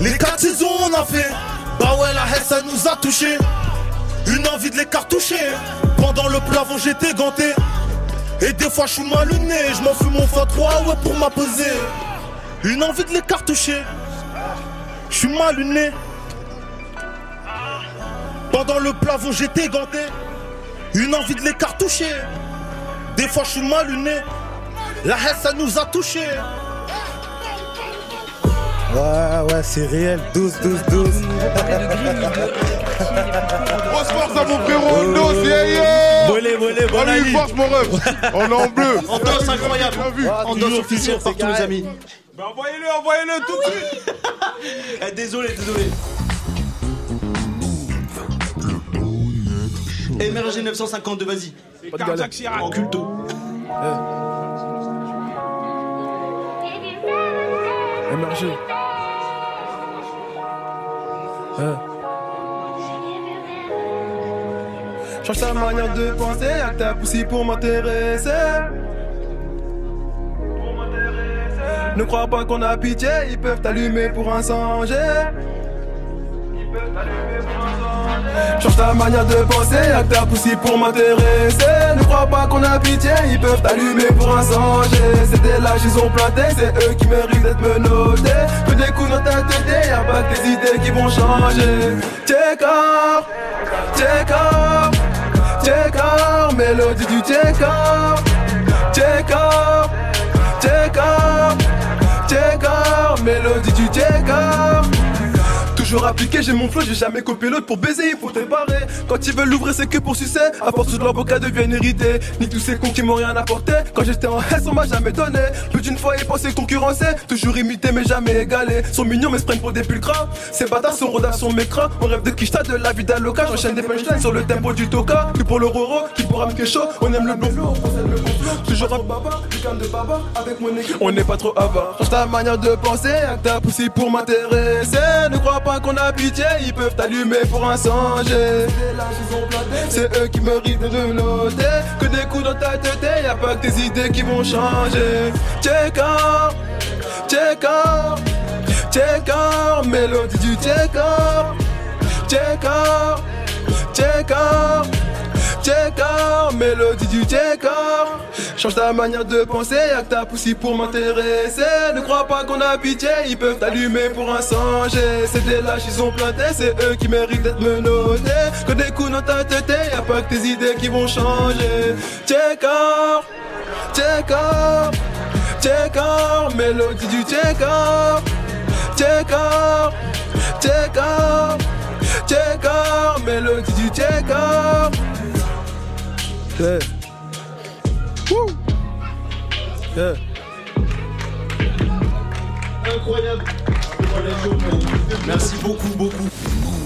Les 4 saisons on a fait Bah ouais la haine ça nous a touchés Une envie de les cartoucher Pendant le plafond j'étais ganté et des fois je suis mal luné, je m'en fous mon fa 3 ouais pour m'apposer. Une envie de les cartoucher. Je suis mal luné. Pendant le plafond j'étais ganté. Une envie de les cartoucher. Des fois je suis mal luné. La haine ça nous a touchés.
Ouais, ouais, c'est réel. 12, 12, 12.
Grosse force à mon
Oh.
frérot Ondos, yeah yeah
Volé, volé,
bonne Allez, force mon ref On est en bleu
Endosse, incroyable.
Ah,
Endosse officiel partout, les amis.
Bah envoyez-le, envoyez-le tout de suite
Eh, désolé, désolé. Émergé 952, vas-y.
Cardiac Chirac.
En culto.
Émergé.
Euh.
Hein.
Change ta manière de penser, à ta poussie pour m'intéresser. Ne crois pas qu'on a pitié, ils peuvent t'allumer pour un singe. Change ta manière de penser, à ta poussie pour m'intéresser. Ne crois pas qu'on a pitié, ils peuvent t'allumer pour un singe. C'était là, ils ont planté, c'est eux qui méritent d'être menottés. Peu des coups dans ta tête, y'a pas que des idées qui vont changer. Check up, check up, check up, mélodie du check up, check up, check up, check up, mélodie du check up. Toujours
toujours appliqué, j'ai mon flow, j'ai jamais copié l'autre pour baiser, il faut te barrer. Quand ils veulent l'ouvrir, c'est que pour sucer. À force, toute leur boca deviennent irrités. Ni tous ces cons qui m'ont rien apporté. Quand j'étais en S, on m'a jamais donné. Plus d'une fois, ils pensaient concurrencer. Toujours imité, mais jamais égalé. Sont mignons, mais se prennent pour des pulcras. Ces bâtards sont rodats sur mes crins. On rêve de Kishta, de la vie d'Aloca. J'enchaîne des punchlines sur le tempo du toka. Tout pour le roro, qui pourra me chaud. On aime le bon flow, on aime le bon flow. Toujours un baba, du calme de baba. Avec mon équipe, on n'est pas trop avare. Change ta manière de penser, acte ta poussée pour m'intéresser. Ne crois pas qu'on a pitié, ils peuvent t'allumer pour un sangé. C'est eux qui méritent de me noter. Que des coups dans ta tête, y a pas que tes idées qui vont changer. Check out, check out, check out, mélodie du check out, check out, check out. Check out, mélodie du check out. Change ta manière de penser, y'a que ta poussie pour m'intéresser. Ne crois pas qu'on a pitié, ils peuvent t'allumer pour un sangé. C'est des lâches, ils ont planté, c'est eux qui méritent d'être menottés. Que des coups dans ta tête, y'a pas que tes idées qui vont changer. Check out, check out, check out, mélodie du check out. Check out, check out, check out, mélodie du check out. Yeah. Woo. Yeah.
Incroyable. Merci beaucoup, beaucoup.